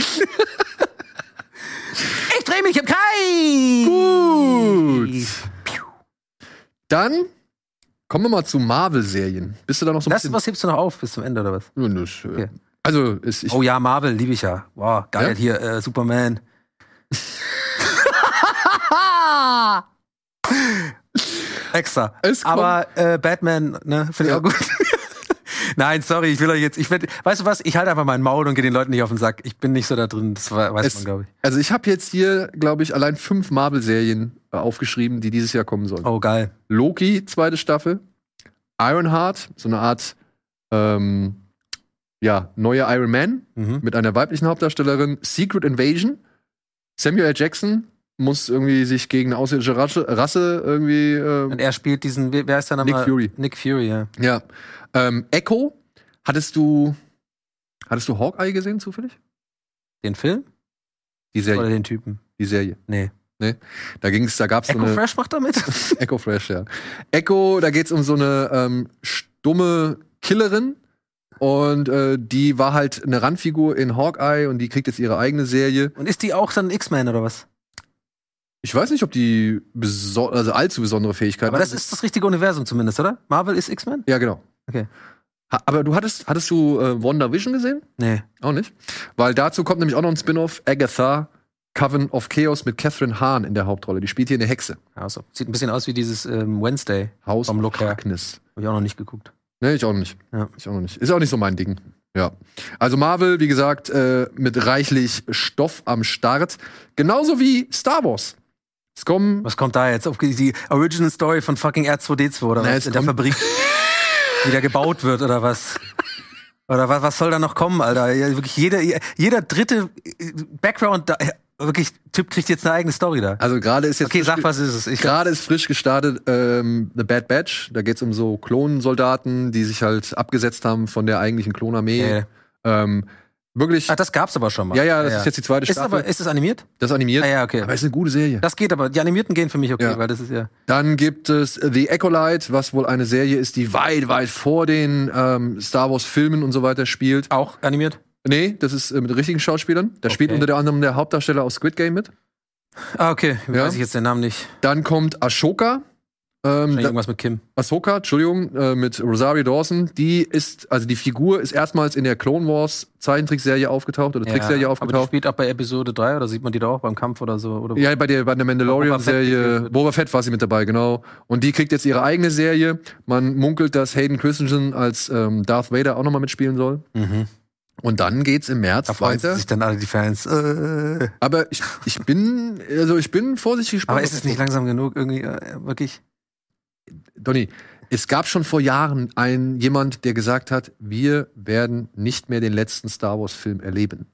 [SPEAKER 2] ich drehe mich im Kai!
[SPEAKER 1] Gut. Dann kommen wir mal zu Marvel-Serien. Bist du da noch so ein
[SPEAKER 2] Das,
[SPEAKER 1] bisschen?
[SPEAKER 2] was hebst du noch auf bis zum Ende oder was?
[SPEAKER 1] Nö, nö, ist, äh, Also, ist, ich,
[SPEAKER 2] Oh ja, Marvel, liebe ich ja. Wow, geil
[SPEAKER 1] Ja?
[SPEAKER 2] hier, äh, Superman.
[SPEAKER 1] [LAUGHS]
[SPEAKER 2] Extra.
[SPEAKER 1] Es kommt-
[SPEAKER 2] Aber äh, Batman, ne, finde ich
[SPEAKER 1] Ja.
[SPEAKER 2] auch gut. [LAUGHS] Nein, sorry, ich will euch jetzt, ich will, weißt du was, ich halte einfach meinen Maul und gehe den Leuten nicht auf den Sack. Ich bin nicht so da drin, das we- weiß
[SPEAKER 1] Es-
[SPEAKER 2] man, glaube ich.
[SPEAKER 1] also ich habe jetzt hier, glaube ich, allein fünf Marvel-Serien äh, aufgeschrieben, die dieses Jahr kommen sollen.
[SPEAKER 2] Oh, geil.
[SPEAKER 1] Loki, zweite Staffel. Ironheart, so eine Art, ähm, ja, neue Iron Man
[SPEAKER 2] Mhm.
[SPEAKER 1] mit einer weiblichen Hauptdarstellerin. Secret Invasion. Samuel L. Jackson muss irgendwie sich gegen eine außerirdische Rasse, Rasse irgendwie, ähm,
[SPEAKER 2] Und er spielt diesen, wer wer ist der Name?
[SPEAKER 1] Nick Fury.
[SPEAKER 2] Nick Fury, ja.
[SPEAKER 1] ja. Ähm, Echo, hattest du, hattest du Hawkeye gesehen zufällig?
[SPEAKER 2] Den Film?
[SPEAKER 1] Die
[SPEAKER 2] Oder
[SPEAKER 1] Serie,
[SPEAKER 2] den Typen?
[SPEAKER 1] die Serie.
[SPEAKER 2] Nee.
[SPEAKER 1] Da ging's, da gab's so
[SPEAKER 2] Echo
[SPEAKER 1] eine.
[SPEAKER 2] Fresh
[SPEAKER 1] [LAUGHS]
[SPEAKER 2] macht damit?
[SPEAKER 1] Echo Fresh, ja. Echo, da geht's um so eine ähm, stumme Killerin. Und äh, die war halt eine Randfigur in Hawkeye und die kriegt jetzt ihre eigene Serie.
[SPEAKER 2] Und ist die auch dann X-Men oder was?
[SPEAKER 1] Ich weiß nicht, ob die beso also allzu besondere Fähigkeiten
[SPEAKER 2] Aber das
[SPEAKER 1] hat.
[SPEAKER 2] ist das richtige Universum zumindest, oder? Marvel ist X-Men?
[SPEAKER 1] Ja, genau.
[SPEAKER 2] Okay.
[SPEAKER 1] Ha aber du hattest, hattest du äh, WandaVision gesehen?
[SPEAKER 2] Nee.
[SPEAKER 1] Auch nicht. Weil dazu kommt nämlich auch noch ein Spin-off, Agatha, Coven of Chaos mit Catherine Hahn in der Hauptrolle. Die spielt hier eine Hexe.
[SPEAKER 2] Also, sieht ein bisschen aus wie dieses ähm, Wednesday.
[SPEAKER 1] Haus
[SPEAKER 2] Vom Look her.
[SPEAKER 1] Harkness.
[SPEAKER 2] Hab ich auch noch nicht geguckt.
[SPEAKER 1] Nee, ich auch noch nicht.
[SPEAKER 2] Ja.
[SPEAKER 1] Ich auch noch nicht. Ist auch nicht so mein Ding. Ja. Also Marvel, wie gesagt, äh, mit reichlich Stoff am Start. Genauso wie Star Wars. Es kommen.
[SPEAKER 2] Was kommt da jetzt? Auf die- die Original Story von fucking R2D2 oder
[SPEAKER 1] Na,
[SPEAKER 2] was?
[SPEAKER 1] es
[SPEAKER 2] In der
[SPEAKER 1] kommt-
[SPEAKER 2] Fabrik wieder gebaut wird oder was? Oder was, was soll da noch kommen, Alter? Ja, wirklich jeder, jeder dritte äh, Background, da, äh, wirklich, Typ kriegt jetzt eine eigene Story da.
[SPEAKER 1] Also gerade ist jetzt.
[SPEAKER 2] Okay,
[SPEAKER 1] frisch
[SPEAKER 2] sag,
[SPEAKER 1] ge-
[SPEAKER 2] was ist es? Ich,
[SPEAKER 1] Gerade ist frisch gestartet ähm, The Bad Batch. Da geht es um so Klonsoldaten, die sich halt abgesetzt haben von der eigentlichen Klonarmee.
[SPEAKER 2] Ja, ja.
[SPEAKER 1] Ähm, wirklich.
[SPEAKER 2] ach, äh, ah, das gab's aber schon mal.
[SPEAKER 1] ja, ja, das ist jetzt die zweite
[SPEAKER 2] Ist,
[SPEAKER 1] Staffel.
[SPEAKER 2] aber, ist es animiert?
[SPEAKER 1] das ist animiert.
[SPEAKER 2] Ah, ja, okay.
[SPEAKER 1] Aber ist eine gute Serie.
[SPEAKER 2] Das geht aber. Die Animierten gehen für mich okay,
[SPEAKER 1] Ja.
[SPEAKER 2] weil das ist ja.
[SPEAKER 1] Dann gibt es The Acolyte, was wohl eine Serie ist, die weit, weit vor den ähm, Star Wars-Filmen und so weiter spielt.
[SPEAKER 2] Auch animiert?
[SPEAKER 1] Nee, das ist äh, mit richtigen Schauspielern. Da spielt
[SPEAKER 2] Okay.
[SPEAKER 1] unter anderem der Hauptdarsteller aus Squid Game mit.
[SPEAKER 2] Ah, okay.
[SPEAKER 1] Ja.
[SPEAKER 2] Weiß ich jetzt den Namen nicht.
[SPEAKER 1] Dann kommt Ashoka. Ähm,
[SPEAKER 2] Wahrscheinlich
[SPEAKER 1] da,
[SPEAKER 2] Irgendwas mit Kim.
[SPEAKER 1] Ahsoka, Entschuldigung, äh, mit Rosario Dawson. Die ist, also die Figur ist erstmals in der Clone Wars Zeichentrickserie aufgetaucht oder Trickserie
[SPEAKER 2] Aber die
[SPEAKER 1] aufgetaucht.
[SPEAKER 2] spielt auch bei Episode 3 oder sieht man die da auch beim Kampf oder so? Oder
[SPEAKER 1] Ja, bei der, bei der
[SPEAKER 2] Boba
[SPEAKER 1] Mandalorian-Serie,
[SPEAKER 2] Fett.
[SPEAKER 1] Boba Fett war sie mit dabei, genau. Und die kriegt jetzt ihre eigene Serie. Man munkelt, dass Hayden Christensen als ähm, Darth Vader auch nochmal mitspielen soll.
[SPEAKER 2] Mhm.
[SPEAKER 1] Und dann geht's im März
[SPEAKER 2] Da freuen
[SPEAKER 1] weiter.
[SPEAKER 2] sich dann alle die Fans. Äh.
[SPEAKER 1] Aber ich, ich bin, also ich bin vorsichtig gespannt.
[SPEAKER 2] Aber ist es nicht langsam genug irgendwie äh, wirklich?
[SPEAKER 1] Donny, es gab schon vor Jahren einen, jemand, der gesagt hat, wir werden nicht mehr den letzten Star Wars-Film erleben.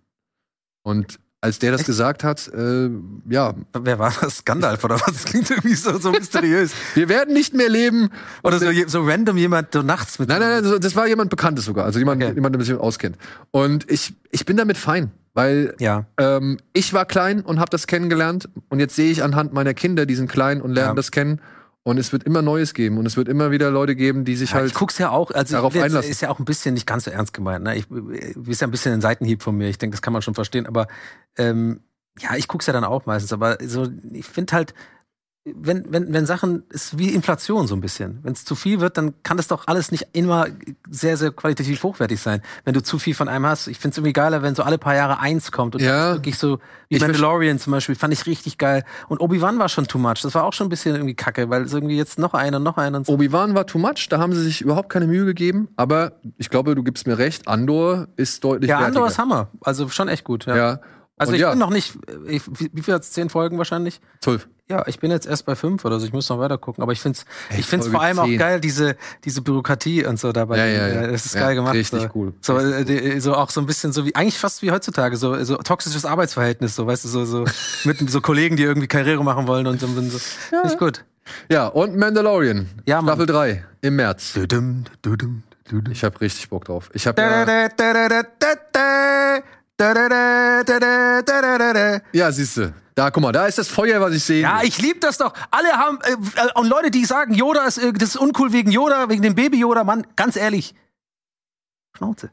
[SPEAKER 1] Und als der das gesagt hat, äh, ja,
[SPEAKER 2] Wer war das? Gandalf oder was? [LAUGHS] Das klingt irgendwie so,
[SPEAKER 1] [LAUGHS]
[SPEAKER 2] so mysteriös.
[SPEAKER 1] wir werden nicht mehr leben.
[SPEAKER 2] Oder so, je- so random jemand so nachts mit.
[SPEAKER 1] Nein, nein, nein, so- das war jemand Bekanntes sogar, also jemand,
[SPEAKER 2] Okay.
[SPEAKER 1] jemand, der sich auskennt. Und ich, ich bin damit fein, weil
[SPEAKER 2] Ja,
[SPEAKER 1] ähm, ich war klein und habe das kennengelernt und jetzt sehe ich anhand meiner Kinder, die sind klein und lernen
[SPEAKER 2] Ja.
[SPEAKER 1] das kennen. Und es wird immer Neues geben und es wird immer wieder Leute geben, die sich
[SPEAKER 2] ja
[SPEAKER 1] halt
[SPEAKER 2] ich guck's ja auch. Also
[SPEAKER 1] darauf
[SPEAKER 2] ich will jetzt,
[SPEAKER 1] einlassen.
[SPEAKER 2] ist ja auch ein bisschen nicht ganz so ernst gemeint. Ne? Ich äh, ist ja ein bisschen ein Seitenhieb von mir. Ich denke, das kann man schon verstehen. Aber ähm, ja, ich guck's ja dann auch meistens. Aber so, ich finde halt, wenn, wenn, wenn Sachen, ist wie Inflation so ein bisschen. Wenn es zu viel wird, dann kann das doch alles nicht immer sehr, sehr qualitativ hochwertig sein. Wenn du zu viel von einem hast, ich finde es irgendwie geiler, wenn so alle paar Jahre eins kommt und
[SPEAKER 1] Ja.
[SPEAKER 2] das ist wirklich so, wie
[SPEAKER 1] Ich
[SPEAKER 2] Mandalorian zum Beispiel, fand ich richtig geil. Und Obi-Wan war schon too much. Das war auch schon ein bisschen irgendwie kacke, weil es irgendwie jetzt noch einer, und noch einer und so.
[SPEAKER 1] Obi-Wan war too much, da haben sie sich überhaupt keine Mühe gegeben, aber ich glaube, du gibst mir recht, Andor ist deutlich
[SPEAKER 2] Ja, Andor ist
[SPEAKER 1] wertiger.
[SPEAKER 2] Hammer. Also schon echt gut. Ja.
[SPEAKER 1] Ja.
[SPEAKER 2] Also
[SPEAKER 1] Und
[SPEAKER 2] ich
[SPEAKER 1] ja,
[SPEAKER 2] bin noch nicht, äh, ich, wie, wie viel hat's? Zehn Folgen wahrscheinlich?
[SPEAKER 1] zwölf.
[SPEAKER 2] Ja, ich bin jetzt erst bei fünf oder so. Ich muss noch weiter gucken. Aber ich find's, ich find's
[SPEAKER 1] Folge
[SPEAKER 2] vor allem auch
[SPEAKER 1] 10.
[SPEAKER 2] geil, diese, diese Bürokratie und so dabei.
[SPEAKER 1] Ja, ja, ja.
[SPEAKER 2] Das ist
[SPEAKER 1] Ja,
[SPEAKER 2] geil gemacht.
[SPEAKER 1] richtig
[SPEAKER 2] so.
[SPEAKER 1] cool.
[SPEAKER 2] So, äh, die- so auch so ein bisschen so wie, eigentlich fast wie heutzutage, so, so toxisches Arbeitsverhältnis, so, weißt du,
[SPEAKER 1] [LAUGHS]
[SPEAKER 2] so, so, mit so Kollegen, die irgendwie Karriere machen wollen und so, und so. Ja. Finde ich gut.
[SPEAKER 1] Ja, und Mandalorian,
[SPEAKER 2] Ja, Mann.
[SPEAKER 1] Staffel 3 im März.
[SPEAKER 2] Dudum, dudum, dudum.
[SPEAKER 1] Ich habe richtig Bock drauf. Ich habe ja,
[SPEAKER 2] Da, da, da, da, da, da, da. Da, da, da, da, da, da, da, da.
[SPEAKER 1] ja siehste, da guck mal, da ist das Feuer, was ich sehe.
[SPEAKER 2] Ja, ich lieb das doch. Alle haben äh, äh, und Leute, die sagen, Yoda ist äh, das ist uncool wegen Yoda, wegen dem Baby Yoda, Mann, ganz ehrlich.
[SPEAKER 1] [LAUGHS]
[SPEAKER 2] Schnauze.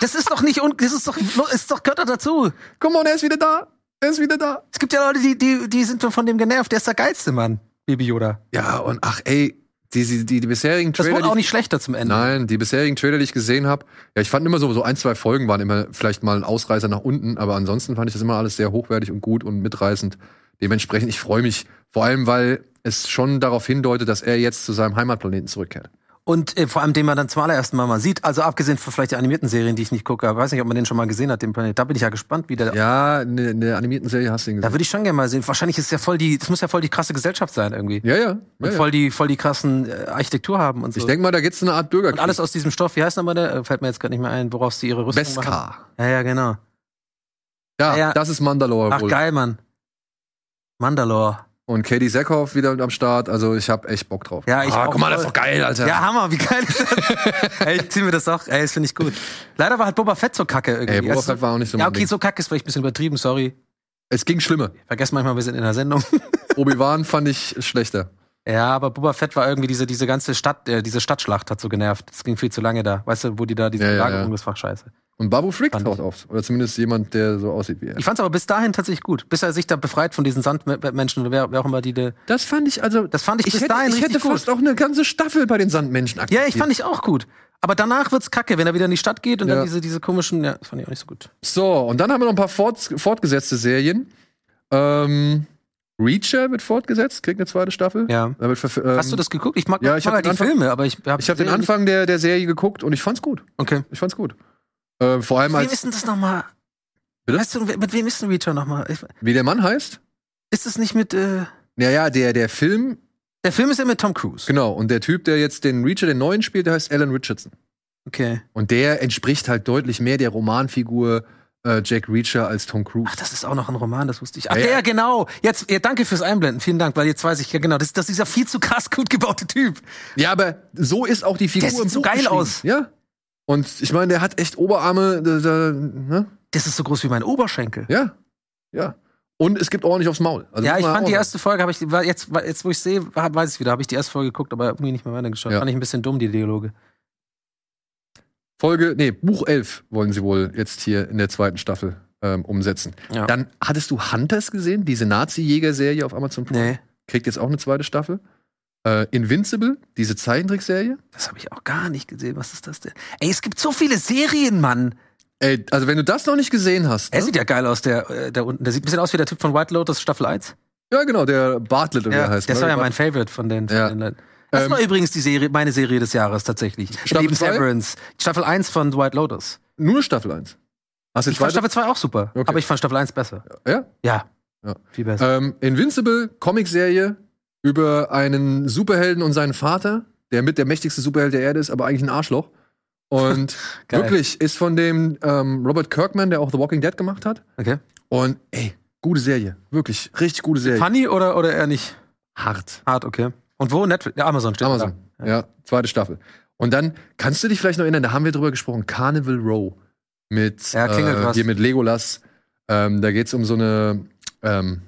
[SPEAKER 2] das ist doch nicht un das ist doch ist doch gehört doch dazu.
[SPEAKER 1] guck mal, er ist wieder da. Er ist wieder da.
[SPEAKER 2] Es gibt ja Leute, die die die sind von dem genervt, der ist der geilste Mann. Baby Yoda.
[SPEAKER 1] Ja, und ach ey, die, die, die, die bisherigen
[SPEAKER 2] Das
[SPEAKER 1] Trailer.
[SPEAKER 2] wurde auch
[SPEAKER 1] die-
[SPEAKER 2] nicht schlechter zum Ende.
[SPEAKER 1] Nein, die bisherigen Trailer, die ich gesehen habe, ja, ich fand immer so, so ein, zwei Folgen waren immer vielleicht mal ein Ausreißer nach unten, aber ansonsten fand ich das immer alles sehr hochwertig und gut und mitreißend. Dementsprechend, ich freue mich, vor allem, weil es schon darauf hindeutet, dass er jetzt zu seinem Heimatplaneten zurückkehrt.
[SPEAKER 2] Und äh, vor allem, den man dann zum allerersten Mal mal sieht. Also abgesehen von vielleicht den animierten Serien, die ich nicht gucke. Aber weiß nicht, ob man den schon mal gesehen hat, den Planet. Da bin ich ja gespannt, wie der.
[SPEAKER 1] Ja, in der- in der animierten Serie hast du ihn
[SPEAKER 2] Da
[SPEAKER 1] gesehen.
[SPEAKER 2] würde ich schon gerne mal sehen. Wahrscheinlich ist ja voll die, das muss ja voll die krasse Gesellschaft sein irgendwie.
[SPEAKER 1] Ja, ja. ja,
[SPEAKER 2] Und
[SPEAKER 1] ja.
[SPEAKER 2] voll die, voll die krassen äh, Architektur haben und so.
[SPEAKER 1] Ich denke mal, da gibt's eine Art
[SPEAKER 2] und
[SPEAKER 1] Bürgerkrieg.
[SPEAKER 2] alles aus diesem Stoff, wie heißt nochmal der? Äh, Fällt mir jetzt gerade nicht mehr ein, woraus sie ihre Rüstung machen.
[SPEAKER 1] Beskar.
[SPEAKER 2] Ja, ja, genau.
[SPEAKER 1] Ja,
[SPEAKER 2] Ja, ja.
[SPEAKER 1] das ist Mandalore
[SPEAKER 2] Ach
[SPEAKER 1] wohl.
[SPEAKER 2] geil, Mann. Mandalore.
[SPEAKER 1] Und Katie Sackhoff wieder mit am Start. Also ich habe echt Bock drauf.
[SPEAKER 2] Ja, ich
[SPEAKER 1] ah,
[SPEAKER 2] auch
[SPEAKER 1] guck mal, das ist
[SPEAKER 2] voll.
[SPEAKER 1] doch geil, Alter.
[SPEAKER 2] Ja. Hammer, wie geil
[SPEAKER 1] [LAUGHS]
[SPEAKER 2] ist das? ey, ich zieh mir das auch. Ey, das finde ich gut. Leider war halt Boba Fett so kacke irgendwie.
[SPEAKER 1] Ey, Boba
[SPEAKER 2] Also,
[SPEAKER 1] Fett war auch nicht so
[SPEAKER 2] ja,
[SPEAKER 1] mein
[SPEAKER 2] okay,
[SPEAKER 1] Ding.
[SPEAKER 2] so kacke ist vielleicht ein bisschen übertrieben, sorry.
[SPEAKER 1] Es ging schlimmer.
[SPEAKER 2] Vergesst manchmal, wir sind in der Sendung. [LAUGHS]
[SPEAKER 1] Obi-Wan fand ich schlechter.
[SPEAKER 2] ja, aber Boba Fett war irgendwie diese, diese ganze Stadt, äh, diese Stadtschlacht hat so genervt. Das ging viel zu lange da. Weißt du, wo die da diese
[SPEAKER 1] Ja, ja, ja.
[SPEAKER 2] Lagerung, das war scheiße.
[SPEAKER 1] Und Babu Frick
[SPEAKER 2] Fand
[SPEAKER 1] taucht auf. Oder zumindest jemand, der so aussieht wie er.
[SPEAKER 2] Ich fand's aber bis dahin tatsächlich gut. Bis er sich da befreit von diesen Sandmenschen oder wer, wer auch immer die. da-
[SPEAKER 1] Das fand ich also.
[SPEAKER 2] Das fand ich,
[SPEAKER 1] ich
[SPEAKER 2] bis
[SPEAKER 1] hätte,
[SPEAKER 2] dahin
[SPEAKER 1] ich
[SPEAKER 2] richtig
[SPEAKER 1] hätte
[SPEAKER 2] gut.
[SPEAKER 1] fast auch eine ganze Staffel bei den Sandmenschen
[SPEAKER 2] Ja, ich fand ich auch gut. Aber danach wird's kacke, wenn er wieder in die Stadt geht und
[SPEAKER 1] Ja.
[SPEAKER 2] dann diese, diese komischen, ja, das fand ich auch nicht so gut.
[SPEAKER 1] So, und dann haben wir noch ein paar fort, fortgesetzte Serien. Ähm, Reacher wird fortgesetzt, kriegt eine zweite Staffel.
[SPEAKER 2] Ja.
[SPEAKER 1] Da wird verf- ähm,
[SPEAKER 2] Hast du das geguckt? Ich mag,
[SPEAKER 1] ja,
[SPEAKER 2] ich
[SPEAKER 1] ich
[SPEAKER 2] mag
[SPEAKER 1] hab
[SPEAKER 2] halt die
[SPEAKER 1] den Anfang-
[SPEAKER 2] Filme, aber ich habe
[SPEAKER 1] Ich habe den Anfang der, der Serie geguckt und ich fand's gut.
[SPEAKER 2] Okay.
[SPEAKER 1] Ich fand's gut. Äh, vor allem
[SPEAKER 2] Wie
[SPEAKER 1] als,
[SPEAKER 2] ist denn das nochmal?
[SPEAKER 1] Bitte?
[SPEAKER 2] Weißt du, mit wem ist denn Reacher nochmal? Ich-
[SPEAKER 1] wie der Mann heißt.
[SPEAKER 2] Ist es nicht mit, äh,
[SPEAKER 1] Naja, der, der Film,
[SPEAKER 2] der Film ist ja mit Tom Cruise.
[SPEAKER 1] genau. Und der Typ, der jetzt den Reacher, den neuen spielt, der heißt Alan Richardson.
[SPEAKER 2] Okay.
[SPEAKER 1] Und der entspricht halt deutlich mehr der Romanfigur äh, Jack Reacher als Tom Cruise.
[SPEAKER 2] Ach, das ist auch noch ein Roman, das wusste ich. Ach,
[SPEAKER 1] Ja,
[SPEAKER 2] der,
[SPEAKER 1] ja.
[SPEAKER 2] genau. Jetzt, ja, danke fürs Einblenden. Vielen Dank, weil jetzt weiß ich, ja, genau, das, das ist dieser viel zu krass gut gebaute Typ.
[SPEAKER 1] Ja, aber so ist auch die Figur
[SPEAKER 2] Der sieht
[SPEAKER 1] im
[SPEAKER 2] so
[SPEAKER 1] Buch
[SPEAKER 2] geil
[SPEAKER 1] geschrieben.
[SPEAKER 2] aus.
[SPEAKER 1] Ja. Und ich meine, der hat echt Oberarme, da, da, ne?
[SPEAKER 2] Das ist so groß wie mein Oberschenkel.
[SPEAKER 1] Ja. Ja. Und es gibt ordentlich aufs Maul. Also
[SPEAKER 2] Ja,
[SPEAKER 1] muss
[SPEAKER 2] ich
[SPEAKER 1] man
[SPEAKER 2] fand
[SPEAKER 1] auch
[SPEAKER 2] die
[SPEAKER 1] sagen.
[SPEAKER 2] erste Folge, habe ich, war jetzt, war jetzt wo ich sehe, war- weiß ich wieder, habe ich die erste Folge geguckt, aber irgendwie nicht mehr weitergeschaut.
[SPEAKER 1] Ja.
[SPEAKER 2] Fand ich ein bisschen dumm, die Dialoge.
[SPEAKER 1] Folge, nee, Buch 11 wollen sie wohl jetzt hier in der zweiten Staffel ähm, umsetzen.
[SPEAKER 2] Ja.
[SPEAKER 1] Dann hattest du Hunters gesehen, diese Nazi-Jäger-Serie auf Amazon Prime.
[SPEAKER 2] Nee,
[SPEAKER 1] Kriegt jetzt auch eine zweite Staffel. Äh, Invincible, diese Zeichentrickserie.
[SPEAKER 2] das habe ich auch gar nicht gesehen. Was ist das denn? Ey, es gibt so viele Serien, Mann.
[SPEAKER 1] Ey, also wenn du das noch nicht gesehen hast.
[SPEAKER 2] Er
[SPEAKER 1] ne?
[SPEAKER 2] sieht ja geil aus, der, äh, der unten. Der sieht ein bisschen aus wie der Typ von White Lotus Staffel 1.
[SPEAKER 1] Ja, genau, der Bartlett oder wie er heißt.
[SPEAKER 2] das war
[SPEAKER 1] ne?
[SPEAKER 2] ja mein Favorite von den, von
[SPEAKER 1] Ja.
[SPEAKER 2] den Leuten. Das
[SPEAKER 1] Ähm,
[SPEAKER 2] war übrigens die Serie, meine Serie des Jahres tatsächlich.
[SPEAKER 1] Staffel
[SPEAKER 2] Neben
[SPEAKER 1] zwei?
[SPEAKER 2] Severance. Staffel 1 von White Lotus.
[SPEAKER 1] Nur Staffel 1. Hast du
[SPEAKER 2] Ich fand
[SPEAKER 1] zweite?
[SPEAKER 2] Staffel 2 auch super,
[SPEAKER 1] Okay.
[SPEAKER 2] aber ich fand Staffel 1 besser.
[SPEAKER 1] Ja?
[SPEAKER 2] Ja.
[SPEAKER 1] Ja.
[SPEAKER 2] Viel besser.
[SPEAKER 1] Ähm, Invincible, Comicserie über einen Superhelden und seinen Vater, der mit der mächtigste Superheld der Erde ist, aber eigentlich ein Arschloch. Und
[SPEAKER 2] [LAUGHS] Geil.
[SPEAKER 1] wirklich ist von dem ähm, Robert Kirkman, der auch The Walking Dead gemacht hat.
[SPEAKER 2] Okay.
[SPEAKER 1] Und ey, gute Serie. Wirklich, richtig gute Serie.
[SPEAKER 2] Funny oder, oder eher nicht?
[SPEAKER 1] Hart.
[SPEAKER 2] Hart, okay. Und wo? Netflix? Ja, Amazon steht
[SPEAKER 1] Amazon.
[SPEAKER 2] da.
[SPEAKER 1] Ja. zweite Staffel. Und dann kannst du dich vielleicht noch erinnern, da haben wir drüber gesprochen, Carnival Row mit
[SPEAKER 2] Ja, klingelt
[SPEAKER 1] äh,
[SPEAKER 2] was.
[SPEAKER 1] hier mit Legolas. Ähm, da geht's um so eine ähm,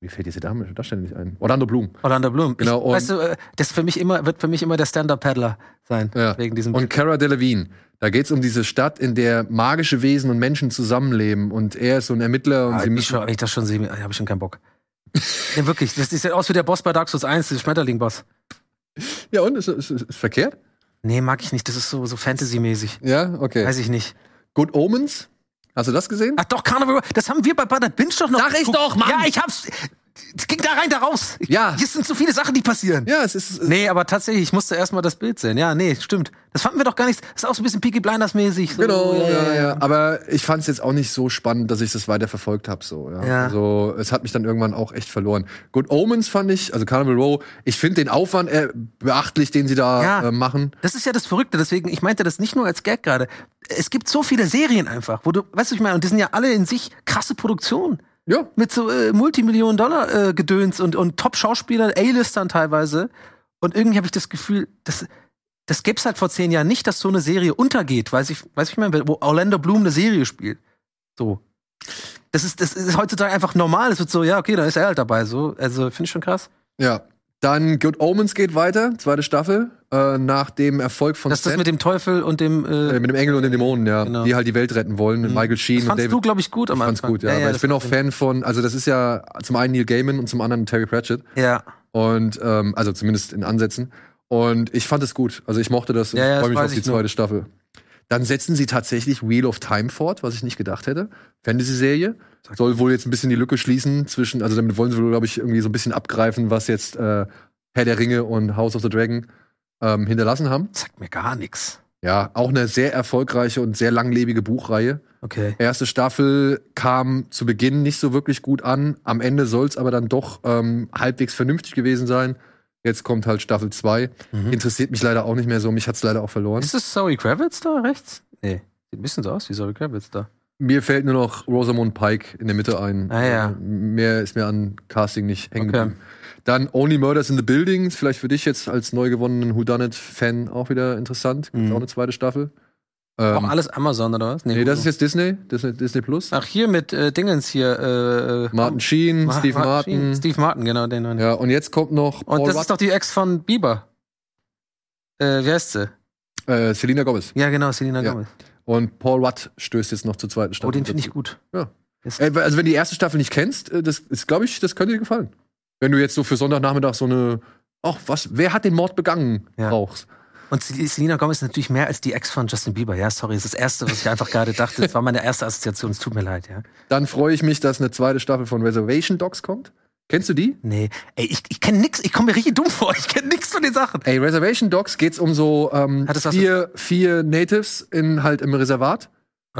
[SPEAKER 1] wie fällt diese Dame Darstellung nicht ein? Orlando Bloom.
[SPEAKER 2] Orlando Bloom.
[SPEAKER 1] Genau,
[SPEAKER 2] ich,
[SPEAKER 1] und-
[SPEAKER 2] weißt du, äh, das für mich immer, wird für mich immer der Stand-Up-Paddler sein.
[SPEAKER 1] Ja.
[SPEAKER 2] Wegen diesem.
[SPEAKER 1] Und Cara Delevingne. Da geht's um diese Stadt, in der magische Wesen und Menschen zusammenleben und er ist so ein Ermittler und
[SPEAKER 2] ah,
[SPEAKER 1] sie
[SPEAKER 2] ich
[SPEAKER 1] müssen
[SPEAKER 2] schon, wenn ich das schon sehe, habe ich schon
[SPEAKER 1] [LAUGHS]
[SPEAKER 2] keinen Bock. nee, wirklich, das sieht aus wie der Boss bei Dark Souls 1, der Schmetterling-Boss.
[SPEAKER 1] Ja, und ist, ist, ist, ist verkehrt?
[SPEAKER 2] Nee, mag ich nicht, das ist so, so Fantasy-mäßig.
[SPEAKER 1] Ja, okay.
[SPEAKER 2] Weiß ich nicht.
[SPEAKER 1] Good Omens? Hast du das gesehen?
[SPEAKER 2] Ach doch, Carnival, das haben wir bei Butter Binge doch noch.
[SPEAKER 1] Sag ich
[SPEAKER 2] geguckt.
[SPEAKER 1] doch, Mann!
[SPEAKER 2] Ja, ich hab's. Es ging da rein, da raus. Ich-
[SPEAKER 1] Ja.
[SPEAKER 2] Hier sind zu viele Sachen, die passieren.
[SPEAKER 1] Ja, es ist
[SPEAKER 2] Nee, aber tatsächlich, ich musste erstmal das Bild sehen. Ja, nee, stimmt. Das fanden wir doch gar nicht. Das ist auch so ein bisschen Peaky Blinders-mäßig. So,
[SPEAKER 1] Genau, ja, ja. Aber ich fand es jetzt auch nicht so spannend, dass ich das weiter verfolgt habe. So, ja.
[SPEAKER 2] Ja.
[SPEAKER 1] Also es hat mich dann irgendwann auch echt verloren. Good Omens fand ich, also Carnival Row, ich finde den Aufwand äh, beachtlich, den sie da
[SPEAKER 2] Ja.
[SPEAKER 1] äh, machen.
[SPEAKER 2] Das ist ja das Verrückte, deswegen, ich meinte das nicht nur als Gag gerade. Es gibt so viele Serien einfach, wo du, weißt du, ich meine, und die sind ja alle in sich krasse Produktionen.
[SPEAKER 1] Ja.
[SPEAKER 2] Mit so äh, Multimillionen-Dollar-Gedöns und, und Top-Schauspielern, A-Listern teilweise. Und irgendwie habe ich das Gefühl, das, das gäbe es halt vor zehn Jahren nicht, dass so eine Serie untergeht, weiß ich, weiß ich meine, wo Orlando Bloom eine Serie spielt. So. Das ist, das ist heutzutage einfach normal. Es wird so, ja, okay, da ist er halt dabei. So, also finde ich schon krass.
[SPEAKER 1] Ja. Dann Good Omens geht weiter, zweite Staffel, äh, nach dem Erfolg von
[SPEAKER 2] Dass das
[SPEAKER 1] Stan-
[SPEAKER 2] mit dem Teufel und dem äh,
[SPEAKER 1] äh, mit dem Engel und den Dämonen, ja,
[SPEAKER 2] Genau. Mhm.
[SPEAKER 1] die halt die Welt retten wollen, mit Michael Sheen
[SPEAKER 2] Das
[SPEAKER 1] und
[SPEAKER 2] fandst
[SPEAKER 1] David.
[SPEAKER 2] du, glaube ich, gut am
[SPEAKER 1] ich
[SPEAKER 2] Anfang.
[SPEAKER 1] fand's gut, ja. aber ich
[SPEAKER 2] das
[SPEAKER 1] bin auch
[SPEAKER 2] fand
[SPEAKER 1] Fan von, also das ist ja zum einen Neil Gaiman und zum anderen Terry Pratchett.
[SPEAKER 2] ich- Ja.
[SPEAKER 1] Und ähm, also zumindest in Ansätzen. Und ich fand es gut. Also ich mochte das und
[SPEAKER 2] Ja, ja, das
[SPEAKER 1] freue mich
[SPEAKER 2] weiß
[SPEAKER 1] auf die
[SPEAKER 2] ich noch.
[SPEAKER 1] zweite Staffel. Dann setzen sie tatsächlich Wheel of Time fort, was ich nicht gedacht hätte. Fantasy-Serie.
[SPEAKER 2] Sag-
[SPEAKER 1] Soll wohl jetzt ein bisschen die Lücke schließen zwischen, also damit wollen sie wohl, glaube ich, irgendwie so ein bisschen abgreifen, was jetzt äh, Herr der Ringe und House of the Dragon ähm, hinterlassen haben.
[SPEAKER 2] Sagt mir gar nichts.
[SPEAKER 1] Ja, auch eine sehr erfolgreiche und sehr langlebige Buchreihe.
[SPEAKER 2] Okay.
[SPEAKER 1] Erste Staffel kam zu Beginn nicht so wirklich gut an. Am Ende soll es aber dann doch ähm, halbwegs vernünftig gewesen sein. Jetzt kommt halt Staffel 2.
[SPEAKER 2] Mhm.
[SPEAKER 1] Interessiert mich leider auch nicht mehr so. Mich hat's leider auch verloren.
[SPEAKER 2] Ist es Zoe Kravitz da rechts? Nee. Sieht ein bisschen so aus wie Zoe Kravitz da.
[SPEAKER 1] Mir fällt nur noch Rosamund Pike in der Mitte ein.
[SPEAKER 2] Ah, ja.
[SPEAKER 1] Äh, Mehr ist mir an Casting nicht hängen
[SPEAKER 2] Okay.
[SPEAKER 1] geblieben. Dann Only Murders in the Building. Ist vielleicht für dich jetzt als neu gewonnenen Whodunit-Fan auch wieder interessant. Gibt
[SPEAKER 2] Mhm.
[SPEAKER 1] auch eine zweite Staffel. Ähm,
[SPEAKER 2] Auch alles Amazon oder was?
[SPEAKER 1] nee, das ist
[SPEAKER 2] Hulu.
[SPEAKER 1] jetzt Disney. Disney, Disney Plus.
[SPEAKER 2] Ach, hier mit äh, Dingens hier. Äh, äh,
[SPEAKER 1] Martin Sheen,
[SPEAKER 2] Ma-
[SPEAKER 1] Steve Martin.
[SPEAKER 2] Sheen. Steve Martin, genau, den einen.
[SPEAKER 1] Ja, und jetzt kommt noch
[SPEAKER 2] Und
[SPEAKER 1] Paul
[SPEAKER 2] das
[SPEAKER 1] Rudd,
[SPEAKER 2] ist doch die Ex von Bieber. Äh, wie heißt sie?
[SPEAKER 1] äh, Selena Gomez.
[SPEAKER 2] Ja, genau, Selena
[SPEAKER 1] Ja.
[SPEAKER 2] Gomez.
[SPEAKER 1] Und Paul Rudd stößt jetzt noch zur zweiten Staffel.
[SPEAKER 2] Oh, den finde ich gut.
[SPEAKER 1] Äh, Also wenn du die erste Staffel nicht kennst, äh, das ist, glaube ich, das könnte dir gefallen. Wenn du jetzt so für Sonntagnachmittag so eine, ach was, wer hat den Mord begangen,
[SPEAKER 2] Ja.
[SPEAKER 1] brauchst.
[SPEAKER 2] Und Sel- Selena Gomez ist natürlich mehr als die Ex von Justin Bieber. Ja, sorry, das ist das Erste, was ich einfach gerade dachte. Das war meine erste Assoziation. Es tut mir leid, ja.
[SPEAKER 1] Dann freue ich mich, dass eine zweite Staffel von Reservation Dogs kommt. Kennst du die?
[SPEAKER 2] Nee, ey, ich, ich kenne nix. Ich komme mir richtig dumm vor. Ich kenne nix von den Sachen.
[SPEAKER 1] Ey, Reservation Dogs geht's um so ähm,
[SPEAKER 2] Hat das was
[SPEAKER 1] vier, vier Natives in, halt im Reservat,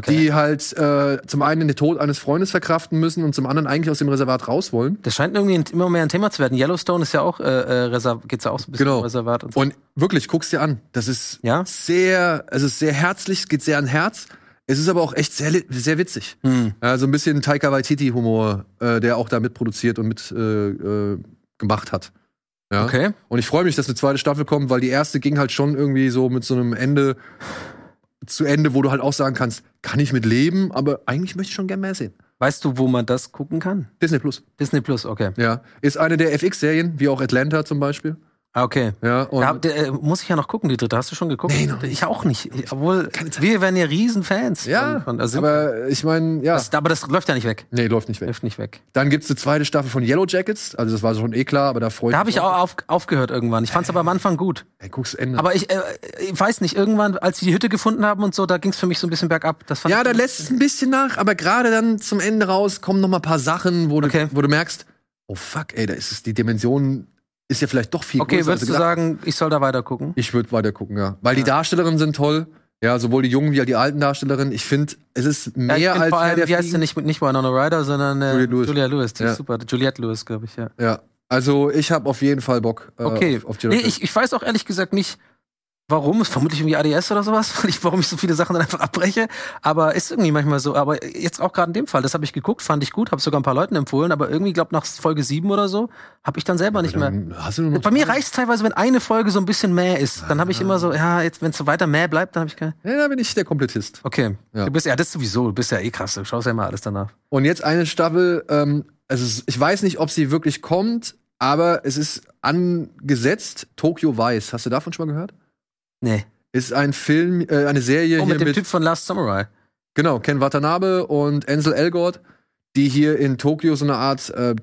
[SPEAKER 1] die halt äh, zum einen den Tod eines Freundes verkraften müssen und zum anderen eigentlich aus dem Reservat raus wollen.
[SPEAKER 2] Das scheint irgendwie ein, immer mehr ein Thema zu werden. Yellowstone ist ja auch, äh, äh, Reserv geht's ja auch so ein bisschen
[SPEAKER 1] Genau.
[SPEAKER 2] um Reservat und so.
[SPEAKER 1] Und wirklich, guck's dir an. Das ist
[SPEAKER 2] Ja?
[SPEAKER 1] sehr, also es ist sehr herzlich, es geht sehr an Herz. Es ist aber auch echt sehr, li- sehr witzig.
[SPEAKER 2] Hm.
[SPEAKER 1] Ja, so ein bisschen Taika Waititi-Humor, äh, der auch da mitproduziert und mit äh, äh, gemacht hat. Ja?
[SPEAKER 2] Okay.
[SPEAKER 1] Und ich freue mich, dass eine zweite Staffel kommt, weil die erste ging halt schon irgendwie so mit so einem Ende zu Ende, wo du halt auch sagen kannst, kann ich mit leben, aber eigentlich möchte ich schon gern mehr sehen.
[SPEAKER 2] Weißt du, wo man das gucken kann?
[SPEAKER 1] Disney Plus,
[SPEAKER 2] Disney Plus, okay.
[SPEAKER 1] ja. Ist eine der FX-Serien, wie auch Atlanta zum Beispiel.
[SPEAKER 2] Ah, okay.
[SPEAKER 1] Ja, und
[SPEAKER 2] Da, der, äh, muss ich ja noch gucken, die dritte. Hast du schon geguckt?
[SPEAKER 1] Nee, noch
[SPEAKER 2] ich auch nicht. Obwohl, wir wären ja Riesenfans.
[SPEAKER 1] ja,
[SPEAKER 2] Von, von, also, aber,
[SPEAKER 1] aber ich meine, ja.
[SPEAKER 2] das, aber das läuft ja nicht weg.
[SPEAKER 1] Nee, läuft nicht weg.
[SPEAKER 2] Läuft nicht weg.
[SPEAKER 1] Dann gibt's eine zweite Staffel von Yellow Jackets. Also das war schon eh klar, aber da freue
[SPEAKER 2] Da habe
[SPEAKER 1] mich
[SPEAKER 2] ich
[SPEAKER 1] auch.
[SPEAKER 2] auch auf, aufgehört irgendwann. Ich fand's aber am Anfang gut.
[SPEAKER 1] Ey, guck's Ende.
[SPEAKER 2] Aber ich, äh, ich weiß nicht, irgendwann, als wir die Hütte gefunden haben und so, da ging's für mich so ein bisschen bergab. Das fand
[SPEAKER 1] ja,
[SPEAKER 2] ich
[SPEAKER 1] da lässt es ein bisschen nach, aber gerade dann zum Ende raus kommen noch mal ein paar Sachen, wo du,
[SPEAKER 2] Okay.
[SPEAKER 1] wo du merkst, oh fuck, ey, da ist es, die Dimension ist ja vielleicht doch viel
[SPEAKER 2] Okay,
[SPEAKER 1] größer. als
[SPEAKER 2] würdest
[SPEAKER 1] wir
[SPEAKER 2] du
[SPEAKER 1] gedacht
[SPEAKER 2] sagen, ich soll da weiter gucken?
[SPEAKER 1] Ich würde weiter gucken, ja. Weil die Darstellerinnen sind toll. Ja, sowohl die jungen wie auch die alten Darstellerinnen. Ich finde, es ist mehr
[SPEAKER 2] ja, ich bin
[SPEAKER 1] als
[SPEAKER 2] vor
[SPEAKER 1] Herr
[SPEAKER 2] allem,
[SPEAKER 1] der
[SPEAKER 2] wie heißt sie
[SPEAKER 1] Fliegen.
[SPEAKER 2] nicht, nicht Winona Ryder, sondern äh,
[SPEAKER 1] Julia Lewis.
[SPEAKER 2] Julia Lewis die
[SPEAKER 1] Ja.
[SPEAKER 2] ist super. Juliette Lewis, glaube ich, ja.
[SPEAKER 1] Ja. Also ich habe auf jeden Fall Bock äh,
[SPEAKER 2] Okay.
[SPEAKER 1] auf, auf
[SPEAKER 2] nee,
[SPEAKER 1] Jared
[SPEAKER 2] ich, ich weiß auch ehrlich gesagt nicht, warum. Ist vermutlich irgendwie ADS oder sowas, [LAUGHS] weil ich, warum ich so viele Sachen dann einfach abbreche. Aber ist irgendwie manchmal so. Aber jetzt auch gerade in dem Fall, das habe ich geguckt, fand ich gut, habe sogar ein paar Leuten empfohlen, aber irgendwie, glaube nach Folge 7 oder so, habe ich dann selber nicht mehr.
[SPEAKER 1] Dann Ah. Hast du nur noch
[SPEAKER 2] Bei mir reicht's teilweise, wenn eine Folge so ein bisschen mehr ist. Dann habe ich immer so, ja, jetzt, wenn es so weiter mehr bleibt, dann habe ich keine.
[SPEAKER 1] Nee, da bin ich der Komplettist.
[SPEAKER 2] Okay.
[SPEAKER 1] Ja.
[SPEAKER 2] Du bist ja das sowieso, du bist ja eh krass, du schaust ja immer alles danach.
[SPEAKER 1] Und jetzt eine Staffel, ähm, also es- ich weiß nicht, ob sie wirklich kommt, aber es ist angesetzt Tokyo Vice. Hast du davon schon mal gehört?
[SPEAKER 2] Nee.
[SPEAKER 1] Ist ein Film, äh, eine Serie
[SPEAKER 2] Oh,
[SPEAKER 1] hier
[SPEAKER 2] mit dem
[SPEAKER 1] mit,
[SPEAKER 2] Typ von Last Samurai.
[SPEAKER 1] genau, Ken Watanabe und Ansel Elgort, die hier in Tokio so eine Art, äh,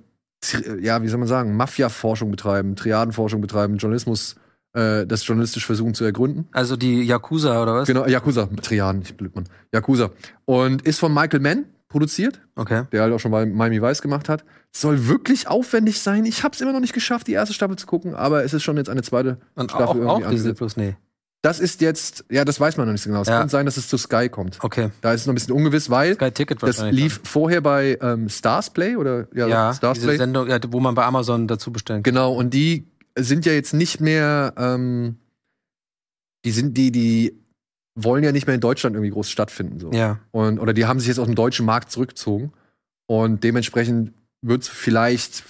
[SPEAKER 1] tri- ja, wie soll man sagen, Mafia-Forschung betreiben, Triadenforschung betreiben, Journalismus, äh, das journalistisch versuchen zu ergründen.
[SPEAKER 2] Also die Yakuza oder was?
[SPEAKER 1] Genau, Yakuza, Triaden, ich blöd, Mann. Yakuza. Und ist von Michael Mann produziert
[SPEAKER 2] Okay.
[SPEAKER 1] der halt auch schon mal Miami Vice gemacht hat. Soll wirklich aufwendig sein. Ich habe es immer noch nicht geschafft, die erste Staffel zu gucken, aber es ist schon jetzt eine zweite.
[SPEAKER 2] Und
[SPEAKER 1] Staffel
[SPEAKER 2] auch,
[SPEAKER 1] irgendwie
[SPEAKER 2] auch Disney
[SPEAKER 1] angesetzt.
[SPEAKER 2] Plus, nee.
[SPEAKER 1] Das ist jetzt, ja, das weiß man noch nicht so genau. Es
[SPEAKER 2] Ja.
[SPEAKER 1] kann sein, dass es zu Sky kommt.
[SPEAKER 2] Okay.
[SPEAKER 1] Da ist es noch ein bisschen ungewiss, weil
[SPEAKER 2] Sky Ticket
[SPEAKER 1] das
[SPEAKER 2] wahrscheinlich.
[SPEAKER 1] lief vorher bei ähm, Stars Play oder ja,
[SPEAKER 2] dann. ja,
[SPEAKER 1] Stars
[SPEAKER 2] diese
[SPEAKER 1] Play.
[SPEAKER 2] Sendung, ja, wo man bei Amazon dazu bestellen kann.
[SPEAKER 1] Genau, und die sind ja jetzt nicht mehr, ähm, die sind die, die wollen ja nicht mehr in Deutschland irgendwie groß stattfinden. So.
[SPEAKER 2] Ja.
[SPEAKER 1] Und, oder die haben sich jetzt aus dem deutschen Markt zurückgezogen. Und dementsprechend wird es vielleicht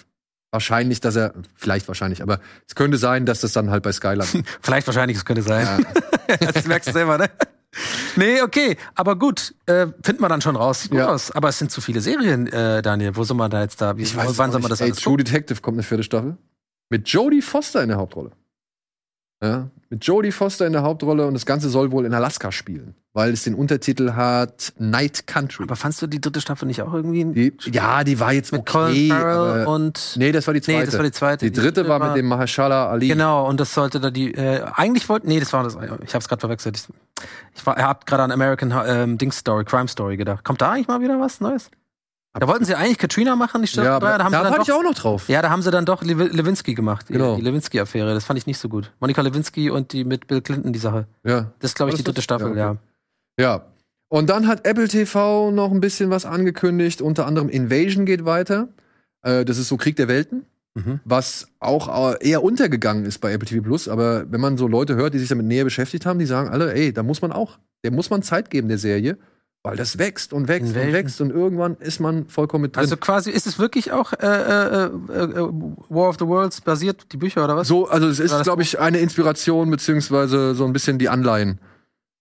[SPEAKER 1] wahrscheinlich, dass er, vielleicht wahrscheinlich, aber es könnte sein, dass das dann halt bei
[SPEAKER 2] [LAUGHS]
[SPEAKER 1] Skyland.
[SPEAKER 2] Vielleicht wahrscheinlich, es könnte sein.
[SPEAKER 1] ja,
[SPEAKER 2] [LAUGHS] das merkst du selber, ne? Nee, okay, aber gut, äh, finden wir dann schon raus. Sieht gut
[SPEAKER 1] Ja.
[SPEAKER 2] aus. Aber es sind zu viele Serien, äh, Daniel. Wo sind wir da jetzt da? Wie,
[SPEAKER 1] es
[SPEAKER 2] wann
[SPEAKER 1] auch
[SPEAKER 2] soll man
[SPEAKER 1] nicht.
[SPEAKER 2] das
[SPEAKER 1] Ey,
[SPEAKER 2] alles
[SPEAKER 1] True Detective kommt eine vierte Staffel. Mit Jodie Foster in der Hauptrolle. Ja, mit Jodie Foster in der Hauptrolle und das Ganze soll wohl in Alaska spielen, weil es den Untertitel hat Night Country.
[SPEAKER 2] Aber fandst du die dritte Staffel nicht auch irgendwie?
[SPEAKER 1] Die, ja, die war jetzt
[SPEAKER 2] mit Colin
[SPEAKER 1] okay.
[SPEAKER 2] Farrell
[SPEAKER 1] aber-
[SPEAKER 2] und
[SPEAKER 1] Nee, das war die zweite.
[SPEAKER 2] Nee, das war die zweite.
[SPEAKER 1] Die dritte war mit dem Mahershala Ali.
[SPEAKER 2] Genau, und das sollte da die, äh, eigentlich wollten, nee, das war das, ich hab's gerade verwechselt. Ich, ich war, hab gerade an American ähm, Dings Story, Crime Story gedacht. Kommt da eigentlich mal wieder was Neues? Da wollten sie eigentlich Katrina machen, die Staffel
[SPEAKER 1] Ja,
[SPEAKER 2] drei,
[SPEAKER 1] aber
[SPEAKER 2] da haben
[SPEAKER 1] da
[SPEAKER 2] sie dann
[SPEAKER 1] war
[SPEAKER 2] doch,
[SPEAKER 1] ich auch noch drauf.
[SPEAKER 2] ja, da haben sie dann doch Lew Lewinsky gemacht, die,
[SPEAKER 1] Genau.
[SPEAKER 2] die Lewinsky-Affäre. Das fand ich nicht so gut. Monika Lewinsky und die mit Bill Clinton, die Sache.
[SPEAKER 1] Ja.
[SPEAKER 2] Das ist, glaube ich,
[SPEAKER 1] Was
[SPEAKER 2] die
[SPEAKER 1] ist das?
[SPEAKER 2] dritte
[SPEAKER 1] Ja,
[SPEAKER 2] Staffel, ja.
[SPEAKER 1] okay. Ja. Und dann hat Apple TV noch ein bisschen was angekündigt. Unter anderem Invasion geht weiter. Äh, das ist so Krieg der Welten,
[SPEAKER 2] Mhm.
[SPEAKER 1] was auch äh, eher untergegangen ist bei Apple TV Plus. Aber wenn man so Leute hört, die sich damit näher beschäftigt haben, die sagen alle, ey, da muss man auch, der muss man Zeit geben, der Serie, weil das wächst und wächst und
[SPEAKER 2] Invasion.
[SPEAKER 1] wächst und irgendwann ist man vollkommen mit drin.
[SPEAKER 2] Also quasi, ist es wirklich auch äh, äh, äh, äh, War of the Worlds basiert, die Bücher oder was?
[SPEAKER 1] So, also es
[SPEAKER 2] War
[SPEAKER 1] ist,
[SPEAKER 2] das
[SPEAKER 1] glaube ich, eine Inspiration, beziehungsweise so ein bisschen die Anleihen.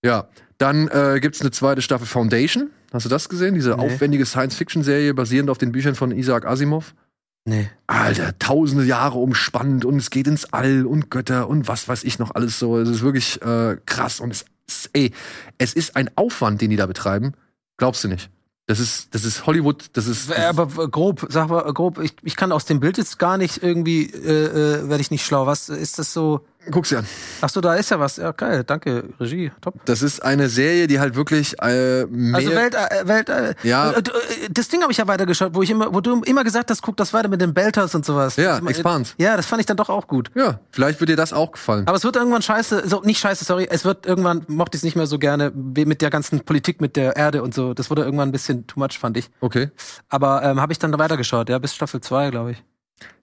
[SPEAKER 1] Ja. Dann äh, gibt es eine zweite Staffel Foundation. Hast du das gesehen? Diese
[SPEAKER 2] Nee.
[SPEAKER 1] aufwendige Science-Fiction-Serie basierend auf den Büchern von Isaac Asimov.
[SPEAKER 2] Nee.
[SPEAKER 1] Alter, tausende Jahre umspannt und es geht ins All und Götter und was weiß ich noch alles so. Es ist wirklich äh, krass und es, es, ey, es ist ein Aufwand, den die da betreiben. Glaubst du nicht? Das ist, das ist Hollywood, das ist.
[SPEAKER 2] Äh,
[SPEAKER 1] Das ist
[SPEAKER 2] Aber w- grob, sag mal äh, grob, ich, ich kann aus dem Bild jetzt gar nicht irgendwie, äh, äh, werde ich nicht schlau. Was ist das so?
[SPEAKER 1] guck's dir an.
[SPEAKER 2] Ach so, da ist ja was. Ja, geil, danke, Regie, top.
[SPEAKER 1] Das ist eine Serie, die halt wirklich äh, mehr.
[SPEAKER 2] Also Welt, äh, Welt, äh,
[SPEAKER 1] Ja.
[SPEAKER 2] äh, äh, das Ding habe ich ja weitergeschaut, wo ich immer, wo du immer gesagt hast, guck das weiter mit den Belters und sowas.
[SPEAKER 1] Ja,
[SPEAKER 2] Das-
[SPEAKER 1] Expanse.
[SPEAKER 2] Ja, das fand ich dann doch auch gut.
[SPEAKER 1] ja, vielleicht wird dir das auch gefallen.
[SPEAKER 2] Aber es wird irgendwann scheiße, so nicht scheiße, sorry, es wird irgendwann, mochte ich es nicht mehr so gerne, wie mit der ganzen Politik mit der Erde und so. Das wurde irgendwann ein bisschen too much, fand ich.
[SPEAKER 1] Okay.
[SPEAKER 2] Aber ähm, habe ich dann weitergeschaut, ja, bis Staffel 2, glaube ich.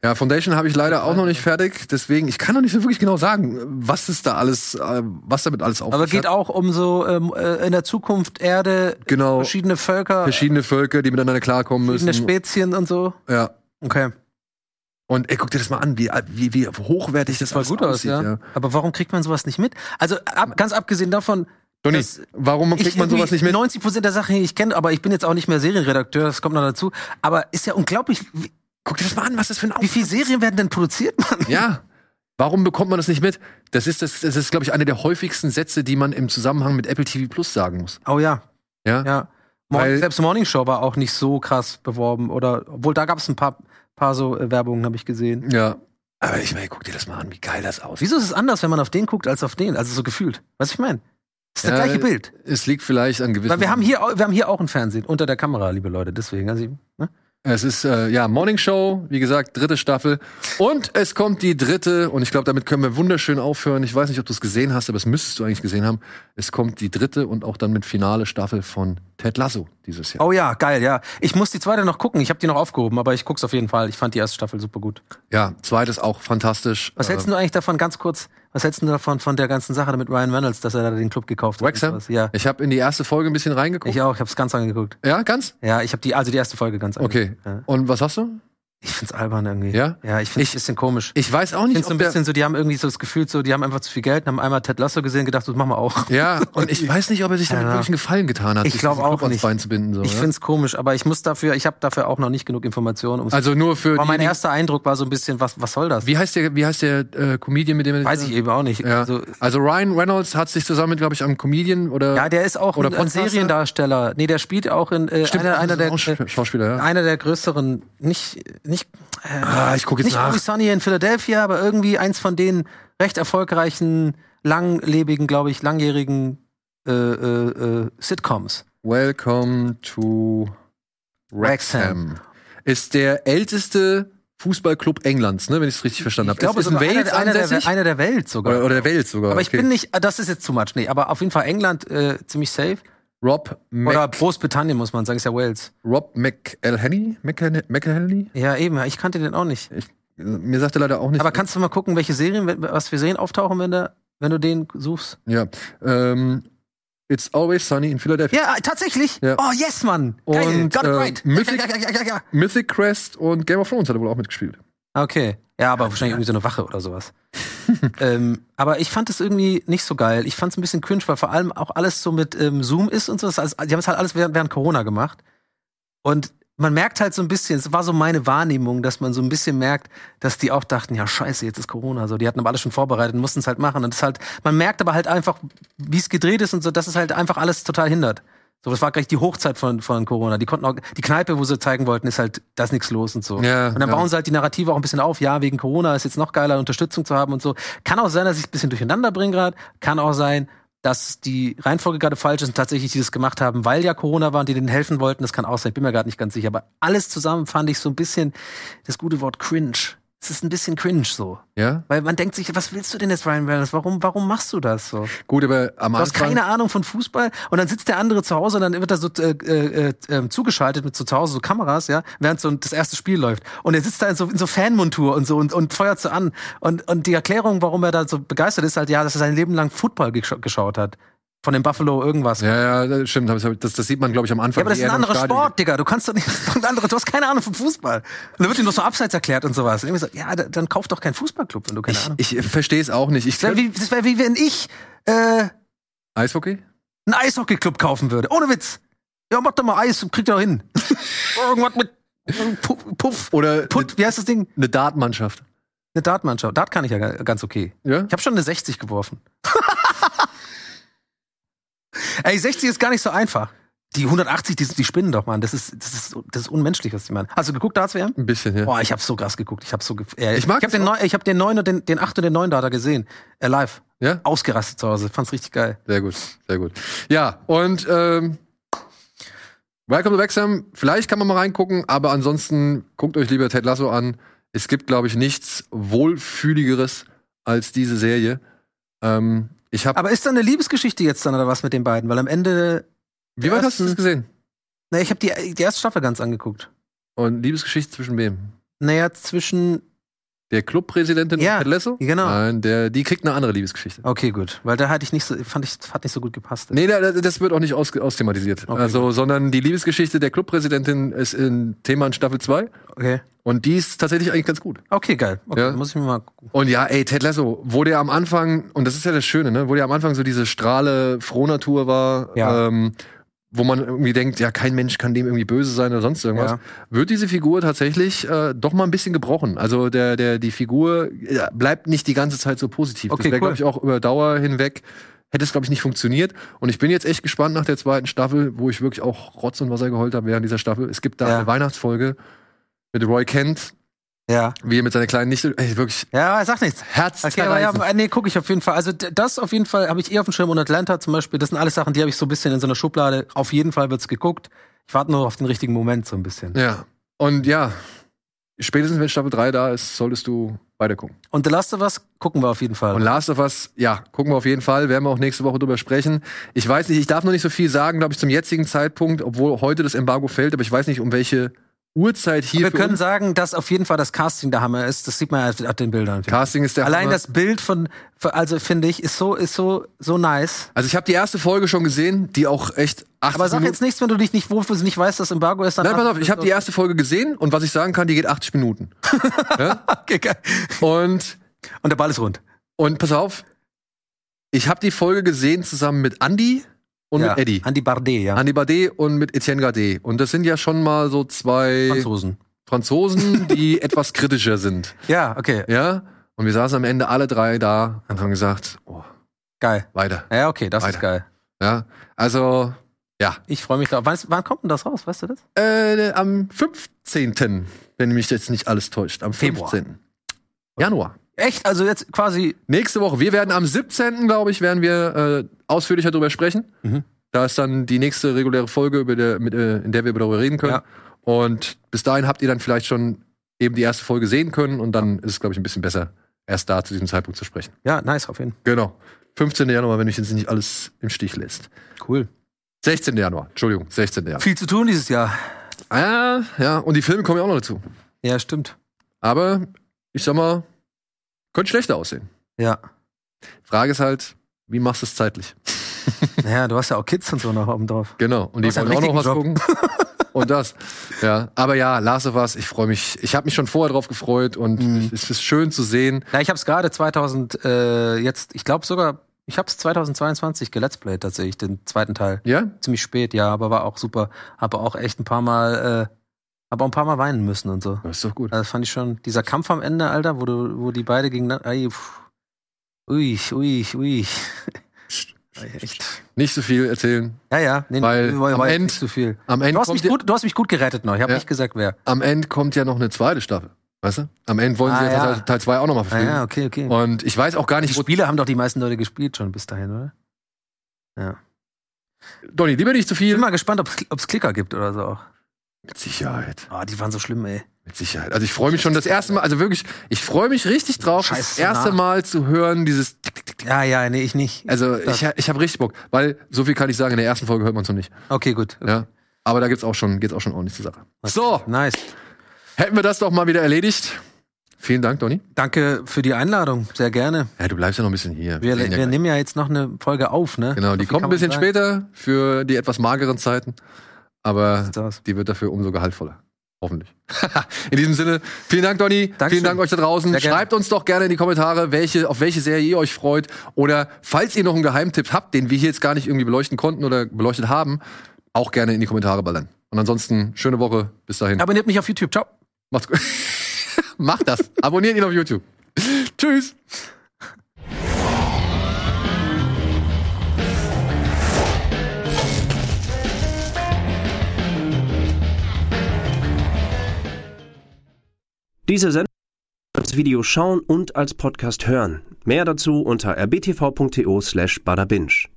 [SPEAKER 1] Ja, Foundation habe ich leider auch noch nicht fertig, deswegen, ich kann noch nicht so wirklich genau sagen, was ist da alles, äh, was damit alles auf
[SPEAKER 2] Aber
[SPEAKER 1] sich
[SPEAKER 2] geht
[SPEAKER 1] hat.
[SPEAKER 2] auch um so ähm, äh, in der Zukunft Erde,
[SPEAKER 1] Genau,
[SPEAKER 2] verschiedene Völker,
[SPEAKER 1] verschiedene
[SPEAKER 2] verschiedene,
[SPEAKER 1] Völker, die miteinander klarkommen müssen.
[SPEAKER 2] Spezien und so.
[SPEAKER 1] ja.
[SPEAKER 2] Okay,
[SPEAKER 1] Und ey, guck dir das mal an, wie, wie, wie hochwertig das
[SPEAKER 2] voll
[SPEAKER 1] alles
[SPEAKER 2] gut aus, ja. Aber warum kriegt man sowas nicht mit? Also ab, ganz abgesehen davon,
[SPEAKER 1] Johnny,
[SPEAKER 2] Das-
[SPEAKER 1] warum kriegt man sowas nicht mit?
[SPEAKER 2] 90 Prozent der Sachen, die ich kenne, aber ich bin jetzt auch nicht mehr Serienredakteur, das kommt noch dazu. Aber ist ja unglaublich, wie,
[SPEAKER 1] Guck dir das mal an, was das für ein
[SPEAKER 2] wie
[SPEAKER 1] Aufwand
[SPEAKER 2] viele Serien werden denn produziert, [LAUGHS] Mann?
[SPEAKER 1] Ja. Warum bekommt man das nicht mit? Das ist, das, das ist, glaube ich, einer der häufigsten Sätze, die man im Zusammenhang mit Apple TV Plus sagen muss.
[SPEAKER 2] Oh ja,
[SPEAKER 1] Ja.
[SPEAKER 2] ja. Mor
[SPEAKER 1] Weil-
[SPEAKER 2] selbst Morning Show war auch nicht so krass beworben. Oder obwohl da gab es ein paar, paar so äh, Werbungen, habe ich gesehen.
[SPEAKER 1] ja. Aber ich meine, guck dir das mal an, wie geil das aussieht.
[SPEAKER 2] Wieso ist es anders, wenn man auf den guckt, als auf den? Also so gefühlt. Was ich meine? Ist das
[SPEAKER 1] Ja, äh,
[SPEAKER 2] gleiche Bild.
[SPEAKER 1] Es liegt vielleicht an gewissen.
[SPEAKER 2] Weil wir haben hier, au- wir haben hier auch ein Fernsehen unter der Kamera, liebe Leute. Deswegen, also ich, ne?
[SPEAKER 1] Es ist äh, ja Morning Show, wie gesagt, dritte Staffel. Und es kommt die dritte, und ich glaube, damit können wir wunderschön aufhören. Ich weiß nicht, ob du es gesehen hast, aber es müsstest du eigentlich gesehen haben. Es kommt die dritte und auch dann mit finale Staffel von Ted Lasso dieses Jahr.
[SPEAKER 2] Oh ja, geil, ja. Ich muss die zweite noch gucken. Ich habe die noch aufgehoben, aber ich guck's auf jeden Fall. Ich fand die erste Staffel super gut.
[SPEAKER 1] Ja, zweites auch fantastisch.
[SPEAKER 2] Oh.
[SPEAKER 1] Ähm,
[SPEAKER 2] Was hältst du eigentlich davon, ganz kurz, was hältst du davon von der ganzen Sache mit Ryan Reynolds, dass er da den Club gekauft hat? und
[SPEAKER 1] Wrexham?
[SPEAKER 2] sowas? Ja.
[SPEAKER 1] Ich habe in die erste Folge ein bisschen reingeguckt.
[SPEAKER 2] Ich auch, ich hab's ganz angeguckt.
[SPEAKER 1] ja, ganz?
[SPEAKER 2] Ja, ich habe die, also die erste Folge ganz angeguckt.
[SPEAKER 1] Okay.
[SPEAKER 2] Ja.
[SPEAKER 1] Und was hast du?
[SPEAKER 2] Ich find's albern irgendwie.
[SPEAKER 1] Ja?
[SPEAKER 2] Ja, ich find's
[SPEAKER 1] Ich-
[SPEAKER 2] ein bisschen komisch.
[SPEAKER 1] Ich weiß auch nicht,
[SPEAKER 2] Ich find's so ein
[SPEAKER 1] der-
[SPEAKER 2] bisschen so, die haben irgendwie so das Gefühl, so, die haben einfach zu viel Geld und haben einmal Ted Lasso gesehen und gedacht, das machen wir
[SPEAKER 1] [LAUGHS]
[SPEAKER 2] auch. [LAUGHS]
[SPEAKER 1] ja, und ich weiß nicht, ob er sich damit
[SPEAKER 2] Ja.
[SPEAKER 1] wirklich einen Gefallen getan hat,
[SPEAKER 2] Ich
[SPEAKER 1] sich
[SPEAKER 2] glaub
[SPEAKER 1] diesen Club
[SPEAKER 2] auch
[SPEAKER 1] ans
[SPEAKER 2] nicht.
[SPEAKER 1] Bein zu binden. So,
[SPEAKER 2] Ich
[SPEAKER 1] ja?
[SPEAKER 2] finde es komisch, aber ich muss dafür, ich habe dafür auch noch nicht genug Informationen. um's-
[SPEAKER 1] Also nur für
[SPEAKER 2] aber mein
[SPEAKER 1] die,
[SPEAKER 2] erster Eindruck war so ein bisschen, was, was soll das?
[SPEAKER 1] wie heißt der, wie heißt der äh, Comedian, mit dem er
[SPEAKER 2] Weiß ich eben auch nicht.
[SPEAKER 1] Ja. Also,
[SPEAKER 2] Also,
[SPEAKER 1] Ryan Reynolds hat sich zusammen mit, glaube ich, einem Comedian oder
[SPEAKER 2] ja, der ist auch
[SPEAKER 1] Oder
[SPEAKER 2] ein, ein
[SPEAKER 1] Podcaster?
[SPEAKER 2] Seriendarsteller. Nee, der spielt auch in äh,
[SPEAKER 1] Stimmt,
[SPEAKER 2] einer,
[SPEAKER 1] das
[SPEAKER 2] einer,
[SPEAKER 1] ist
[SPEAKER 2] der,
[SPEAKER 1] auch Sch-
[SPEAKER 2] äh,
[SPEAKER 1] Schauspieler, ja.
[SPEAKER 2] einer der größeren, nicht, nicht, äh,
[SPEAKER 1] Ah, ich guck jetzt
[SPEAKER 2] nicht
[SPEAKER 1] nach.
[SPEAKER 2] Always Sunny in Philadelphia, aber irgendwie eins von den recht erfolgreichen, langlebigen, glaube ich, langjährigen äh, äh, äh, Sitcoms.
[SPEAKER 1] Welcome to Wrexham. Ist der älteste Fußballclub Englands, ne, wenn ich es richtig verstanden habe.
[SPEAKER 2] Ich glaube,
[SPEAKER 1] ist
[SPEAKER 2] so
[SPEAKER 1] in Wales
[SPEAKER 2] einer, einer,
[SPEAKER 1] ansässig
[SPEAKER 2] der, einer der Welt sogar.
[SPEAKER 1] oder, oder der Welt sogar.
[SPEAKER 2] Aber ich
[SPEAKER 1] okay.
[SPEAKER 2] bin nicht, ah, das ist jetzt too much, nee, aber auf jeden Fall England äh, ziemlich safe.
[SPEAKER 1] Rob Mac,
[SPEAKER 2] Oder Großbritannien, muss man sagen, ist ja Wales.
[SPEAKER 1] Rob McElhenney? McElhen- McElhenney?
[SPEAKER 2] Ja, eben, ja, ich kannte den auch nicht.
[SPEAKER 1] Mir sagt er leider auch nicht.
[SPEAKER 2] Aber kannst du mal gucken, welche Serien, wenn- was für Serien auftauchen, wenn, da, wenn du den suchst?
[SPEAKER 1] ja. Ähm, It's always sunny in Philadelphia.
[SPEAKER 2] Ja, äh, tatsächlich!
[SPEAKER 1] Ja.
[SPEAKER 2] Oh, yes, Mann! Geil,
[SPEAKER 1] Und,
[SPEAKER 2] got it
[SPEAKER 1] äh,
[SPEAKER 2] right!
[SPEAKER 1] Mythic-
[SPEAKER 2] Ja, ja, ja, ja, ja.
[SPEAKER 1] Mythic Crest und Game of Thrones hat er wohl auch mitgespielt.
[SPEAKER 2] Okay. Ja, aber wahrscheinlich irgendwie so eine Wache oder sowas. [LAUGHS] ähm, aber ich fand es irgendwie nicht so geil. Ich fand es ein bisschen cringe, weil vor Also, allem auch alles so mit ähm, Zoom ist und so. Das ist alles, die haben es halt alles während, während Corona gemacht. Und man merkt halt so ein bisschen, es war so meine Wahrnehmung, dass man so ein bisschen merkt, dass die auch dachten, ja scheiße, jetzt ist Corona. So, die hatten aber alles schon vorbereitet und mussten es halt machen. Und es halt, man merkt aber halt einfach, wie es gedreht ist und so, dass es halt einfach alles total hindert. So, das war gleich die Hochzeit von, von Corona. Die konnten auch, die Kneipe, wo sie zeigen wollten, ist halt, da ist nichts los und so.
[SPEAKER 1] Ja,
[SPEAKER 2] und dann
[SPEAKER 1] ja.
[SPEAKER 2] bauen sie halt die Narrative auch ein bisschen auf. Ja, wegen Corona ist jetzt noch geiler, Unterstützung zu haben und so. Kann auch sein, dass ich es ein bisschen durcheinander bringe gerade. Kann auch sein, dass die Reihenfolge gerade falsch ist und tatsächlich die das gemacht haben, weil ja Corona war und die denen helfen wollten. Das kann auch sein. Ich bin mir gerade nicht ganz sicher. Aber alles zusammen fand ich so ein bisschen das gute Wort cringe. Es ist ein bisschen cringe so.
[SPEAKER 1] Ja?
[SPEAKER 2] Weil man denkt sich, was willst du denn jetzt, Ryan Reynolds? Warum, warum machst du das so?
[SPEAKER 1] Gut, aber am
[SPEAKER 2] Du hast
[SPEAKER 1] Anfang.
[SPEAKER 2] keine Ahnung von Fußball und dann sitzt der andere zu Hause und dann wird er so äh, äh, äh, zugeschaltet mit so zu Hause so Kameras, ja, während so das erste Spiel läuft. Und er sitzt da in so, in so Fanmontur und so und, und feuert so an. Und, und die Erklärung, warum er da so begeistert ist, halt ja, dass er sein Leben lang Football gesch geschaut hat. Von dem Buffalo irgendwas. Ja.
[SPEAKER 1] ja, ja, das stimmt. Das, das das sieht man, glaube ich, am Anfang.
[SPEAKER 2] aber das
[SPEAKER 1] wie
[SPEAKER 2] ist ein
[SPEAKER 1] er im
[SPEAKER 2] anderer
[SPEAKER 1] Stadion-
[SPEAKER 2] Sport, Digga. Du kannst doch nicht, [LAUGHS] das ist ein anderer, du hast keine Ahnung vom Fußball. Und dann wird ihm noch so abseits erklärt und sowas. Und ich so, ja, da- dann kauf doch keinen Fußballclub, wenn du keine Ahnung
[SPEAKER 1] Ich verstehe es auch nicht. Ich
[SPEAKER 2] Das wäre
[SPEAKER 1] könnte-
[SPEAKER 2] wie, das wär wie wenn ich äh,
[SPEAKER 1] Eishockey?
[SPEAKER 2] einen Eishockey-Club kaufen würde. Ohne Witz. Ja, mach doch mal Eis, kriegt ihr
[SPEAKER 1] [LAUGHS]
[SPEAKER 2] doch hin. Irgendwas mit Puff, Puff
[SPEAKER 1] Oder
[SPEAKER 2] Put, wie heißt das Ding?
[SPEAKER 1] eine Dartmannschaft?
[SPEAKER 2] Eine Dartmannschaft. Dart kann ich ja ga- ganz okay.
[SPEAKER 1] Ja?
[SPEAKER 2] Ich habe schon eine 60 geworfen. [LAUGHS] Ey, 60 ist gar nicht so einfach. Die 180, die, die spinnen doch, Mann. Das ist, das ist, das ist unmenschlich, was die meinen. Hast du geguckt, Darts WM?
[SPEAKER 1] Ein bisschen, ja.
[SPEAKER 2] Boah, ich habe so krass geguckt. Ich habe so, ge äh,
[SPEAKER 1] Ich mag
[SPEAKER 2] ich
[SPEAKER 1] das
[SPEAKER 2] hab den, neun, ich hab den 9 und den, den 8 und den 9 Data gesehen. Äh, live.
[SPEAKER 1] Ja?
[SPEAKER 2] Ausgerastet zu Hause. Fand's richtig geil.
[SPEAKER 1] Sehr gut, sehr gut. Ja, und ähm, Welcome to Wexham. Vielleicht kann man mal reingucken, aber ansonsten guckt euch lieber Ted Lasso an. Es gibt, glaube ich, nichts wohlfühligeres als diese Serie. Ähm, ich habe.
[SPEAKER 2] Aber ist da eine Liebesgeschichte jetzt dann oder was mit den beiden? Weil am Ende,
[SPEAKER 1] Wie weit hast du
[SPEAKER 2] ersten-
[SPEAKER 1] das gesehen?
[SPEAKER 2] na, ich habe die, die erste Staffel ganz angeguckt.
[SPEAKER 1] Und Liebesgeschichte zwischen wem?
[SPEAKER 2] Naja, zwischen.
[SPEAKER 1] Der Clubpräsidentin
[SPEAKER 2] Ja,
[SPEAKER 1] Ted Lasso?
[SPEAKER 2] genau.
[SPEAKER 1] Nein, der, die kriegt eine andere Liebesgeschichte.
[SPEAKER 2] Okay, gut. Weil da hatte ich nicht so, fand ich, hat nicht so gut gepasst.
[SPEAKER 1] Nee, da- da- das wird auch nicht aus, austhematisiert.
[SPEAKER 2] Okay,
[SPEAKER 1] also, sondern die Liebesgeschichte der Clubpräsidentin ist ein Thema in Staffel 2
[SPEAKER 2] Okay.
[SPEAKER 1] und die ist tatsächlich eigentlich ganz gut.
[SPEAKER 2] Okay, geil. Okay,
[SPEAKER 1] Ja.
[SPEAKER 2] muss ich mir mal gucken.
[SPEAKER 1] Und ja, ey, Ted Lasso, wo der am Anfang, und das ist ja das Schöne, ne, wo der am Anfang so diese strahle Frohnatur war,
[SPEAKER 2] Ja.
[SPEAKER 1] ähm, wo man irgendwie denkt, ja, kein Mensch kann dem irgendwie böse sein oder sonst irgendwas,
[SPEAKER 2] Ja.
[SPEAKER 1] wird diese Figur tatsächlich äh, doch mal ein bisschen gebrochen. Also der, der, die Figur äh, bleibt nicht die ganze Zeit so positiv.
[SPEAKER 2] Okay,
[SPEAKER 1] das wäre, glaube
[SPEAKER 2] cool.
[SPEAKER 1] ich, auch über Dauer hinweg. Hätte es, glaube ich, nicht funktioniert. Und ich bin jetzt echt gespannt nach der zweiten Staffel, wo ich wirklich auch Rotz und Wasser geheult habe während dieser Staffel. Es gibt da
[SPEAKER 2] Ja.
[SPEAKER 1] eine Weihnachtsfolge mit Roy Kent,
[SPEAKER 2] Ja.
[SPEAKER 1] wie er mit seiner kleinen Nichte, ey, wirklich
[SPEAKER 2] Ja, sag nichts.
[SPEAKER 1] Herz
[SPEAKER 2] Okay, aber ja, nee, gucke ich auf jeden Fall. Also d- das auf jeden Fall habe ich eh auf dem Schirm und Atlanta zum Beispiel. Das sind alles Sachen, die habe ich so ein bisschen in so einer Schublade. Auf jeden Fall wird's geguckt. Ich warte nur auf den richtigen Moment so ein bisschen.
[SPEAKER 1] Ja. Und ja, spätestens wenn Staffel 3 da ist, solltest du weitergucken.
[SPEAKER 2] Und The Last of Us gucken wir auf jeden Fall.
[SPEAKER 1] Und Last of Us, ja, gucken wir auf jeden Fall. Werden wir auch nächste Woche drüber sprechen. Ich weiß nicht, ich darf noch nicht so viel sagen, glaube ich, zum jetzigen Zeitpunkt, obwohl heute das Embargo fällt, aber ich weiß nicht, um welche Uhrzeit hier.
[SPEAKER 2] wir
[SPEAKER 1] für
[SPEAKER 2] können
[SPEAKER 1] uns-
[SPEAKER 2] sagen, dass auf jeden Fall das Casting der Hammer ist. Das sieht man ja auf den Bildern.
[SPEAKER 1] Casting ist der
[SPEAKER 2] Allein
[SPEAKER 1] Hammer.
[SPEAKER 2] das Bild von, also finde ich, ist so, ist so, so nice.
[SPEAKER 1] Also ich habe die erste Folge schon gesehen, die auch echt 80
[SPEAKER 2] Aber sag
[SPEAKER 1] Minuten.
[SPEAKER 2] jetzt nichts, wenn du dich nicht wohlfühlst, nicht weißt, dass Embargo ist. Dann
[SPEAKER 1] Nein, pass auf, ich habe die erste Folge gesehen und was ich sagen kann, die geht 80 Minuten.
[SPEAKER 2] Okay, geil.
[SPEAKER 1] Und
[SPEAKER 2] Und der Ball ist rund.
[SPEAKER 1] und pass auf, ich habe die Folge gesehen zusammen mit Andy und
[SPEAKER 2] ja.
[SPEAKER 1] mit Eddie.
[SPEAKER 2] Andy Bardet, ja.
[SPEAKER 1] Andy Bardet und mit Etienne Gardet. Und das sind ja schon mal so zwei
[SPEAKER 2] Franzosen.
[SPEAKER 1] Franzosen,
[SPEAKER 2] [LAUGHS]
[SPEAKER 1] die etwas kritischer sind.
[SPEAKER 2] Ja, okay,
[SPEAKER 1] Ja? Und wir saßen am Ende alle drei da und haben gesagt, oh,
[SPEAKER 2] geil.
[SPEAKER 1] weiter.
[SPEAKER 2] Ja, okay, das
[SPEAKER 1] Weiter.
[SPEAKER 2] ist geil.
[SPEAKER 1] Ja? Also, ja.
[SPEAKER 2] Ich freue mich drauf. Wann, wann kommt denn das raus? Weißt du das?
[SPEAKER 1] Äh, am 15., wenn mich jetzt nicht alles täuscht, am 15.
[SPEAKER 2] Februar.
[SPEAKER 1] Januar.
[SPEAKER 2] Echt? Also jetzt quasi.
[SPEAKER 1] Nächste Woche. Wir werden am 17., glaube ich, werden wir äh, ausführlicher darüber sprechen.
[SPEAKER 2] Mhm.
[SPEAKER 1] Da ist dann die nächste reguläre Folge, über der, mit, äh, in der wir darüber reden können.
[SPEAKER 2] Ja.
[SPEAKER 1] Und bis dahin habt ihr dann vielleicht schon eben die erste Folge sehen können und dann ist es, glaube ich, ein bisschen besser, erst da zu diesem Zeitpunkt zu sprechen.
[SPEAKER 2] Ja, nice, auf jeden Fall.
[SPEAKER 1] Genau. 15. Januar, wenn mich jetzt nicht alles im Stich lässt.
[SPEAKER 2] Cool.
[SPEAKER 1] 16. Januar, Entschuldigung, 16. Januar.
[SPEAKER 2] Viel zu tun dieses Jahr.
[SPEAKER 1] Ah, ja, und die Filme kommen ja auch noch dazu.
[SPEAKER 2] Ja, stimmt.
[SPEAKER 1] Aber ich sag mal, könnte schlechter aussehen.
[SPEAKER 2] Ja.
[SPEAKER 1] Frage ist halt, wie machst du es zeitlich?
[SPEAKER 2] Naja, du hast ja auch Kids und so noch oben drauf.
[SPEAKER 1] Genau, und die
[SPEAKER 2] hast einen
[SPEAKER 1] wollen auch noch was
[SPEAKER 2] richtigen
[SPEAKER 1] gucken.
[SPEAKER 2] [LAUGHS]
[SPEAKER 1] Und das. Ja, aber ja, Last of Us, ich freue mich. Ich habe mich schon vorher drauf gefreut und
[SPEAKER 2] Mhm.
[SPEAKER 1] es ist schön zu sehen.
[SPEAKER 2] Na, ich habe es gerade 2000 äh, jetzt. Ich glaube sogar. Ich habe es 2022 gelet's played tatsächlich den zweiten Teil.
[SPEAKER 1] Ja?
[SPEAKER 2] ziemlich spät, ja, aber war auch super. Habe auch echt ein paar Mal Aber auch ein paar Mal weinen müssen und so.
[SPEAKER 1] Das ist doch gut.
[SPEAKER 2] Das fand ich schon. Dieser Kampf am Ende, Alter, wo, du, wo die beide gegeneinander. Ei, pff. Ui, ui, ui. Echt.
[SPEAKER 1] Nicht so viel erzählen.
[SPEAKER 2] Ja, ja. Nee,
[SPEAKER 1] Weil
[SPEAKER 2] wir wollen
[SPEAKER 1] am
[SPEAKER 2] heute
[SPEAKER 1] End-
[SPEAKER 2] nicht zu viel.
[SPEAKER 1] Am
[SPEAKER 2] Du
[SPEAKER 1] Ende,
[SPEAKER 2] hast,
[SPEAKER 1] kommt
[SPEAKER 2] mich
[SPEAKER 1] ja,
[SPEAKER 2] gut, du hast mich gut gerettet noch. Ich habe
[SPEAKER 1] Ja.
[SPEAKER 2] nicht gesagt, wer.
[SPEAKER 1] am Ende kommt ja noch eine zweite Staffel. Weißt du? Am Ende wollen sie
[SPEAKER 2] Ah,
[SPEAKER 1] jetzt
[SPEAKER 2] ja.
[SPEAKER 1] Teil- Teil 2 auch nochmal
[SPEAKER 2] Ah,
[SPEAKER 1] verfilmen.
[SPEAKER 2] ja, okay, okay.
[SPEAKER 1] Und ich weiß auch gar
[SPEAKER 2] Die
[SPEAKER 1] nicht, wo.
[SPEAKER 2] Spiele haben doch die meisten Leute gespielt schon bis dahin, oder?
[SPEAKER 1] Donny, lieber nicht zu
[SPEAKER 2] Ich bin
[SPEAKER 1] viel.
[SPEAKER 2] mal gespannt, ob es Klicker gibt oder so auch.
[SPEAKER 1] Mit Sicherheit.
[SPEAKER 2] Oh, die waren so schlimm, ey.
[SPEAKER 1] Mit Sicherheit. Also ich freue mich schon das erste Mal, also wirklich, ich freue mich richtig drauf,
[SPEAKER 2] Scheiß
[SPEAKER 1] das erste
[SPEAKER 2] Szenar.
[SPEAKER 1] Mal zu hören, dieses. Tick, tick, tick, tick.
[SPEAKER 2] Ja, ja, nee, ich nicht.
[SPEAKER 1] Also ich, ich habe richtig Bock, weil so viel kann ich sagen, in der ersten Folge hört man es noch nicht.
[SPEAKER 2] Okay, gut.
[SPEAKER 1] Ja. Aber da gibt's auch schon, geht's auch schon ordentlich zur Sache. So,
[SPEAKER 2] Nice.
[SPEAKER 1] hätten wir das doch mal wieder erledigt. Vielen Dank, Donny.
[SPEAKER 2] Danke für die Einladung. Sehr gerne.
[SPEAKER 1] Ja, du bleibst ja noch ein bisschen hier.
[SPEAKER 2] Wir,
[SPEAKER 1] reden ja
[SPEAKER 2] wir
[SPEAKER 1] gleich.
[SPEAKER 2] nehmen ja jetzt noch eine Folge auf, ne?
[SPEAKER 1] genau, die
[SPEAKER 2] So viel
[SPEAKER 1] kommt
[SPEAKER 2] kann
[SPEAKER 1] ein
[SPEAKER 2] man
[SPEAKER 1] bisschen
[SPEAKER 2] sagen.
[SPEAKER 1] später für die etwas mageren Zeiten, aber
[SPEAKER 2] Sieht's aus.
[SPEAKER 1] die wird dafür umso gehaltvoller. Hoffentlich. [LAUGHS] in diesem Sinne, vielen Dank, Donny. Vielen Dank euch da draußen.
[SPEAKER 2] Sehr gerne.
[SPEAKER 1] Schreibt uns doch gerne in die Kommentare, welche, auf welche Serie ihr euch freut. Oder falls ihr noch einen Geheimtipp habt, den wir hier jetzt gar nicht irgendwie beleuchten konnten oder beleuchtet haben, auch gerne in die Kommentare ballern. Und ansonsten, schöne Woche. Bis dahin.
[SPEAKER 2] Abonniert mich auf YouTube. Ciao.
[SPEAKER 1] Macht's gut. [LAUGHS] Macht das. Abonniert ihn auf YouTube. Tschüss.
[SPEAKER 3] Diese Sendung als Video schauen und als Podcast hören. Mehr dazu unter rbtv.to/badabinch.